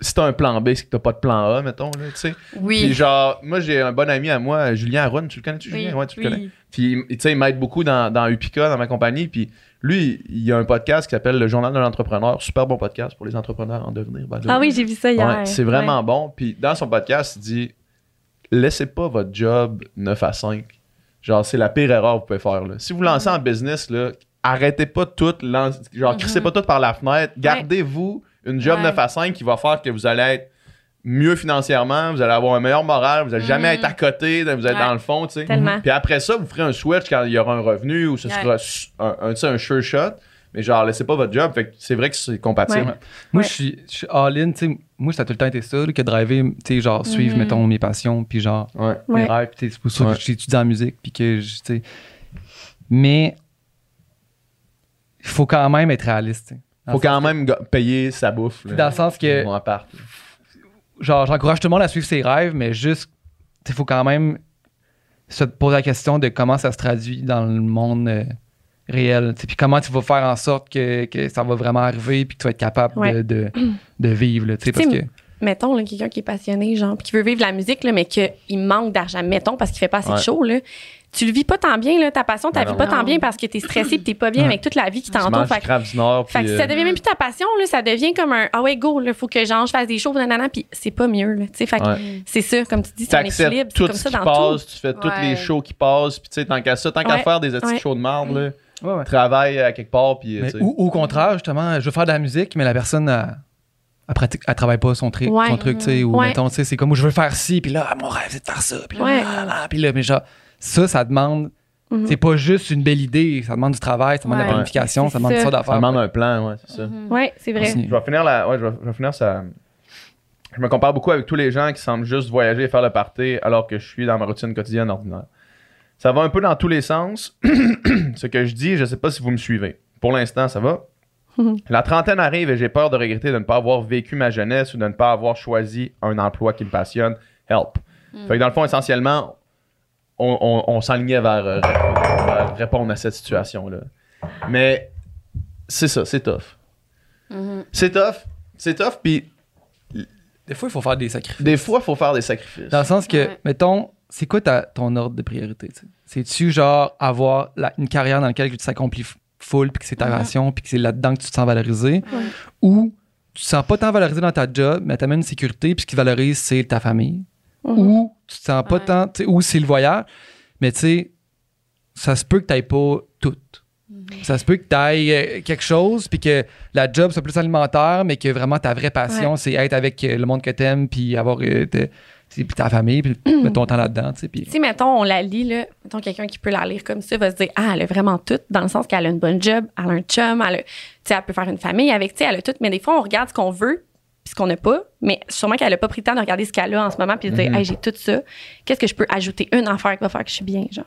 si t'as un plan B, c'est que t'as pas de plan A, mettons, là, tu sais. Puis Oui. genre, moi, j'ai un bon ami à moi, Julien Aroun, tu le connais-tu, Oui, Julien? Ouais, tu oui. le connais. Puis, tu sais, il m'aide beaucoup dans, dans Upica, dans ma compagnie. Puis lui, il y a un podcast qui s'appelle Le Journal de l'entrepreneur. Super bon podcast pour les entrepreneurs en devenir. by the way. Ah oui, j'ai vu ça hier. Ouais, c'est vraiment bon. Puis dans son podcast, il dit laissez pas votre job 9 à 5. Genre, c'est la pire erreur que vous pouvez faire. là. Si vous lancez Mm-hmm. en business, là, arrêtez pas tout, lance- genre, crissez pas tout par la fenêtre. Gardez-vous une job Mm-hmm. Ouais. 9 à 5 qui va faire que vous allez être mieux financièrement, vous allez avoir un meilleur moral, vous allez jamais être à côté, vous êtes Mm-hmm. Ouais. dans le fond, tu sais. Tellement. Puis après ça, vous ferez un switch quand il y aura un revenu ou ce Ouais. sera su- un, un, tu sais, un sure shot. Mais genre, laissez pas votre job. Fait que c'est vrai que c'est compatible. Ouais. Moi, Ouais. je suis- je suis all-in, tu sais, moi, ça a tout le temps été ça, là, que driver, tu sais, genre, Mm-hmm. suivre, mettons, mes passions, puis genre, Ouais. mes Ouais. rêves, puis t'es- c'est pour ça Ouais. que j'étudie en musique, puis que, je- tu sais, mais il faut quand même être réaliste, tu sais. Dans Faut le sens- quand même ga- payer sa bouffe. là. Dans le sens que, Mon appart. genre, j'encourage tout le monde à suivre ses rêves, mais juste, il faut quand même se poser la question de comment ça se traduit dans le monde euh, réel. tu sais, Puis comment tu vas faire en sorte que, que ça va vraiment arriver, puis que tu vas être capable Ouais. de, de, de vivre. là, tu sais, Tu sais, parce que, Mettons, là, quelqu'un qui est passionné, genre, puis qui veut vivre la musique, là, mais qu'il manque d'argent, mettons, parce qu'il fait pas assez Ouais. de show, là. Tu le vis pas tant bien, là, ta passion, tu la Ben vis non. pas tant Non. bien parce que t'es stressé pis t'es pas bien Ouais. avec toute la vie qui Tu t'entoure. manges Fait, du que- crabe du Nord. fait que puis, euh, si ça devient même plus ta passion, là, ça devient comme un Ah ouais, go, là, faut que genre, je fasse des shows, nanana, puis c'est pas mieux, là. Tu sais, fait que Ouais. c'est ça, comme tu dis, c'est un équilibre, T'acceptes c'est tout comme ce ça qui dans passe, tu fais tous les Ouais. shows qui passent, puis tu sais, tant qu'à ça, tant qu'à Ouais. faire des petits Ouais. shows de marde, là, Ouais, ouais. travaille à quelque part, puis euh, Mais tu sais. ou ou au contraire, justement, je veux faire de la musique, mais la personne, elle, elle pratique, elle travaille pas son, tri- Ouais. son truc, tu sais, ou Ouais. mettons, tu sais, c'est comme, je veux faire ci, puis là, ah, mon rêve, c'est de faire ça, puis là, Ouais. ah, puis là, mais genre, ça, ça demande Mhm. C'est pas juste une belle idée, ça demande du travail, ça demande de Ouais. la planification, Ouais. ça demande C'est ça ça. d'affaires. Ça demande un plan, ouais, c'est ça. Mm-hmm. Ouais, c'est vrai. Continue. Je vais finir la. Ouais, je vais, je vais finir ça. Je me compare beaucoup avec tous les gens qui semblent juste voyager et faire le party alors que je suis dans ma routine quotidienne ordinaire. Ça va un peu dans tous les sens. Ce que je dis, je sais pas si vous me suivez. Pour l'instant, ça va. La trentaine arrive et j'ai peur de regretter de ne pas avoir vécu ma jeunesse ou de ne pas avoir choisi un emploi qui me passionne. Help. Fait que dans le fond, essentiellement, on, on- on s'enlignait vers, euh, vers répondre à cette situation-là. Mais c'est ça, c'est tough. Mm-hmm. C'est tough. C'est tough, puis Des fois, il faut faire des sacrifices. des fois, il faut faire des sacrifices. Dans le sens que, Ouais. mettons, c'est quoi ta- ton ordre de priorité? tu sais? C'est-tu genre avoir la- une carrière dans laquelle tu t'accomplis f- full, puis que c'est ta passion, puis que c'est là-dedans que tu te sens valorisé? Ou tu te sens pas tant valorisé dans ta job, mais t'amènes une sécurité, puis ce qui valorise, c'est ta famille? Ou tu te sens pas Ouais. tant, tu sais, ou c'est le voyage, mais tu sais, ça se peut que t'ailles pas tout. Mhm. Ça se peut que t'ailles euh, quelque chose, puis que la job soit plus alimentaire, mais que vraiment ta vraie passion, c'est être avec euh, le monde que t'aimes, puis avoir euh, te- c'est- puis ta famille, puis mettre ton temps là-dedans, tu sais, puis Si, mettons, on la lit, là, mettons, quelqu'un qui peut la lire comme ça va se dire, ah, elle a vraiment tout, dans le sens qu'elle a une bonne job, elle a un chum, elle, a- tu sais, elle peut faire une famille avec, tu sais, elle a tout. Mais des fois, on regarde ce qu'on veut puis ce qu'on n'a pas, mais sûrement qu'elle n'a pas pris le temps de regarder ce qu'elle a en ce moment puis de Mm-hmm. dire, hey, j'ai tout ça, qu'est-ce que je peux ajouter une affaire qui va faire que je suis bien, genre.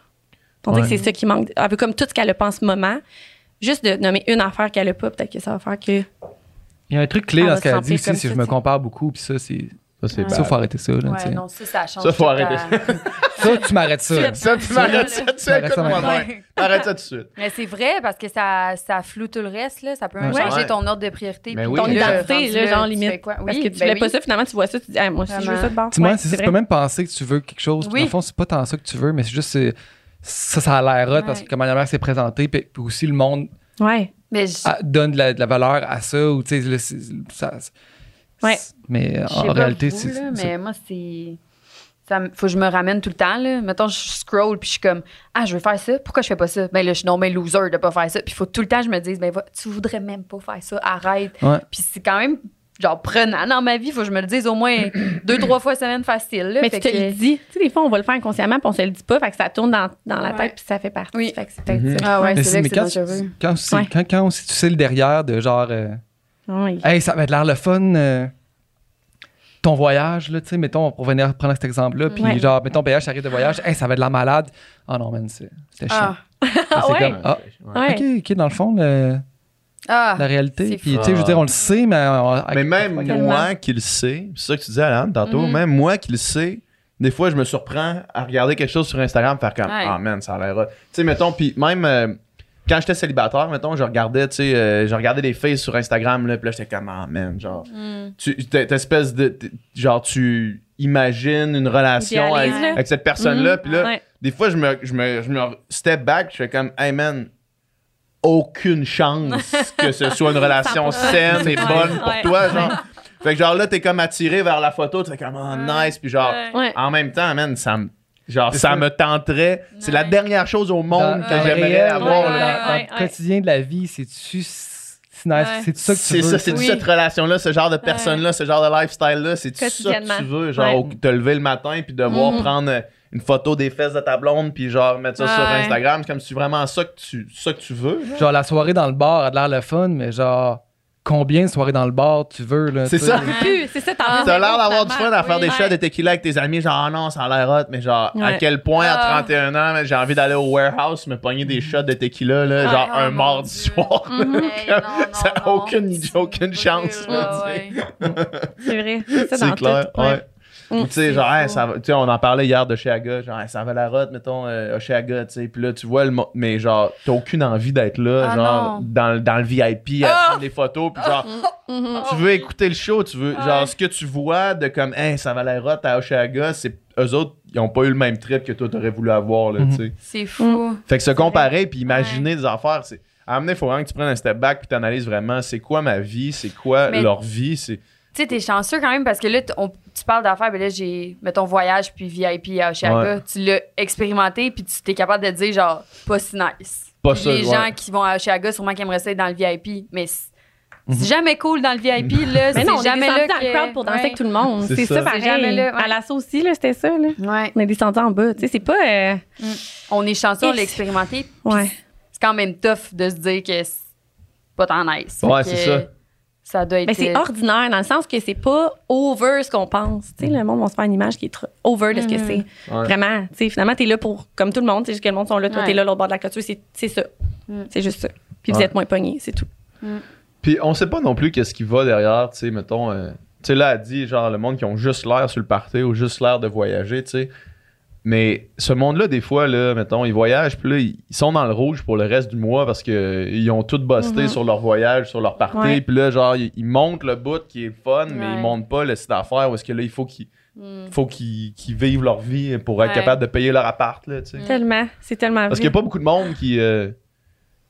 On dirait que c'est ça qui manque. Elle veut comme tout ce qu'elle a pas en ce moment. Juste de nommer une affaire qu'elle a pas, peut-être que ça va faire que. il y a un truc clé Ah, dans on ce qu'elle se a dit sentir aussi, comme si ça, je me tu sais. compare beaucoup, puis ça, c'est Ça, c'est ça, faut arrêter ça, là, tu Ouais, sais. non, ça, ça change. Ça, faut tout arrêter à- Ça, tu m'arrêtes ça. là. Ça, tu m'arrêtes ça, tu sais, Arrête ça écoute-moi maintenant. bien. Arrête ça tout de suite. Mais c'est vrai, parce que ça, ça floue tout le reste, là. Ça peut même Ouais. Ben changer Ouais. ton ordre de priorité. Mais puis oui. Ton là, identité, rendu là, genre, tu limite. fais quoi? Oui, parce que tu ben voulais pas oui. ça, finalement, tu vois ça, tu dis, Ah, moi aussi, je veux Vraiment. ça de bord. Tu vois, Ouais, c'est ça, tu vrai. peux même penser que tu veux quelque chose. puis Oui. Dans le fond, c'est pas tant ça que tu veux, mais c'est juste c'est- ça, ça a l'air hot parce que Ouais. comme la manière que c'est présenté, puis, puis aussi le monde Ouais. Mais je- ah, donne de la, de la valeur à ça, ou tu sais, le- c'est- ça. c'est- Ouais. Mais euh, Je sais en pas réalité, vous, c'est. là, c'est- Mais moi, c'est. Ça, me- faut que je me ramène tout le temps. Là. Mettons, je scroll puis je suis comme Ah, je veux faire ça. Pourquoi je fais pas ça? Ben là, je suis non, mais loser de pas faire ça. Puis il faut tout le temps que je me dise Ben va, tu voudrais même pas faire ça. Arrête. Ouais. Puis c'est quand même genre prenant dans ma vie. Faut que je me le dise au moins deux, trois fois semaine facile. là. Mais Fait tu te que- le dis. Tu sais, des fois, on va le faire inconsciemment, puis on se le dit pas, fait que ça tourne dans, dans la Ouais. tête, puis ça fait partie. Oui. Fait que c'est Mhm. peut-être ça. Ah ouais, Mais c'est c'est- vrai mais que c'est quand, dangereux. tu- quand, c'est- Ouais. quand, quand aussi tu sais le derrière de genre, euh, Oui. hey, ça va être l'air le fun, euh, ton voyage, là, tu sais, mettons, pour venir prendre cet exemple-là, puis Ouais. genre, mettons, PH arrive de voyage, hey, ça va être de la malade. Oh non, man, c'est- c'était chiant. Ah, C'est ouais. comme, ah, Ouais. ok, ok, dans le fond, le- ah, la réalité. c'est Puis, fou. tu sais, je veux dire, on le sait, mais. on- Mais même Tellement. moi qui le sais, c'est ça que tu disais, Alain, tantôt, Mhm. même moi qui le sais, des fois, je me surprends à regarder quelque chose sur Instagram, faire comme Ouais. Ah, man, ça a l'air. hot. Tu sais, mettons, puis même. euh, quand j'étais célibataire, mettons, je regardais, tu sais, euh, je regardais des filles sur Instagram, là, puis là, j'étais comme, ah, man, genre, tu, t'es- t'es espèce de, t'es- genre, tu imagines une relation avec, Idéalise, là. avec cette personne-là, Mhm. puis là, Ouais. des fois, je me, je me, je me step back, je fais comme, hey man, aucune chance que ce soit une relation saine et bonne pour Ouais. toi, genre. Fait que genre là, t'es comme attiré vers la photo, tu fais comme, oh, nice, puis genre, Ouais. en même temps, man, ça me. Genre, C'est ça ça. me tenterait. C'est la dernière chose au monde Dans- que dans le j'aimerais réel, avoir. là. ouais, ouais, dans- dans ouais, le ouais. quotidien de la vie, c'est-tu s- nice? Ouais. C'est-tu ça que tu C'est veux? ça, c'est tu sais? cette relation-là, ce genre de personne-là, ce genre de lifestyle-là, c'est ça que tu Quotidiennement. veux, genre Ouais. au- te lever le matin puis devoir Mhm. prendre euh, une photo des fesses de ta blonde puis genre mettre ça sur Ouais. Instagram, c'est comme si c'est vraiment ça que tu ça que tu veux. Genre, la soirée dans le bar a de l'air le fun, mais genre, combien de soirées dans le bar tu veux? là, C'est tu sais? ça. Plus, c'est Ah, ça, Ah. t'as T'as l'air d'avoir du fun à faire des shots choses de tequila avec tes amis, genre ah non, ça a l'air hot, mais genre à Ouais. quel point Ah. à 31 ans, man, j'ai envie d'aller au warehouse me pogner des shots de tequila là, genre oh un mon mardi Dieu. soir. là. Hey, non, non, ça a non. aucune- aucune chance, là, Ouais, ouais. C'est vrai. C'est ça C'est dans clair, tout. ouais. Mm. Ou tu sais, genre, hey, ça va- tu sais, on en parlait hier de chez Aga, genre, hey, ça va la route, mettons, euh, chez Aga, tu sais. Puis là, tu vois, le mo- mais genre, t'as aucune envie d'être là, Ah genre, non. dans, le- dans le VIP, à prendre des photos, puis genre, tu veux écouter le show, tu veux, genre, ce que tu vois de comme, hey, ça va la route à Oshaga, c'est eux autres, ils ont pas eu le même trip que toi, t'aurais voulu avoir, là, Mhm. tu sais. C'est Mm. fou. Fait que se comparer puis imaginer des affaires, c'est. À il faut vraiment que tu prennes un step back puis t'analyses vraiment c'est quoi ma vie, c'est quoi Mais- leur vie, c'est. tu sais, t'es chanceux quand même parce que là, t- on- tu parles d'affaires, mais là, j'ai, mettons, voyage puis VIP à Oshaga. Ouais. Tu l'as expérimenté puis tu t'es capable de te dire, genre, pas si nice. Pas Puis ça, Les ouais. gens qui vont à Oshaga, sûrement qu'ils aimeraient ça être dans le VIP, mais c- Mhm. C'est jamais cool dans le VIP, là. Mais C'est non, on est jamais descendu là. dans le que- crowd pour danser Ouais. avec tout le monde. C'est C'est ça, ça. pareil. C'est jamais là, ouais. À l'assaut aussi, là, c'était ça. Là. Ouais. On est descendu en bas. Tu sais, c'est pas... euh, On est chanceux, on Et l'a c'est- expérimenté. Ouais. C'est quand même tough de se dire que c'est pas tant nice. Fait Ouais, que c'est ça. Ça doit être. Mais c'est ordinaire dans le sens que c'est pas over ce qu'on pense. Tu sais, Mm. le monde va se faire une image qui est trop over de ce que Mhm. c'est. Ouais. Vraiment. Tu sais, finalement, t'es là pour, comme tout le monde, tu sais, juste que le monde sont là, toi, Ouais. t'es là, l'autre bord de la clôture, c'est c'est ça. Mm. C'est juste ça. Puis vous Ouais. êtes moins pogné, c'est tout. Puis on sait pas non plus qu'est-ce qui va derrière, tu sais, mettons. euh, tu sais, là, elle dit, genre, le monde qui ont juste l'air sur le party ou juste l'air de voyager, tu sais. Mais ce monde-là, des fois, là, mettons, ils voyagent, puis là, ils ils sont dans le rouge pour le reste du mois parce qu'ils ont tout busté Mhm. sur leur voyage, sur leur party. Ouais. Puis là, genre, ils, ils montent le bout qui est le fun, mais Ouais. ils montent pas le site d'affaires où est-ce que là, il faut qu'ils Mm. faut qu'ils qu'ils vivent leur vie pour être Ouais. capables de payer leur appart, là, tu Mm. sais. Tellement. C'est tellement Parce qu'il n'y vrai. a pas beaucoup de monde qui, euh,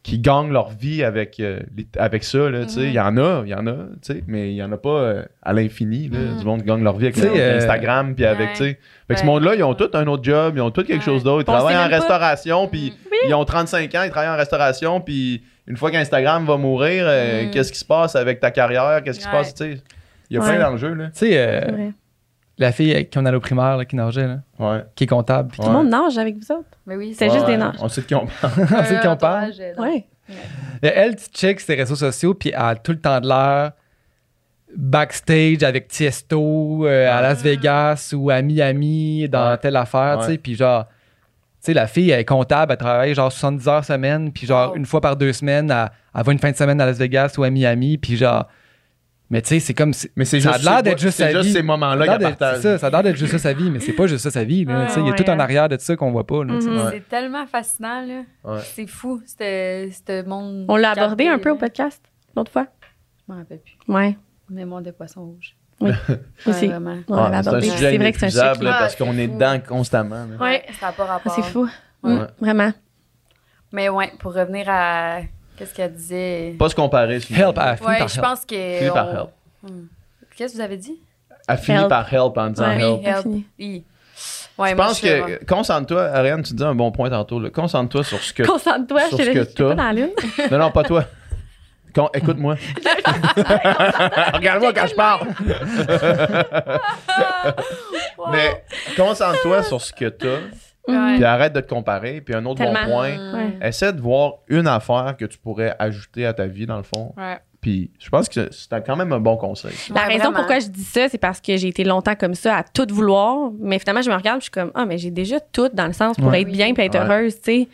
qui gagne leur vie avec, euh, les- avec ça. là, tu sais. Il y en a, il y en a, tu sais, mais il n'y en a pas euh, à l'infini. là, Mhm. Du monde qui gagne leur vie avec Tu sais, euh, euh, Instagram. Puis avec, Ouais. tu sais. Fait que ce Ouais. monde-là, ils ont tous un autre job, ils ont tous quelque Ouais. chose d'autre. Ils On sait travaillent en même pas. restauration, puis Mhm. ils ont 35 ans, ils travaillent en restauration, puis une fois qu'Instagram va mourir, euh, Mhm. qu'est-ce qui se passe avec ta carrière? Qu'est-ce qui Ouais. se passe? tu sais? Il y a Ouais. plein d'enjeux. Là. Tu sais, euh, C'est vrai. la fille avec qui on allait au primaire, là, qui nageait, là, Ouais. qui est comptable. puis Tout le monde nage avec vous autres. Mais oui, C'est juste des Ouais. nages. On sait de qui on parle. qui- c'est qui on parle. Ouais. Mais Elle, tu checks ses réseaux sociaux, puis elle a tout le temps de l'air backstage avec Tiesto euh, à Las Vegas ou à Miami dans Ouais. telle affaire, tu sais, Ouais. puis genre... Tu sais, la fille, elle est comptable, elle travaille genre 70 heures semaine, puis genre Oh. une fois par deux semaines, elle, elle va une fin de semaine à Las Vegas ou à Miami, puis genre... Mais tu sais, c'est comme... c'est- Mais c'est Ça a juste, l'air ces- d'être juste c'est sa vie. juste ces moments-là ça a qu'elle l'air d'être- partage. c'est ça, ça a l'air d'être juste ça sa vie, mais c'est pas juste ça sa vie. là, Ouais, tu sais, il y a ouais, tout en hein. arrière de ça qu'on voit pas. là, tu sais. Mhm. C'est tellement fascinant, là. Ouais. C'est fou, ce monde. On l'a abordé un peu au peut-être. podcast l'autre fois. Je m'en rappelle plus. Ouais. Mais monde de poisson rouge. Oui. Ouais, Aussi. vraiment. On l'avait c'est un abordé. sujet C'est vrai que c'est un inépuisable, choc. là, là. parce Ouais, qu'on est c'est fou. dedans constamment. là. Ouais. Ça n'a pas Ah, rapport. C'est fou. Ouais. Mm, Vraiment. Mais ouais, pour revenir à. Qu'est-ce qu'elle disait? Pas se comparer. sinon. Help, elle finit Ouais, par je help. pense que. Fini par on- help. Hmm. Qu'est-ce que vous avez dit? Elle finit Help. par help en disant Ouais. help. Help. Fini. Oui. Ouais, Je moi, pense suis vraiment- que, concentre-toi, Ariane, tu dis un bon point tantôt, là. concentre-toi sur ce que... Concentre-toi, je Sur te ce l'ai que dit. t'es pas t'as. dans la lune. non, non, pas toi. Con- Écoute-moi. Regarde-moi quand je parle. Mais concentre-toi sur ce que t'as, Ouais. Hmm. puis arrête de te comparer. Puis un autre Tellement. bon point, Mhm. Ouais. essaie de voir une affaire que tu pourrais ajouter à ta vie, dans le fond. Ouais. Puis je pense que c'est quand même un bon conseil. La Ouais, raison vraiment. pourquoi je dis ça, c'est parce que j'ai été longtemps comme ça à tout vouloir, mais finalement, je me regarde, je suis comme, ah, mais j'ai déjà tout dans le sens pour Ouais. être bien puis être Ouais. heureuse, tu sais.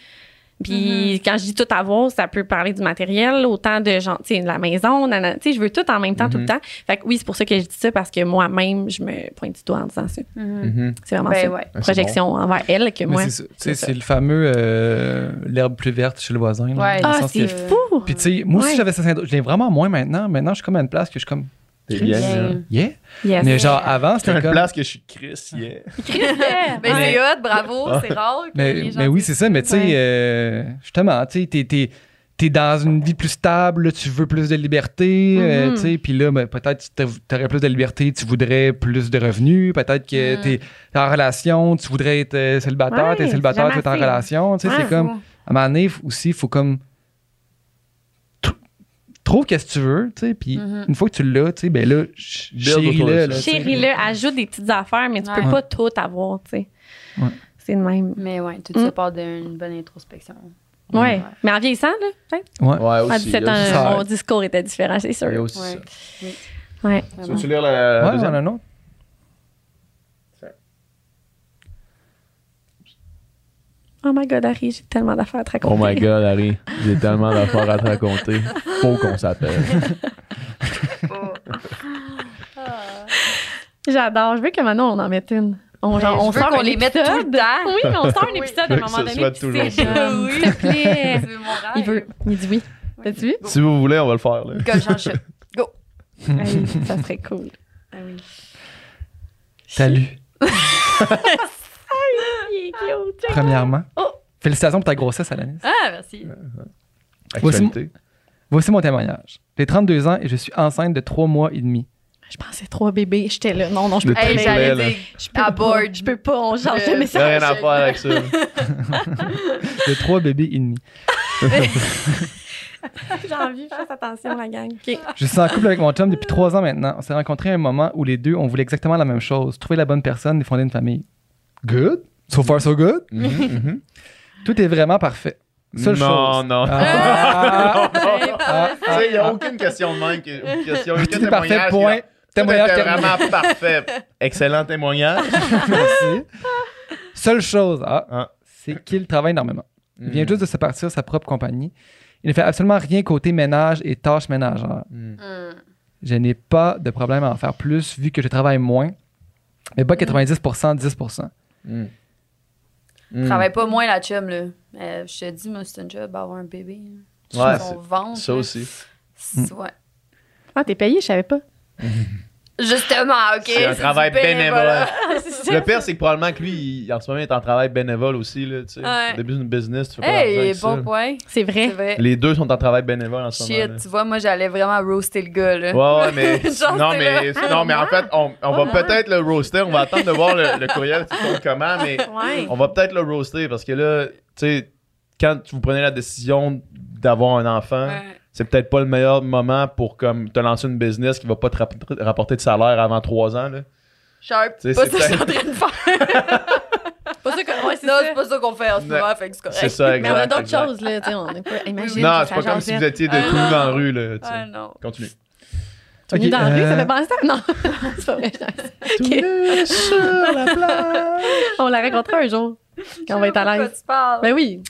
Puis Mm-hmm. quand je dis tout avoir, ça peut parler du matériel, autant de gens, tu sais, la maison, nana- tu sais, je veux tout en même temps, tout le Mhm. Mm-hmm. temps. Fait que oui, c'est pour ça que je dis ça, parce que moi-même, je me pointe du doigt en disant ça. Mhm. Mhm. C'est vraiment Ben ça. ouais. Ah, c'est Hmm. Projection envers elle Mais que moi. c'est ça, tu sais, ça. c'est le fameux euh, l'herbe plus verte chez le voisin. là, Ouais. dans le Ah, sens c'est que- fou! Puis tu sais, moi aussi Ouais. j'avais ce syndrome. Je l'ai vraiment moins maintenant. Maintenant, je suis comme à une place que je suis comme T'es hein. Bien. là. yeah. Yes. Mais genre avant, C'est c'était une comme place que je suis Chris, yeah. Ben, Ouais. c'est hot, bravo, c'est rare. que les Mais, gens mais oui, disent c'est ça. Mais tu sais, Ouais. euh, justement, tu sais, t'es, t'es- t'es dans une vie plus stable, là, tu veux plus de liberté, euh, Mhm. tu sais, puis là, ben, peut-être tu t'av- t'aurais plus de liberté, tu voudrais plus de revenus, peut-être que Mm. t'es en relation, tu voudrais être euh, célibataire, Ouais, t'es célibataire, tu jamais es en assez. relation, tu sais, Ouais, c'est comme, à un moment donné, f- aussi, il faut comme, tr- trouve qu'est-ce que tu veux, tu sais, puis Mhm. une fois que tu l'as, tu sais, ben là, ch- Build autour de chéris-le, ça. là, euh, tu sais. Chérie-le, ajoute des petites affaires, mais tu peux Ouais. pas tout avoir, tu sais. Ouais. C'est le même. Mais ouais, tout Mm. ça part d'une bonne introspection. Ouais. Ouais. Mais en vieillissant, là, peut-être. Ah, Ouais, aussi. À 17 il y a ans, Ah, aussi ça. mon discours était différent, c'est ça. Il y a sûr. aussi Ouais. ça. Ouais. Tu Vraiment. veux-tu lire la Ouais, deuxième? on en a un autre. Oh my god, Harry, j'ai tellement d'affaires à te raconter. Oh my god, Harry, j'ai tellement d'affaires à te raconter. Faut qu'on s'appelle. Ah. J'adore. Je veux que maintenant, on en mette une. On, genre, Mais on Ben, je veux sort qu'on un les mette tout le épisode. temps. Oui, mais on sort un Oui. épisode à un Que moment ce donné. soit puis toujours c'est ça. comme, S'il te plaît. C'est mon rêve. Il veut. Il dit oui. Oui. T'as-tu vu? si vous voulez, on va le faire. Là. Go, j'en chute. Hey, ça serait cool. Ah oui. T'as lu, Ah, Il est cute. check. premièrement. Oh. Félicitations pour ta grossesse, Alanis. Ah, merci. Actualité. Voici mon témoignage. J'ai 32 ans et je suis enceinte de 3 mois et demi. Je pensais trois bébés. J'étais là. Non, non, je peux Le pas. Hey, triplet, j'allais là. dire, Je peux à pas. board. Euh, Je peux pas. On change de Le- Y'a message. rien à faire avec ça. De 3 bébés et demi. J'ai envie, faites attention, la gang. OK. Je suis en couple avec mon chum depuis trois ans maintenant. On s'est rencontrés à un moment où les deux, on voulait exactement la même chose. Trouver la bonne personne et fonder une famille. Good. So far, so good. Mhm, Tout est vraiment parfait. Seule non, non, chose. non. Ah, Ah, Tu sais, il n'y a aucune question de même. que- aucune question, aucun tout est parfait, témoignage. point. Tout Témoignage était terminé. vraiment parfait. Excellent témoignage. Merci. Seule chose, ah, Ah. c'est qu'il travaille énormément. Il Mm, vient juste de se partir sa propre compagnie. Il ne fait absolument rien côté ménage et tâches ménagères. Mm. Hmm. Je n'ai pas de problème à en faire plus vu que je travaille moins. Mais Ah. pas 90%, 10%. Mm. Mm. Travaille pas moins la chum, là. Euh, je te dis, moi, c'est un job, avoir un bébé. hein. Sur Ouais, son c'est- ventre. ça là. aussi. C'est- Ouais. Ah, t'es payé, je savais pas. Justement, OK. C'est un du travail bénévole. C'est ça. Le pire, c'est que probablement que lui, il- en ce moment, il est en travail bénévole aussi. Là, tu sais. Ouais. Au début d'une business, tu fais pas d'argent Hey, avec bon ça. point. C'est C'est vrai. vrai. Les deux sont en travail bénévole en ce moment. Shit, tu vois, moi, j'allais vraiment roaster le gars, là. Ouais, ouais, mais. Genre, non, c'est mais, non, mais en fait, on, on va Ouais. peut-être le roaster. On va attendre de voir le, le courriel qui compte comment, mais Ouais. on va peut-être le roaster parce que là, tu sais, quand vous prenez la décision d'avoir un enfant, Ouais. c'est peut-être pas le meilleur moment pour comme te lancer une business qui va pas te rap- rapporter de salaire avant 3 ans. Là. Sharp, Tu sais, c'est c'est pas ça que je suis en peut-être- train de faire. Pas ça que- ouais, c'est non, ça. c'est pas ça qu'on fait en ce Ouais. moment, fait que c'est correct. C'est ça, Mais on a exact. d'autres exact. choses, là. tu sais, On est pas... Imagine. Non, que c'est ça pas comme si jasette. vous étiez de Ah, coups non. dans la rue. Là, tu sais. Ah non. Continue. Tout nu Ok, dans la rue, euh, ça fait penser à... Non, c'est pas vrai. sur la plage. On la racontera un jour, quand on va être à l'aise. Ben oui.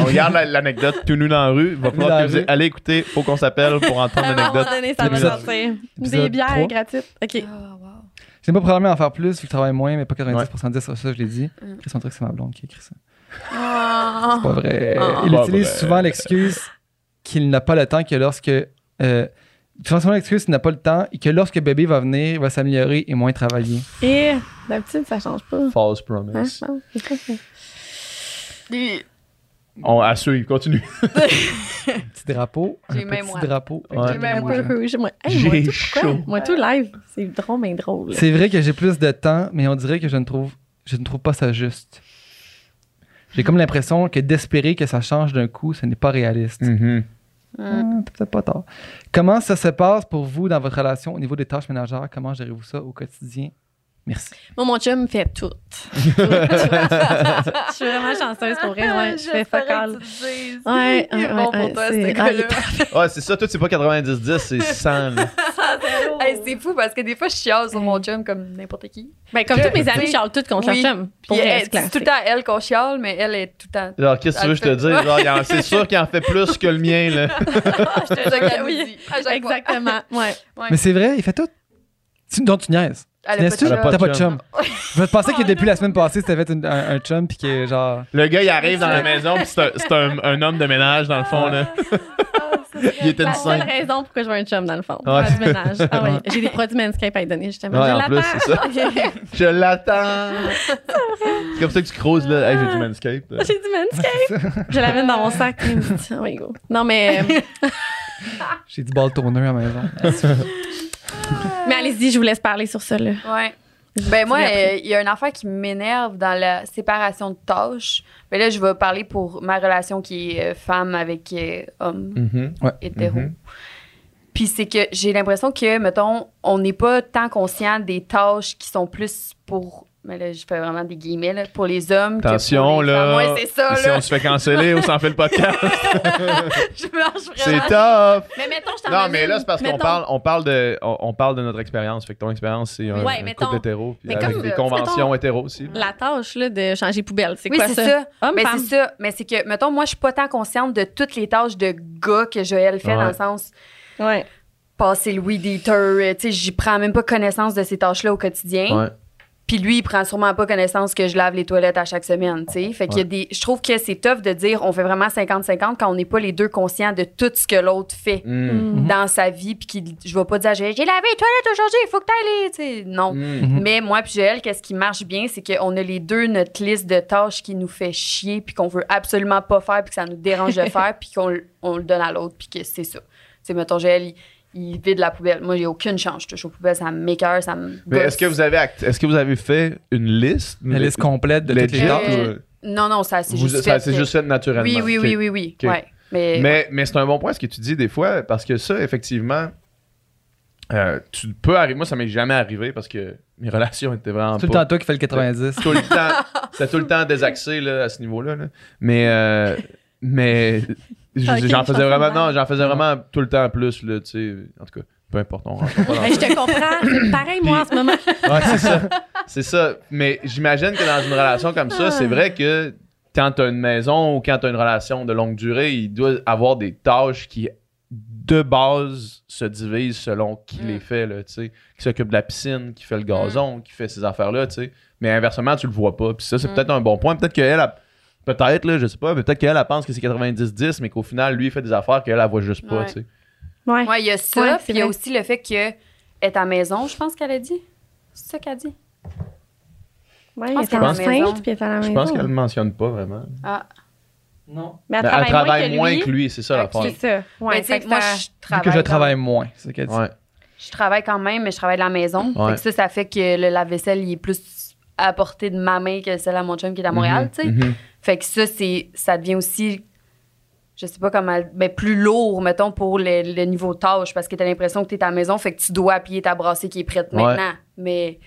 On regarde la- l'anecdote tout nu dans la rue. Il va Tout nu dans falloir la que vous rue. allez écouter. Faut qu'on s'appelle pour entendre Ah, À un moment l'anecdote. donné, ça va Épisode- sortir. Des épisode bières trois. gratuites. OK. Ah, Je n'ai pas de problème à en faire plus vu que je travaille moins, mais pas 90%, 10%. Ça, je l'ai dit. Mm. Chris, on dirait que c'est ma blonde qui a écrit ça. Ah. Pas vrai. Ah. Il Pas utilise vrai. souvent l'excuse qu'il n'a pas le temps que lorsque. Euh, il utilise souvent l'excuse qu'il n'a pas le temps et que lorsque bébé va venir, il va s'améliorer et moins travailler. Et d'habitude, ça change pas. False Hein? promise. Non, c'est pas ça. On à suivre, continue. Petit drapeau. J'ai un même petit moi. drapeau. Ouais. J'ai Ben, même un peu rouge. Moi, hey, moi, J'ai tout, pourquoi? chaud. Moi, tout live, c'est drôle, mais drôle. C'est vrai que j'ai plus de temps, mais on dirait que je ne trouve, je ne trouve pas ça juste. J'ai comme l'impression que d'espérer que ça change d'un coup, ce n'est pas réaliste. Mm. Mm-hmm. Ah, t'as peut-être pas tort. Comment ça se passe pour vous dans votre relation au niveau des tâches ménagères? Comment gérez-vous ça au quotidien? Merci. Moi, mon chum fait tout. Tout, tout, tout, tout. Je suis vraiment chanceuse pour vrai. Ouais, je fais fuck all. Ouais, Il est ouais, bon ouais, pour toi, c'est- ce ah, il est gars-là. Ouais, c'est ça. Toi, c'est pas 90-10, c'est 100. là. Hey, c'est fou parce que des fois, je chiale sur Mm. mon chum comme n'importe qui. Ben, comme Je- toutes mes amies tu- chialent toutes contre oui. leur chum. Pour Puis vrai, elle- c'est c'est tout classique. le temps elle qu'on chiale, mais elle est tout le temps. Genre, qu'est-ce que tu veux que je te dise? Genre, il en- c'est sûr qu'il en fait plus que le mien. Là. C'est ça qu'elle Oui. me dit. À chaque fois. Exactement. Ouais. Ouais. Mais c'est vrai, il fait tout. Tu, donc tu niaises. Elle a Niaises-tu? pas de Elle a chum. Oh, T'as pas de chum. Je pensais que depuis la semaine passée, c'était fait une- un, un chum, puis que genre. Le gars, il arrive dans la maison, puis c'est un, c'est un- un homme de ménage, dans le fond. Là. Il était une La seule scène. raison pourquoi je veux un chum, dans le fond. Ouais. Faire du ménage. Ah ouais. J'ai des produits Manscaped à lui donner, justement. Ouais, je en plus, l'attends. c'est ça. Je l'attends. C'est comme ça que tu creuses, là. Hey, j'ai du manscape. là. J'ai du Manscaped. Je l'amène dans mon sac. Oh my god. Non, mais, euh, J'ai du ball tourneur à la maison. mais allez-y, je vous laisse parler sur ça, là. Ouais. Ben moi, Après. euh, il y a une affaire qui m'énerve dans la séparation de tâches. Mais là, je vais parler pour ma relation qui est euh, femme avec euh, homme. Mhm. hétéro. Mhm. Puis c'est que j'ai l'impression que, mettons, on n'est pas tant conscient des tâches qui sont plus pour. Mais là, je fais vraiment des guillemets, là, pour les hommes. que pour Attention, les là. femmes. Ouais, c'est ça, Si là. on se fait canceller ou s'en fait le podcast, Je marche c'est vraiment. tough. Mais mettons, je t'en Non, amène- mais là, c'est parce qu'on mettons- parle, on parle, de, on, on parle de notre expérience. Fait que ton expérience, c'est un, Ouais, un mettons. couple hétéro. Puis Mais avec comme, des euh, conventions mettons- hétéro aussi. là. La tâche là, de changer poubelle, c'est Oui, quoi c'est ça? Ben, ça. Homme, Mais femme. c'est ça. Mais c'est que, mettons, moi, je suis pas tant consciente de toutes les tâches de gars que Joël fait, Ouais. dans le sens Ouais. passer le weed eater. euh, Tu sais, j'y prends même pas connaissance de ces tâches-là au quotidien. Ouais. Puis lui, il prend sûrement pas connaissance que je lave les toilettes à chaque semaine, tu sais. Fait qu'il y a des... Je trouve que c'est tough de dire on fait vraiment 50-50 quand on n'est pas les deux conscients de tout ce que l'autre fait Mm. dans sa vie. Puis qu'il- je vais pas dire à Joël, j'ai lavé les toilettes aujourd'hui, il faut que t'ailles les... Tu sais, non. Mm. Mhm. Mais moi puis Joël, qu'est-ce qui marche bien, c'est qu'on a les deux notre liste de tâches qui nous fait chier puis qu'on veut absolument pas faire puis que ça nous dérange de faire puis qu'on le- on le donne à l'autre puis que c'est ça. Tu sais, mettons, Joël, il, il vide la poubelle. Moi, j'ai aucune chance. Je touche aux poubelles, ça me m'écoeure, ça me Mais gosse. est-ce que vous avez act- est-ce que vous avez fait une liste La liste complète de toutes les Legit, tâches. tâches. ou- euh, Non, non, ça Euh, c'est Vous- juste. ça fait, s'est euh, juste fait naturellement. Oui, oui, Ok. oui, oui, oui. Ok. Ouais. Mais, Mais, mais c'est un bon point ce que tu dis des fois, parce que ça, effectivement, euh, tu peux arriver. Moi, ça m'est jamais arrivé parce que mes relations étaient vraiment. Tout le pas- temps, toi qui fais le 90. tout le temps. C'était tout le temps désaxé là, à ce niveau-là. là. Mais. euh, mais. je- Ok, j'en je faisais pensais vraiment. mal. Non, j'en faisais vraiment tout le temps plus, là, tu sais. En tout cas, peu importe, on rentre pas dans Ben, je te comprends. Pareil, moi, en ce moment. Ouais, c'est ça. C'est ça. Mais j'imagine que dans une relation comme ça, c'est vrai que quand t'as une maison ou quand t'as une relation de longue durée, il doit avoir des tâches qui, de base, se divisent selon qui Mm. les fait, là, tu sais. Qui s'occupe de la piscine, qui fait le gazon, qui fait ces affaires-là, tu sais. Mais inversement, tu le vois pas. Puis ça, c'est Mm. peut-être un bon point. Peut-être qu'elle, elle- peut-être, là, je sais pas, mais peut-être qu'elle, elle pense que c'est 90-10, mais qu'au final, lui, il fait des affaires qu'elle, elle voit juste pas, Ouais. tu sais. Ouais. ouais, il y a ça. Ouais, puis c'est il y a vrai. aussi le fait que est à maison, je pense qu'elle a dit. C'est ça qu'elle a dit. Ouais, Je elle pense était qu'à la maison. enceinte, puis elle était à la Je maison. pense qu'elle le mentionne pas vraiment. Non. Mais elle Ben, travaille, moins lui. que lui, c'est ça Ok. l'affaire. C'est ça. Ouais, Mais tu sais, fait que moi, ça- je Vu travaille. que je dans- travaille moins, c'est ce qu'elle dit. Ouais. Je travaille quand même, mais je travaille de la maison. Ouais. Fait que ça, ça fait que le lave-vaisselle, il est plus à portée de ma main que celle à mon chum qui est à Montréal, Mhm. tu sais. Mhm. Fait que ça, c'est, ça devient aussi, je sais pas comment, mais plus lourd, mettons, pour le, le niveau tâche, parce que t'as l'impression que t'es à la maison, fait que tu dois appuyer ta brassée qui est prête Ouais. maintenant. Mais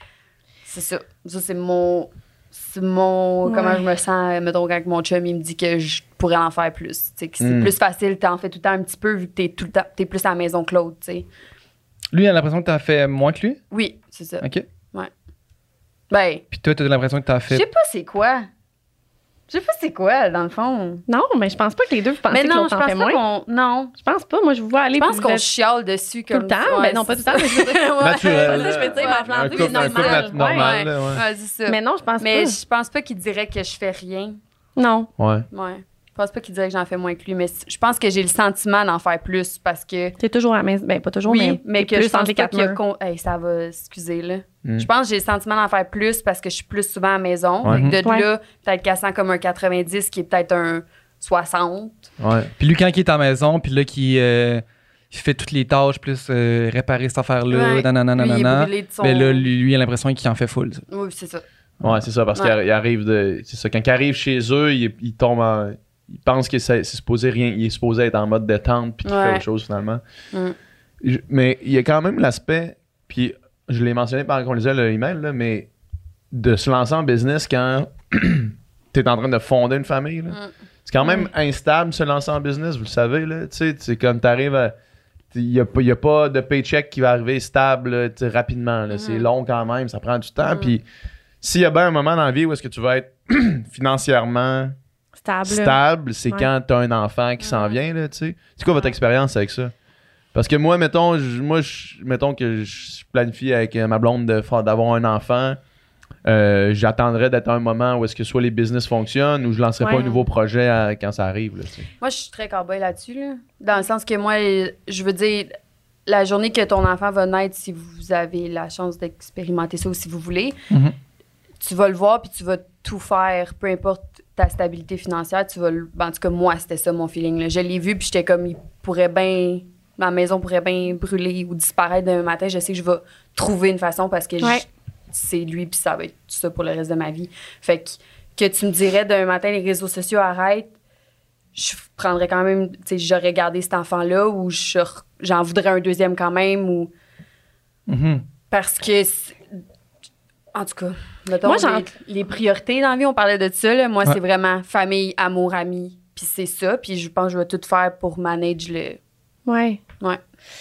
c'est ça. Ça, c'est mon. C'est mon. Ouais. Comment je me sens, euh, mettons, quand mon chum, il me dit que je pourrais en faire plus. Tu sais, que c'est Hmm. Mm. plus facile, t'en fais tout le temps un petit peu, vu que t'es tout le temps. T'es plus à la maison que l'autre, tu sais. Lui, il a l'impression que t'as fait moins que lui. Oui, c'est ça. OK. Ben, Puis toi, t'as l'impression que t'as je sais fait. pas c'est quoi. Je sais pas c'est quoi, dans le fond. Non, mais je pense pas que les deux vous pensez Mais que non, l'autre je en fait pense pas moins. qu'on. Non, Je pense pas. Moi, je vous vois aller Je pense puis qu'on vous êtes chiale dessus tout comme le temps. Ben non, pas tout le temps. mais je veux dire- Ouais. Naturel. Ça, je veux dire, Ouais. m'en Un planter, couple- mais un couple normal. nat- normal, Ouais. là, ouais. Ouais, c'est ça. Mais, Mais non, je pense pas. je pense pas qu'il dirait que je fais rien. Non. Ouais. Ouais. Je pense pas qu'il dirait que j'en fais moins que lui, mais c- je pense que j'ai le sentiment d'en faire plus parce que. T'es toujours à la maison. Ben, pas toujours, Oui, mais, t'es que plus je entre pense les pas quatre qu'il y a murs. con- Hey, ça va, excusez là. Mm. Je pense que j'ai le sentiment d'en faire plus parce que je suis plus souvent à la maison. Ouais. Fait que De Ouais. là, peut-être qu'elle sent comme un 90 qui est peut-être un 60. Ouais. Puis lui, quand il est à la maison, puis là, qui euh, fait toutes les tâches, plus euh, réparer cette affaire-là, Ouais. nanana, Lui, il est nanana. brûlé de son. Ben là, lui, lui, il a l'impression qu'il en fait full. ça. Oui, c'est ça. Ouais, c'est ça, parce Ouais. qu'il arri- il arrive de. C'est ça, quand il arrive chez eux, il, il tombe en. Il pense que c'est c'est supposé rien. Il est supposé être en mode détente, puis qu'il Ouais. fait autre chose finalement. Mm. Je- mais il y a quand même l'aspect, puis je l'ai mentionné pendant qu'on lisait le email, là, mais de se lancer en business quand t'es en train de fonder une famille. là. Mm. C'est quand même instable se lancer en business, vous le savez. Là, tu sais, c'est comme t'arrives à. Il n'y a, pas- y a pas de paycheck qui va arriver stable là, tu sais, rapidement. là. C'est Mhm. long quand même, ça prend du temps. Mhm. Mm. Puis s'il y a bien un moment dans la vie où est-ce que tu vas être financièrement Stable. stable, c'est Ouais. quand t'as un enfant qui s'en Ouais. vient, là, tu sais. C'est quoi votre Ouais. expérience avec ça? Parce que moi, mettons, je- moi, je- mettons que je planifie avec euh, ma blonde de fa- d'avoir un enfant, euh, j'attendrais d'être à un moment où est-ce que soit les business fonctionnent ou je lancerai pas Ouais. un nouveau projet à- quand ça arrive, là, tu sais. Moi, je suis très cowboy là-dessus, là. Dans le sens que moi, je veux dire, la journée que ton enfant va naître, si vous avez la chance d'expérimenter ça ou si vous voulez, Mhm. tu vas le voir puis tu vas tout faire, peu importe ta stabilité financière, tu vas le... ben, en tout cas, moi, c'était ça mon feeling, là. Je l'ai vu puis j'étais comme, il pourrait bien... Ma maison pourrait bien brûler ou disparaître demain matin. Je sais que je vais trouver une façon parce que je- Ouais. c'est lui puis ça va être ça pour le reste de ma vie. Fait que, que tu me dirais d'un matin, les réseaux sociaux arrêtent, je prendrais quand même, tu sais, j'aurais gardé cet enfant-là ou je- j'en voudrais un deuxième quand même ou Mhm. parce que, c'est- en tout cas, mettons, Moi, j'en- les, les priorités dans la vie, on parlait de ça, là. moi, Ouais. c'est vraiment famille, amour, ami, puis c'est ça, puis je pense que je vais tout faire pour manage le... Ouais.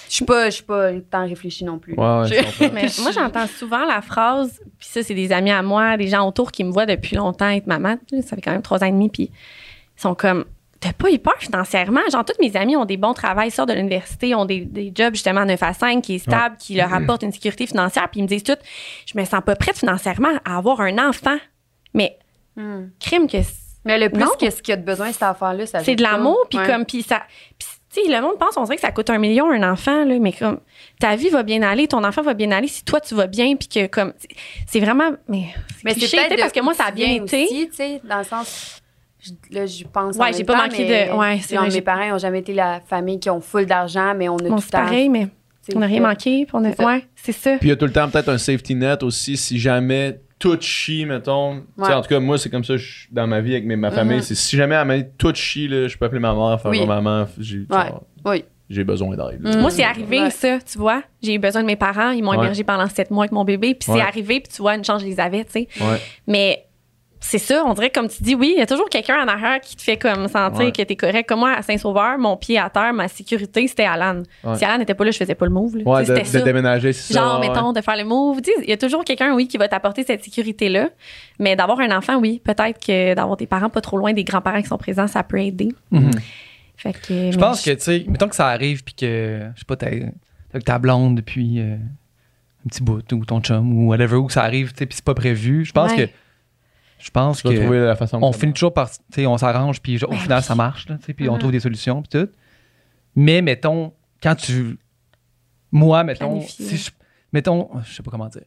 Je suis pas, je suis pas tant réfléchie non plus. Ouais, ouais, Je- je comprends. Mais moi, j'entends souvent la phrase, puis ça, c'est des amis à moi, des gens autour qui me voient depuis longtemps être maman. tu sais, Ça fait quand même trois ans et demi, puis ils sont comme, t'as pas eu peur financièrement? Genre, tous mes amis ont des bons travails, sortent de l'université, ont des, des jobs justement 9 à 5 qui est stable, qui leur apportent une sécurité financière, puis ils me disent tout, je me sens pas prête financièrement à avoir un enfant. Mais Hmm. crime que Mais le plus Non. que ce qu'il y a de besoin, cet enfant-là, ça c'est joue de l'amour, pas. puis Ouais. comme, puis ça. puis tu sais, le monde pense, on dirait que ça coûte un million un enfant, là, mais comme ta vie va bien aller, ton enfant va bien aller si toi tu vas bien, puis que comme c'est- c'est vraiment. Mais, Mais cliché, c'est peut-être tu sais, parce de que moi où ça a tu bien viens été. aussi, tu sais, dans le sens je- là je pense en Ouais, j'ai même pas temps, manqué mais- de- ouais, c'est non, vrai, mes j'ai- parents ont jamais été la famille qui ont full d'argent mais on a Bon, tout c'est pareil, mais on n'a rien manqué, puis on a. C'est ça. Ouais, c'est ça. Puis il y a tout le temps peut-être un safety net aussi si jamais tout chie, mettons. Tu sais, Ouais. En tout cas, moi, c'est comme ça je- dans ma vie avec mes- Mm-hmm. ma famille. Mhm. C'est si jamais elle m'a dit tout chie, là, je peux appeler ma mère, faire Oui. genre, maman, j'ai genre, Oui. j'ai besoin d'aide. là. Mm. Moi, c'est arrivé, Ouais. ça, tu vois. J'ai eu besoin de mes parents. Ils m'ont Ouais. hébergé pendant sept mois avec mon bébé. Puis Ouais. c'est arrivé, puis tu vois, une chance, je les avais, tu sais. Ouais. Mais c'est ça, on dirait, comme tu dis, oui, il y a toujours quelqu'un en arrière qui te fait comme sentir Ouais. que t'es correct. Comme moi, à Saint-Sauveur, mon pied à terre, ma sécurité, c'était Alan. Ouais. Si Alan n'était pas là, je faisais pas le move. là. Ouais, Tu sais, de, c'était de ça. déménager, c'est ça. Genre, ouais. mettons, de faire le move. Tu sais, Il y a toujours quelqu'un, oui, qui va t'apporter cette sécurité-là. Mais d'avoir un enfant, oui, peut-être que d'avoir tes parents pas trop loin des grands-parents qui sont présents, ça peut aider. Mhm. Fait que, Je mais pense que, tu sais, mettons que ça arrive, puis que, je sais pas, t'as t'as que ta blonde depuis euh, un petit bout, ou ton chum, ou whatever, ou que ça arrive, tu sais, puis c'est pas prévu. Je pense Ouais. que. Je pense Tu vas que. trouver la façon. On que ça finit toujours par. Tu sais, on s'arrange, puis au Ben final, oui. ça marche, là, tu sais, puis on Mhm. trouve des solutions, puis tout. Mais, mettons, quand tu. Moi, mettons. Planifier. Si je, mettons, je sais pas comment dire.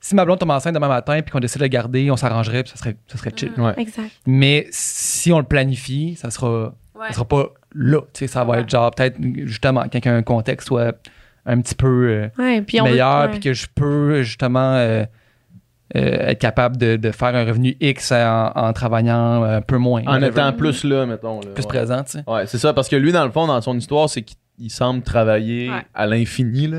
Si ma blonde tombe enceinte demain matin, puis qu'on décide de la garder, on s'arrangerait, puis ça serait, ça serait Mm-hmm. chill. Ouais. Exact. Mais si on le planifie, ça sera Ouais. ça sera pas là. Tu sais, ça va Ouais. être genre peut-être justement quand il y a un contexte soit un petit peu euh, Ouais, puis on veut- meilleur, ouais. puis que je peux justement euh, euh, être capable de, de faire un revenu X en, en travaillant un peu moins. En whatever. étant plus là, mettons. là, plus ouais. présent, tu sais. Ouais, c'est ça, parce que lui, dans le fond, dans son histoire, c'est qu'il il semble travailler Ouais. à l'infini, là.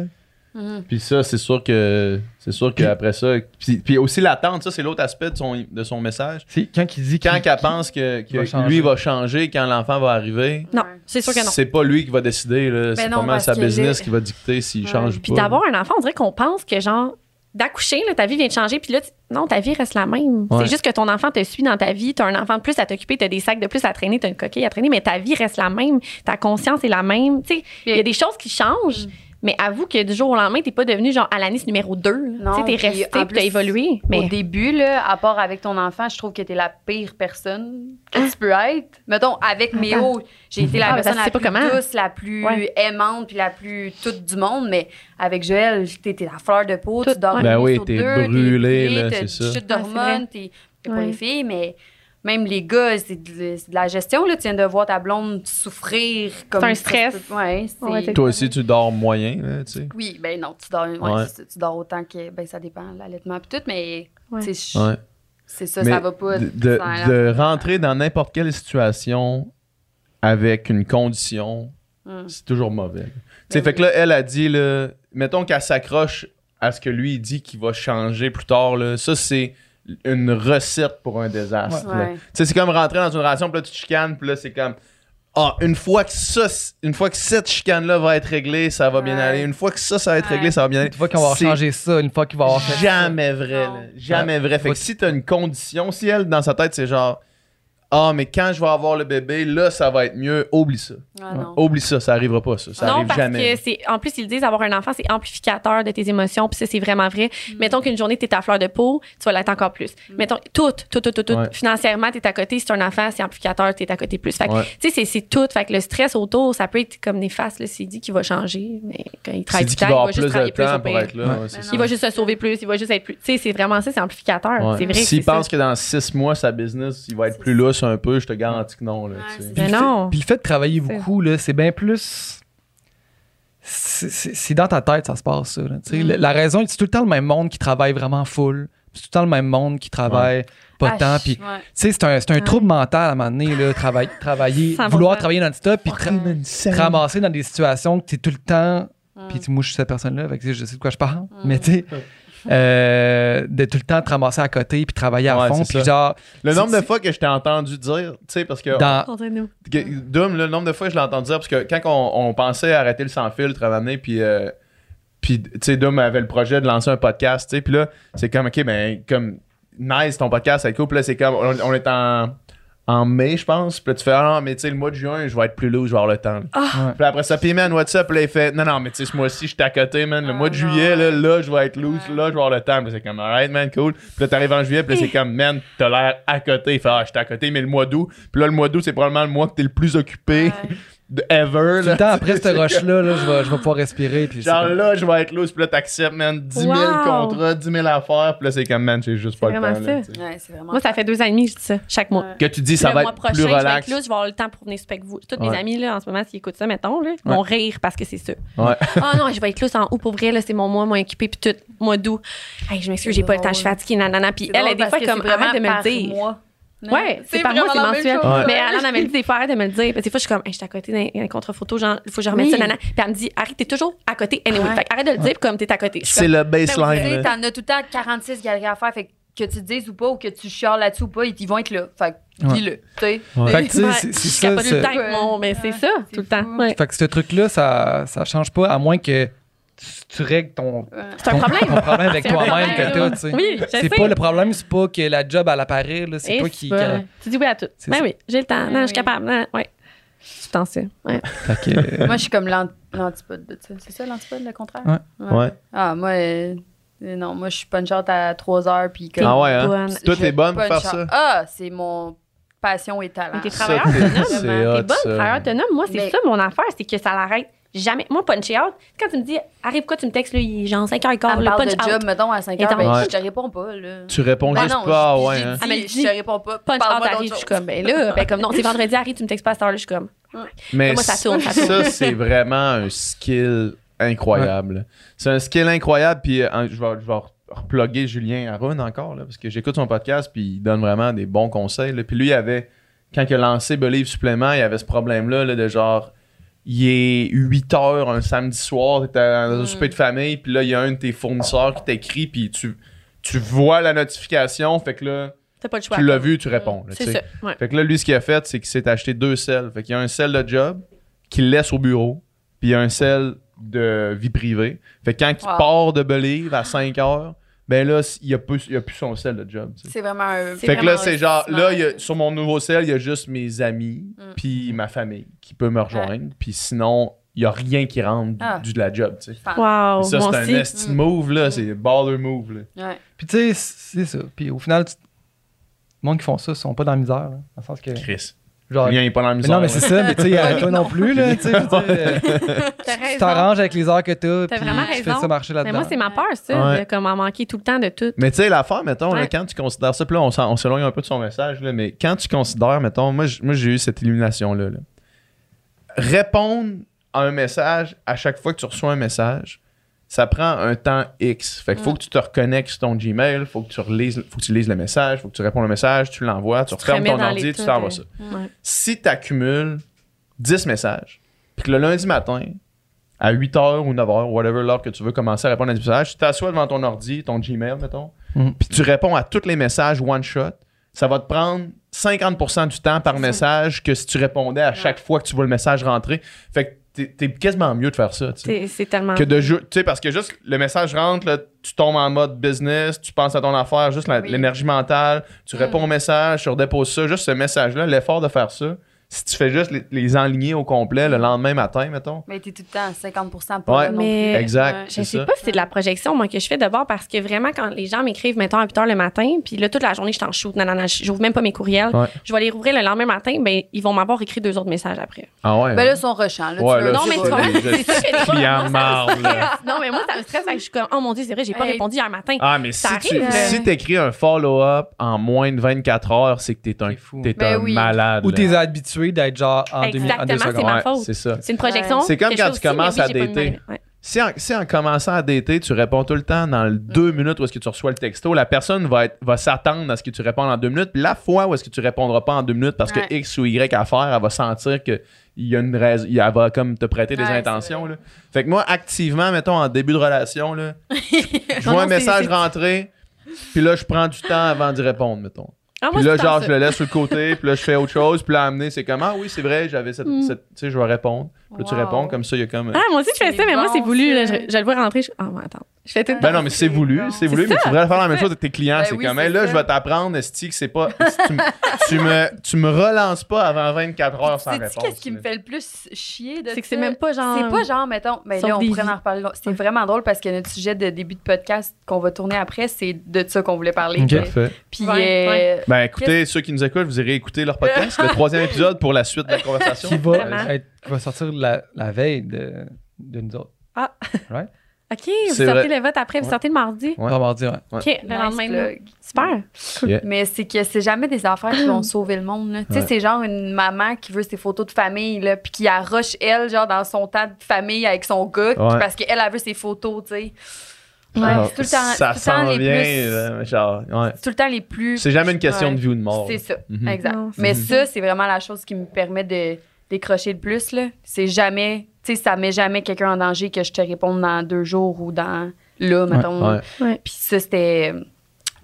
Mhm. Puis ça, c'est sûr que c'est sûr qu'après ça. Puis, puis aussi l'attente, ça, c'est l'autre aspect de son, de son message. C'est quand il dit Quand qu'il- qu'elle pense que, que va changer. lui va changer quand l'enfant va arriver, Non, Ouais. c'est sûr que non. c'est pas lui qui va décider. là. C'est Ben non, pas mal parce sa que business là- qui va dicter s'il Ouais. change ou Puis pas. d'avoir un enfant, on dirait qu'on pense que genre d'accoucher, là, ta vie vient de changer, puis là, tu- non, ta vie reste la même. Ouais. C'est juste que ton enfant te suit dans ta vie, t'as un enfant de plus à t'occuper, t'as des sacs de plus à traîner, t'as une coquille à traîner, mais ta vie reste la même, ta conscience est la même. Tu sais, il y a des choses qui Mm. changent, mais avoue que du jour au lendemain, t'es pas devenu genre Alanis numéro 2. Non, Tu sais, puis t'es resté, en puis t'as plus, évolué. Mais Au début, là, à part avec ton enfant, je trouve que t'es la pire personne que tu peux être. Mettons, avec Méo, j'ai été la Ah, mais personne parce la que plus tu sais pas comment. douce, la plus Ouais. aimante, puis la plus toute du monde. Mais avec Joël, t'étais la fleur de peau, tu Toute, dors ouais. Ben oui, t'es t'es brûlée, là, c'est ça. chute Ouais, c'est d'hormones, vrai. t'es t'es pour Ouais. les filles, mais... Même les gars, c'est de, c'est de la gestion. Là. Tu viens de voir ta blonde souffrir. comme ça un se peut- stress. Ouais, c'est- Ouais, c'est- Toi aussi, tu dors moyen, là, tu sais. oui, ben non, tu dors, ouais, Ouais. c'est ça, tu dors autant que ben ça dépend l'allaitement puis tout, mais Ouais. tu sais, je- Ouais. c'est ça, Mais ça va pas. de, ça a l'air- de- de rentrer dans n'importe quelle situation avec une condition, Mm. c'est toujours mauvais. Tu sais, Ben fait oui. que là, elle a dit, là, mettons qu'elle s'accroche à ce que lui il dit qu'il va changer plus tard, là, ça c'est une recette pour un désastre. là. Ouais. Tu sais, c'est comme rentrer dans une relation, puis là tu te chicanes, puis là c'est comme. Ah, une fois que ça, c- une fois que cette chicane-là va être réglée, ça va bien Ouais. aller. Une fois que ça, ça va être Ouais. réglé, ça va bien aller. une fois qu'on va C'est- changer ça, une fois qu'il va avoir fait. Jamais vrai, Non. là. Jamais vrai. Fait que si t'as une condition, si elle, dans sa tête, c'est genre Ah, mais quand je vais avoir le bébé, là, ça va être mieux, oublie ça. Ah, non. Oublie ça, ça arrivera pas, ça. Ça non, arrive parce jamais. que c'est. En plus, ils disent avoir un enfant, c'est amplificateur de tes émotions, puis ça, c'est vraiment vrai. Mettons qu'une journée, t'es à fleur de peau, tu vas l'être encore plus. Mettons, tout, tout, tout, tout, tout. Ouais. Financièrement, t'es à côté. Si t'as un enfant, c'est amplificateur, t'es à côté plus. Fait que, Ouais. tu sais, c'est- c'est tout. Fait que le stress autour, ça peut être comme néfaste. là. C'est dit qu'il va changer, mais quand il C'est travaille dit du qu'il va temps, il avoir va plus juste de travailler plus au temps pour pire. être là. Ouais. ouais, c'est Mais ça. Il va juste se sauver plus, il va juste être plus. Tu sais, c'est vraiment ça, c'est amplificateur. Ouais. C'est vrai. S'il c'est ça. pense que dans six mois, sa business, il va être C'est plus ça. lousse un peu, je te garantis que non. Là, Ouais, tu sais. c'est Mais Puis le fait- non. Puis le fait de travailler C'est- beaucoup, là, c'est bien plus. C'est c'est- c'est dans ta tête, ça se passe, ça. là. Tu sais, Mm. la- La raison, c'est tout le temps le même monde qui travaille vraiment full. C'est tout le temps le même monde qui travaille pas Ah, tant. je- Puis ouais. Tu sais, c'est un, c'est un trouble mental à un moment donné, là, travailler, travailler 100%. vouloir travailler non-stop, puis tra- Une te scène. ramasser dans des situations que tu es tout le temps. Mm. Puis tu- moi, je suis cette personne-là, fait que, tu sais, je sais de quoi je Mm. parle. Mais tu sais, euh, de tout le temps te ramasser à côté, puis travailler à Ouais, fond, c'est puis ça. genre, Le nombre C'est- de fois que je t'ai entendu dire, tu sais, parce que dans. Entre-nous. Que- Dum, là, le nombre de fois que je l'ai entendu dire, parce que quand on, on pensait arrêter le sans-filtre à un moment donné, puis, euh, puis tu sais, Dum avait le projet de lancer un podcast, tu sais, puis là, c'est comme, OK, ben, comme, nice ton podcast, c'est cool, puis là, c'est comme, on, on est en, en mai, je pense, puis là, tu fais, ah, non, mais tu sais, le mois de juin, je vais être plus lourd, je vais avoir le temps. là. Ah. Ouais. Puis après ça, puis man, what's up, puis là, il fait, non, non, mais tu sais, ce mois-ci, je suis à côté, man, le Ah, mois de non. juillet, là, là, je vais être loose, Ouais. là, je vais avoir le temps, puis c'est comme, alright, man, cool. Puis là, t'arrives en juillet, puis là, c'est comme, man, t'as l'air à côté, il fait, ah, je suis à côté, mais le mois d'août, puis là, le mois d'août, c'est probablement le mois que t'es le plus occupé. Ouais. de ever. Tout le Là. temps après cette roche-là, là, je, vais, je vais pouvoir respirer. Puis c'est Genre comme- là, je vais être loose, puis là, t'acceptes, man, 10 000 Wow. contrats, 10 000 affaires, puis là, c'est comme, man, j'ai juste pas le temps. vraiment là, ça. tu sais. Ouais, c'est vraiment. Moi, ça fait deux ans et demi que je dis ça, chaque mois. Ouais. Que tu dis, ça le va mois être prochain, plus je vais être relax. là, je vais avoir le temps pour venir souper avec vous. Toutes Ouais. mes amis, là, en ce moment, s'ils écoutent ça, mettons, là, vont rire parce que c'est ça. Ouais. Ah non, je vais être là en haut pour vrai, là, c'est mon mois, moins équipé, puis tout, mois d'août. Hey, je m'excuse, C'est j'ai pas le temps, je drôle. suis fatiguée, nanana. Puis C'est elle, drôle elle, des parce fois, que comme, c'est vraiment arrête de me par le dire. mois. Non, Ouais, c'est par moi, vraiment c'est la même mensuel. chose. Mais Alan, elle me le dit, il faut arrêter de me le dire. Puis des fois, je suis comme, hey, je suis à côté d'un- d'un contre photo, genre, il faut que je remette Oui. ça, nanana. Puis elle me dit, arrête, t'es toujours à côté. Anyway, Ouais. fait que arrête de le dire, comme t'es à côté. Je suis C'est le Tu sais, baseline. là. t'en as tout le temps 46 galeries à faire. Fait que que tu te dises ou pas, ou que tu chiales là-dessus ou pas, ils ils vont être là. Fait que Ouais. dis-le. Tu sais. Ouais. Fait que tu sais, Ouais, c'est- c'est je ça, capote tout le c'est- temps avec mon- mais c'est ça, tout le temps. fou. Ouais. Fait que ce truc-là, ça, ça change pas, à moins que tu, tu règles ton, C'est un ton- problème. ton problème avec C'est un toi-même que problème. t'as, tu sais. Oui, je sais. C'est pas le problème, c'est pas que la job, elle apparaît, là, c'est Et toi qui... ça. Tu dis oui à tout. C'est Ben ça. oui, j'ai le temps. Non, Ben je oui. suis capable. Non, ouais. Tu t'en sais. Ouais. Fait que, euh, Moi, je suis comme l'ant- l'antipode de ça. C'est ça, l'antipode, le contraire? Ouais. Ouais. Ah, moi, euh, euh, non, moi, je suis punch-out à 3 heures. Puis comme, Ah ouais, hein? Bonne. je Toi, t'es bonne pour punch faire ça? out. Ah, c'est mon passion et talent. Mais t'es Ça, travailleur t'es- autonome. c'est T'es hot, bonne ça. travailleur autonome. Moi, c'est Mais- ça mon affaire, c'est que ça l'arrête jamais. Moi, punch out, quand tu me dis, arrive quoi, tu me textes, là, il est genre 5 h Quand on 15 le parle punch de job, out. mettons, à 5 Et heures, t'en- ben, Ouais. je te réponds pas, là. Tu réponds Bah Ben juste non, pas, je- ah ouais. j'ai hein. dit, Ah, mais je te réponds pas. Punch out Parle-moi d'autre arrive, je suis chose. comme, ben là, ben comme non, c'est vendredi, arrive, tu me textes pas à cette heure-là, je suis comme, Mais Moi, ça c- tourne, ça tourne. ça, c'est vraiment un skill incroyable. C'est un skill incroyable. Puis euh, je vais, je vais re- reploguer Julien Arun encore, là, parce que j'écoute son podcast, puis il donne vraiment des bons conseils. là. Puis lui, il avait, quand il a lancé Believe Supplément, il avait ce problème-là là, de genre, il est 8 heures un samedi soir, t'es dans Mm. un souper de famille, puis là, il y a un de tes fournisseurs qui t'écrit, puis tu, tu vois la notification, fait que là, t'as pas le choix. tu l'as vu, tu réponds. là, tu C'est sais. ça. Ouais. Fait que là, lui, ce qu'il a fait, c'est qu'il s'est acheté deux selles. Fait qu'il y a un sel de job qu'il laisse au bureau, puis il y a un sel de vie privée. Fait que quand il Wow. part de Believe à 5 heures, ben là, il a plus, il a plus son sel de job. tu sais. C'est vraiment un. C'est Fait que là, vraiment c'est genre, smart. là, il y a- sur mon nouveau sel, il y a juste mes amis, Mm. puis ma famille qui peut me rejoindre, puis sinon, il y a rien qui rentre du- Ah. du, de la job. tu sais. ça, Wow, Oh, moi c'est un aussi. esti move, là. C'est baller move, là. Ouais. Puis tu sais, c'est ça. Puis au final, tu- le monde qui font ça, ils sont pas dans la misère, là, dans le sens que... Chris. Genre, Julien, il est pas dans la mais misère. non, mais là. c'est ça, mais tu sais, euh, toi non plus, là, tu sais, je veux dire, euh, T'as tu raison. t'arranges avec les heures que t'as, T'as puis vraiment tu fais raison. ça marcher Mais là-dedans. moi, c'est ma peur, ça, Ouais. de comme en manquer tout le temps de tout. Mais tu sais, l'affaire, mettons, là, Ouais. quand tu considères ça, puis là, on s'en- on s'éloigne un peu de son message, là, mais quand tu considères, mettons, moi, j- moi, j'ai eu cette illumination-là. là. Répondre à un message à chaque fois que tu reçois un message, ça prend un temps X. Fait que faut que tu te reconnectes sur ton Gmail, faut que tu relises, faut que tu lises le message, faut que tu réponds le message, tu l'envoies, tu, te refermes remets ton dans ordi, l'état tu t'envoies de- ça. Ouais. Si tu accumules 10 messages, puis que le lundi matin, à 8h ou 9h, whatever l'heure que tu veux commencer à répondre à des messages, tu t'assois devant ton ordi, ton Gmail, mettons, Mm. puis tu réponds à tous les messages one shot, ça va te prendre 50% du temps par message que si tu répondais à chaque fois que tu vois le message rentrer. Fait que t'es- t'es quasiment mieux de faire ça, tu sais. C'est c'est tellement. Que de ju- tu sais, parce que juste le message rentre, là, tu tombes en mode business, tu penses à ton affaire, juste la- Oui. l'énergie mentale, tu Mm. Ah. réponds au message, tu redéposes ça, juste ce message-là, l'effort de faire ça. Si tu fais juste les, les enligner au complet le lendemain matin, mettons. Mais t'es tout le temps à 50 pas Ouais. là non Mais- plus. Exact, Ouais. Eh, Euh, Je c'est sais ça. pas si c'est de la projection, moi, que je fais d'abord parce que vraiment, quand les gens m'écrivent, mettons, à 8 h le matin, puis là, toute la journée, je t'en shoot, nanana, je- j'ouvre même pas mes courriels. Ouais. Je vais les rouvrir le lendemain matin, ben, ils vont m'avoir écrit deux autres messages après. Ah ouais. Ben là, ils sont rushants. Là, Ouais, tu là, veux- non, mais c'est tu pas comprends? des- C'est ça que j'ai pas. clients marre, là. Non, mais moi, ça me stresse, fait que je suis comme, oh mon Dieu, c'est vrai, j'ai pas Hey. répondu hier matin. Ah, mais Ça si tu arrive, euh. si t'écris un follow-up en moins de 24 heures, c'est que t'es un, C'est fou. t'es Ben un oui. malade. Ou là. t'es habitué d'être genre en deux, mi- en deux Exactement, c'est secondes. ma Ouais, faute. c'est ça. C'est une projection. C'est comme que quand je tu fais aussi, commences mais oui, à j'ai pas dater. mis ma- ouais. Si en, si en commençant à dater, tu réponds tout le temps dans le Mm. deux minutes où est-ce que tu reçois le texto, la personne va, être, va s'attendre à ce que tu répondes en deux minutes. Puis la fois où est-ce que tu répondras pas en deux minutes parce Ouais. que X ou Y à faire, elle va sentir que il y a une raison, il- elle va comme te prêter des Ouais, intentions. c'est Là. Fait que moi, activement, mettons en début de relation, là, je vois un non, c'est- message c'est- rentrer, puis là, je prends du temps avant d'y répondre, mettons. Ah, moi, Puis là, c'est tout le temps genre, je ça. le laisse sur le côté, puis là, je fais autre chose, puis là, amener, c'est comme, ah oui, c'est vrai, j'avais cette. Mm. cette- tu sais, je vais répondre. Puis là, tu Wow. réponds, comme ça, il y a comme. Ah, moi aussi, je fais C'est ça, mais moi, bon, c'est voulu. là. ça. je, je le vois rentrer. Je... Ah, ouais, attends. Je fais tout le Ben temps. non, mais c'est voulu, bon. c'est voulu, C'est mais tu devrais faire la même c'est chose avec tes clients. Ben c'est oui, comme, c'est hey, là, ça. je vais t'apprendre, Esti, que c'est pas. esti, tu, me, tu, me, tu me relances pas avant 24 heures sans Sais-tu réponse. qu'est-ce qui me là. fait le plus chier de C'est que ça? c'est même pas genre. C'est pas genre, mettons, mais Sauf là, on des pourrait vies. en reparler. long- C'est vraiment drôle parce que notre sujet de début de podcast qu'on va tourner après, c'est de ça qu'on voulait parler. Ok. Parfait. Puis, Ouais, euh, Ben écoutez, ceux qui nous écoutent, vous irez écouter leur podcast, le troisième épisode pour la suite de la conversation. Qui va être qui va sortir la, la veille de, de nous autres. Ah. Right? OK, vous C'est sortez vrai. le vote après, vous Ouais. sortez le mardi. On va mardi, ouais. Ouais. OK, le Nice lendemain. là. plug. Super. Mais c'est que c'est jamais des affaires qui vont sauver le monde. là. Tu sais, Ouais. c'est genre une maman qui veut ses photos de famille, là, puis qui arroche elle, genre, dans son tas de famille avec son gars, qui- Ouais. parce qu'elle, elle veut ses photos, tu sais. Ouais, Genre, c'est tout le temps, ça c'est tout le temps sent les bien. plus- là, genre, ouais. c'est tout le temps les plus. C'est jamais une question Ouais. de vie ou de mort. C'est ça, Mhm. exact. Non, c'est Mais ça, ça. c'est vraiment la chose qui me permet de décrocher le plus, là. C'est jamais, tu sais, ça met jamais quelqu'un en danger que je te réponde dans deux jours ou dans là, mettons. ouais. Ouais. Puis ça, c'était.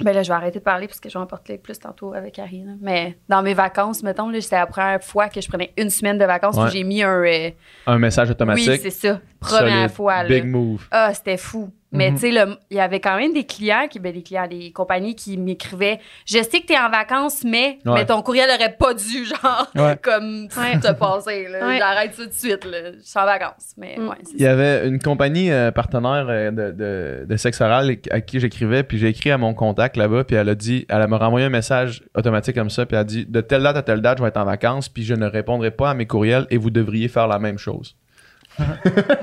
Ben là, je vais arrêter de parler parce que je vais en parler plus tantôt avec Harry. là. Mais dans mes vacances, mettons, là, c'était la première fois que je prenais une semaine de vacances Ouais. puis j'ai mis un. euh, Un message oui, automatique. c'est ça. Première solide, fois. là. Big Mm-hmm. move. Ah, c'était fou. Mais Mhm. tu sais, le- il y avait quand même des clients, qui, ben, des clients, des compagnies qui m'écrivaient Je sais que tu es en vacances, mais, Ouais. mais ton courriel aurait pas dû, genre, Ouais. comme Ouais. te passer. là. Ouais. J'arrête ça de suite. Là. Je suis en vacances. Mais Mm. ouais, c'est Il y avait une compagnie euh, partenaire euh, de, de, de sexe oral et- à qui j'écrivais, puis j'ai écrit à mon contact là-bas, puis elle a dit, elle m'a renvoyé un message automatique comme ça, puis elle a dit de telle date à telle date, je vais être en vacances, puis je ne répondrai pas à mes courriels et vous devriez faire la même chose.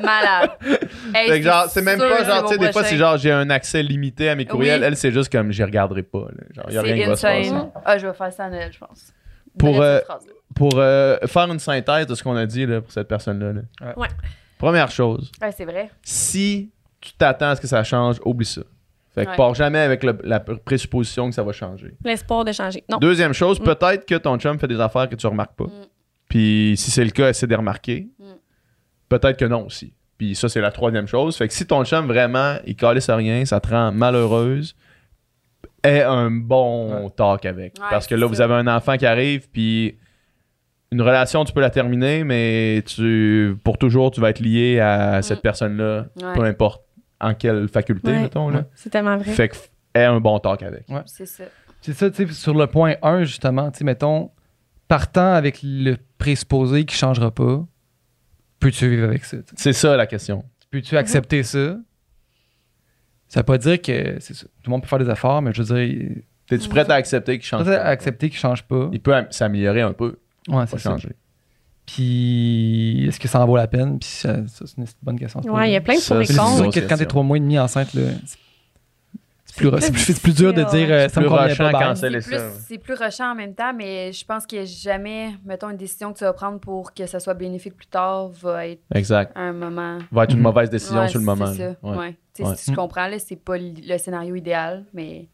malade. Hey, Fait que genre, c'est même sûr pas que genre, mon tu sais, des fois, prochain. c'est genre j'ai un accès limité à mes courriels, Oui. elle, c'est juste comme j'y regarderai pas. là. Genre, il y a rien C'est qui va se passer. insane. Ah, je vais faire ça à Noël, je pense. Pour, Bref, euh, cette phrase-là. Pour euh, faire une synthèse de ce qu'on a dit là, pour cette personne-là. là. Ouais. Ouais. Première chose, Ouais, c'est vrai. si tu t'attends à ce que ça change, oublie ça. Fait que Ouais. pars jamais avec le- la pr- présupposition que ça va changer. L'espoir de changer. Non. Deuxième chose, Mm. peut-être que ton chum fait des affaires que tu remarques pas. Mm. Puis si c'est le cas, essaie de les remarquer. Mm. Peut-être que non aussi. Puis ça, c'est la troisième chose. Fait que si ton chum vraiment, il calisse à rien, ça te rend malheureuse, aie un bon talk avec. Ouais, Parce que c'est là, ça. vous avez un enfant qui arrive, puis une relation, tu peux la terminer, mais tu pour toujours, tu vas être lié à cette Mm. personne-là Ouais, peu importe en quelle faculté, Ouais. mettons. Là. C'est tellement vrai. Fait que f- aie un bon talk avec. c'est ça. C'est ça, tu sais, sur le point 1, justement, tu sais, mettons, partant avec le présupposé qui changera pas, peux-tu vivre avec ça? tu sais? C'est ça la question. Peux-tu Mhm. accepter ça? Ça veut pas dire que c'est ça. tout le monde peut faire des efforts, mais je veux dire, T'es-tu prête à accepter qu'il change? peut-être pas? accepter qu'il change pas. Il peut am- s'améliorer un peu, Ouais, pas c'est ça. changer. Puis, est-ce que ça en vaut la peine? Puis, ça, ça, c'est une bonne question. à se poser. Ouais, il y a plein de Ça, pour et C'est sûr contre. Grosse que quand t'es question. trois mois et demi enceinte, là, c'est- c'est plus, c'est plus, c'est plus dur de difficile, dire euh, ça me Plus convient rushant pas. bye. quand C'est Canceller plus, ça, Ah, ouais. c'est plus rushant en même temps, mais je pense que jamais, mettons, une décision que tu vas prendre pour que ça soit bénéfique plus tard va être Exact. un moment. Va être une Mhm. mauvaise décision Ouais, sur le moment. C'est là. ça. Ouais. ouais. Tu sais, Ouais. Si je comprends, là, c'est pas li- le scénario idéal, mais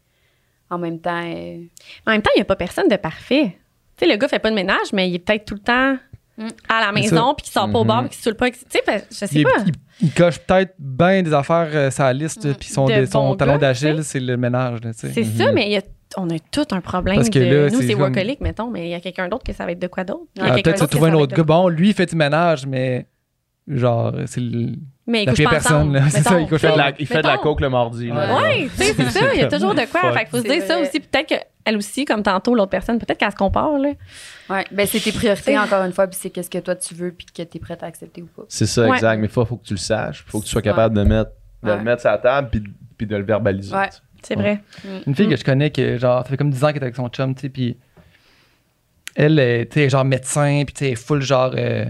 en même temps. euh, En même temps, il n'y a pas personne de parfait. Tu sais, le gars fait pas de ménage, mais il est peut-être tout le temps Mm. à la C'est Mm-hmm. maison, puis qui sort pas au bar, Mhm. puis qui se saoule pas. Tu sais, parce- je Il, sais pas. il- il coche peut-être bien des affaires euh, sa liste, Mm. puis son, De dé- son bons talon gars, d'Achille, tu c'est le ménage. là, tu sais. Euh, C'est ça, mais il y a- on a tout un problème. Mm-hmm. Parce que de- là, nous, c'est c'est comme- workaholic, mettons, mais il y a quelqu'un d'autre que ça va être de quoi d'autre. Il y a Ah, quelqu'un Peut-être tu d'autre que trouves ça un va autre être de- gars. Bon, lui, il fait du ménage, mais genre, c'est le- Mais il la couche pire pas personne. ensemble, là. C'est ça, il mettons. couche Il fait de ensemble. la, il fait de la Mettons. coke le mardi. là. Ouais, tu sais, c'est ça. Il y a toujours de quoi. Fait qu'il faut se C'est dire ça vrai. aussi. Peut-être qu'elle aussi, comme tantôt, l'autre personne, peut-être qu'elle se compare. Là. ouais. Ben, c'est tes priorités, encore une fois, puis c'est qu'est-ce que toi tu veux, puis que tu es prête à accepter ou pas. C'est ça, Ouais. exact. Mais il faut, faut que tu le saches. faut que tu sois capable de, mettre, de le Ouais. mettre sur la table puis, de- puis de le verbaliser. Ouais. tu sais. C'est Ouais. vrai. Une fille que je connais, que genre, ça fait comme 10 ans qu'elle est avec son chum, tu sais, puis elle, euh, tu sais, genre médecin, puis tu sais, full genre, euh,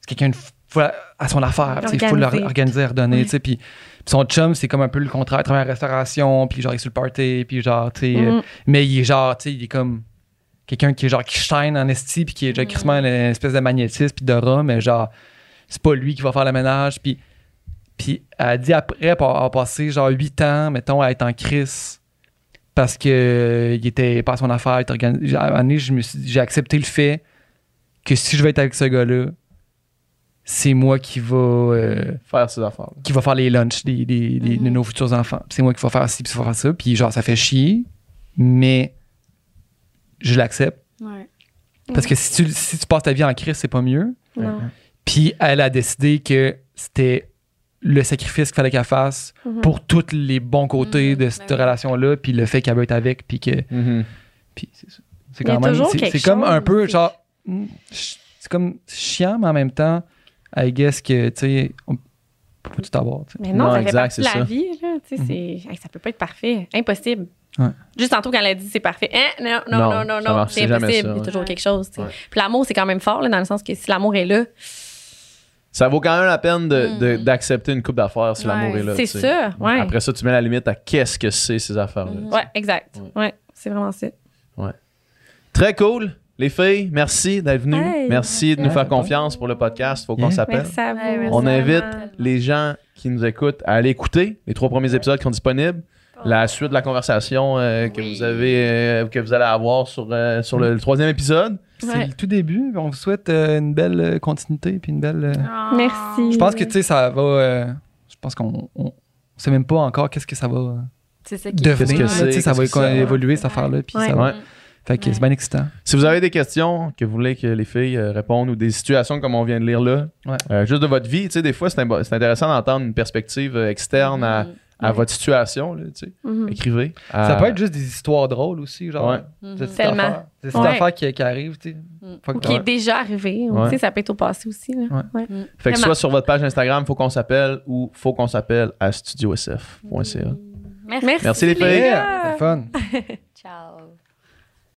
c'est quelqu'un de full à, à son affaire, tu sais, full Organisé. or- organisé, ordonné, tu sais, puis puis son chum, c'est comme un peu le contraire, il travaille en restauration, puis genre, il est sur le party, puis genre, tu sais, euh, Mhm. mais il est genre, tu sais, il est comme quelqu'un qui est genre, qui shine en esti, puis qui est genre, crissement une espèce de magnétisme, puis d'aura, mais genre, c'est pas lui qui va faire le ménage, puis puis elle a dit après avoir passé genre 8 ans, mettons, à être en crise parce que euh, il était pas à son affaire. il était organisé. À un moment donné, je me suis dit- j'ai accepté le fait que si je vais être avec ce gars-là, c'est moi qui va, euh, Faire ces affaires. qui va faire les lunchs des- des- des- Mhm. de nos futurs enfants. C'est moi qui va faire ci, puis qui va faire ça. Puis genre, ça fait chier, mais je l'accepte. Ouais. Parce Mhm. que si tu, si tu passes ta vie en crise, c'est pas mieux. Non. Puis elle a décidé que c'était le sacrifice qu'il fallait qu'elle fasse Mhm. pour tous les bons côtés Mhm, de ben cette oui. relation-là, puis le fait qu'elle veut être avec, puis que. Puis c'est ça. C'est Il y a quand même. toujours c'est- quelque C'est comme un chose, peu c'est- genre. hmm, ch- C'est comme chiant, mais en même temps, I guess que, tu sais, on peut pas tout avoir. tu sais. Mais non, Non, ça exact, fait partie c'est de la ça. vie. Là, tu sais, Mhm. c'est- hey, ça peut pas être parfait. Impossible. Ouais. Juste tantôt, quand elle a dit c'est parfait, Hein, non, non, Non, non, non, ça non, marche, c'est c'est jamais impossible. ça, Il y a ouais. toujours quelque chose. tu sais. Ouais. Puis l'amour, c'est quand même fort, là, dans le sens que si l'amour est là, Ça vaut quand même la peine de- Mm. de- d'accepter une coupe d'affaires si Ouais. l'amour est là. C'est tu sais. Mhm. ça, ouais. Après ça, tu mets la limite à qu'est-ce que c'est ces affaires-là. Ouais, exact. Ouais. Ouais, c'est vraiment ça. Très cool. Les filles, merci d'être venues. Hey. merci de nous Ouais, faire c'est bon. confiance pour le podcast. Faut qu'on Bien. s'appelle. Merci à vous. Ouais, merci On invite vraiment. les gens qui nous écoutent à aller écouter les trois premiers épisodes qui sont disponibles. Oh. La suite de la conversation euh, que Oui. vous avez, euh, que vous allez avoir sur, euh, sur le, le troisième épisode. Ouais. C'est le tout début. On vous souhaite euh, une belle euh, continuité puis une belle. euh, Ah, Merci. Je pense que tu sais, ça va. euh, je pense qu'on on, on sait même pas encore qu'est-ce que ça va euh, C'est ça qui est hein. devenir. que là, c'est, tu sais, ça va qu'est-ce que ça- évoluer cette affaire-là. Puis Ouais. ça va- Ouais. Fait que c'est bien excitant. Si vous avez des questions que vous voulez que les filles euh, répondent ou des situations comme on vient de lire là, Ouais. euh, juste de votre vie, tu sais, des fois, c'est imbo- c'est intéressant d'entendre une perspective euh, externe à, Mm-hmm. à Ouais. votre situation. là, tu sais. Mhm. Écrivez. Ça à- peut être juste des histoires drôles aussi, genre. Ah. Ouais. Mhm. des petites Tellement. affaires. Des petites Ouais. Mm. affaires qui, qui arrivent, tu sais. Faut que- Ou qui est déjà arrivé. ou, Ouais. tu sais, Ça peut être au passé aussi. là. Fait Ouais. que Vraiment. soit sur votre page Instagram, faut qu'on s'appelle ou faut qu'on s'appelle à studiosf.ca. Merci. Merci, Merci les filles. gars. Yeah, c'est le fun. Ciao.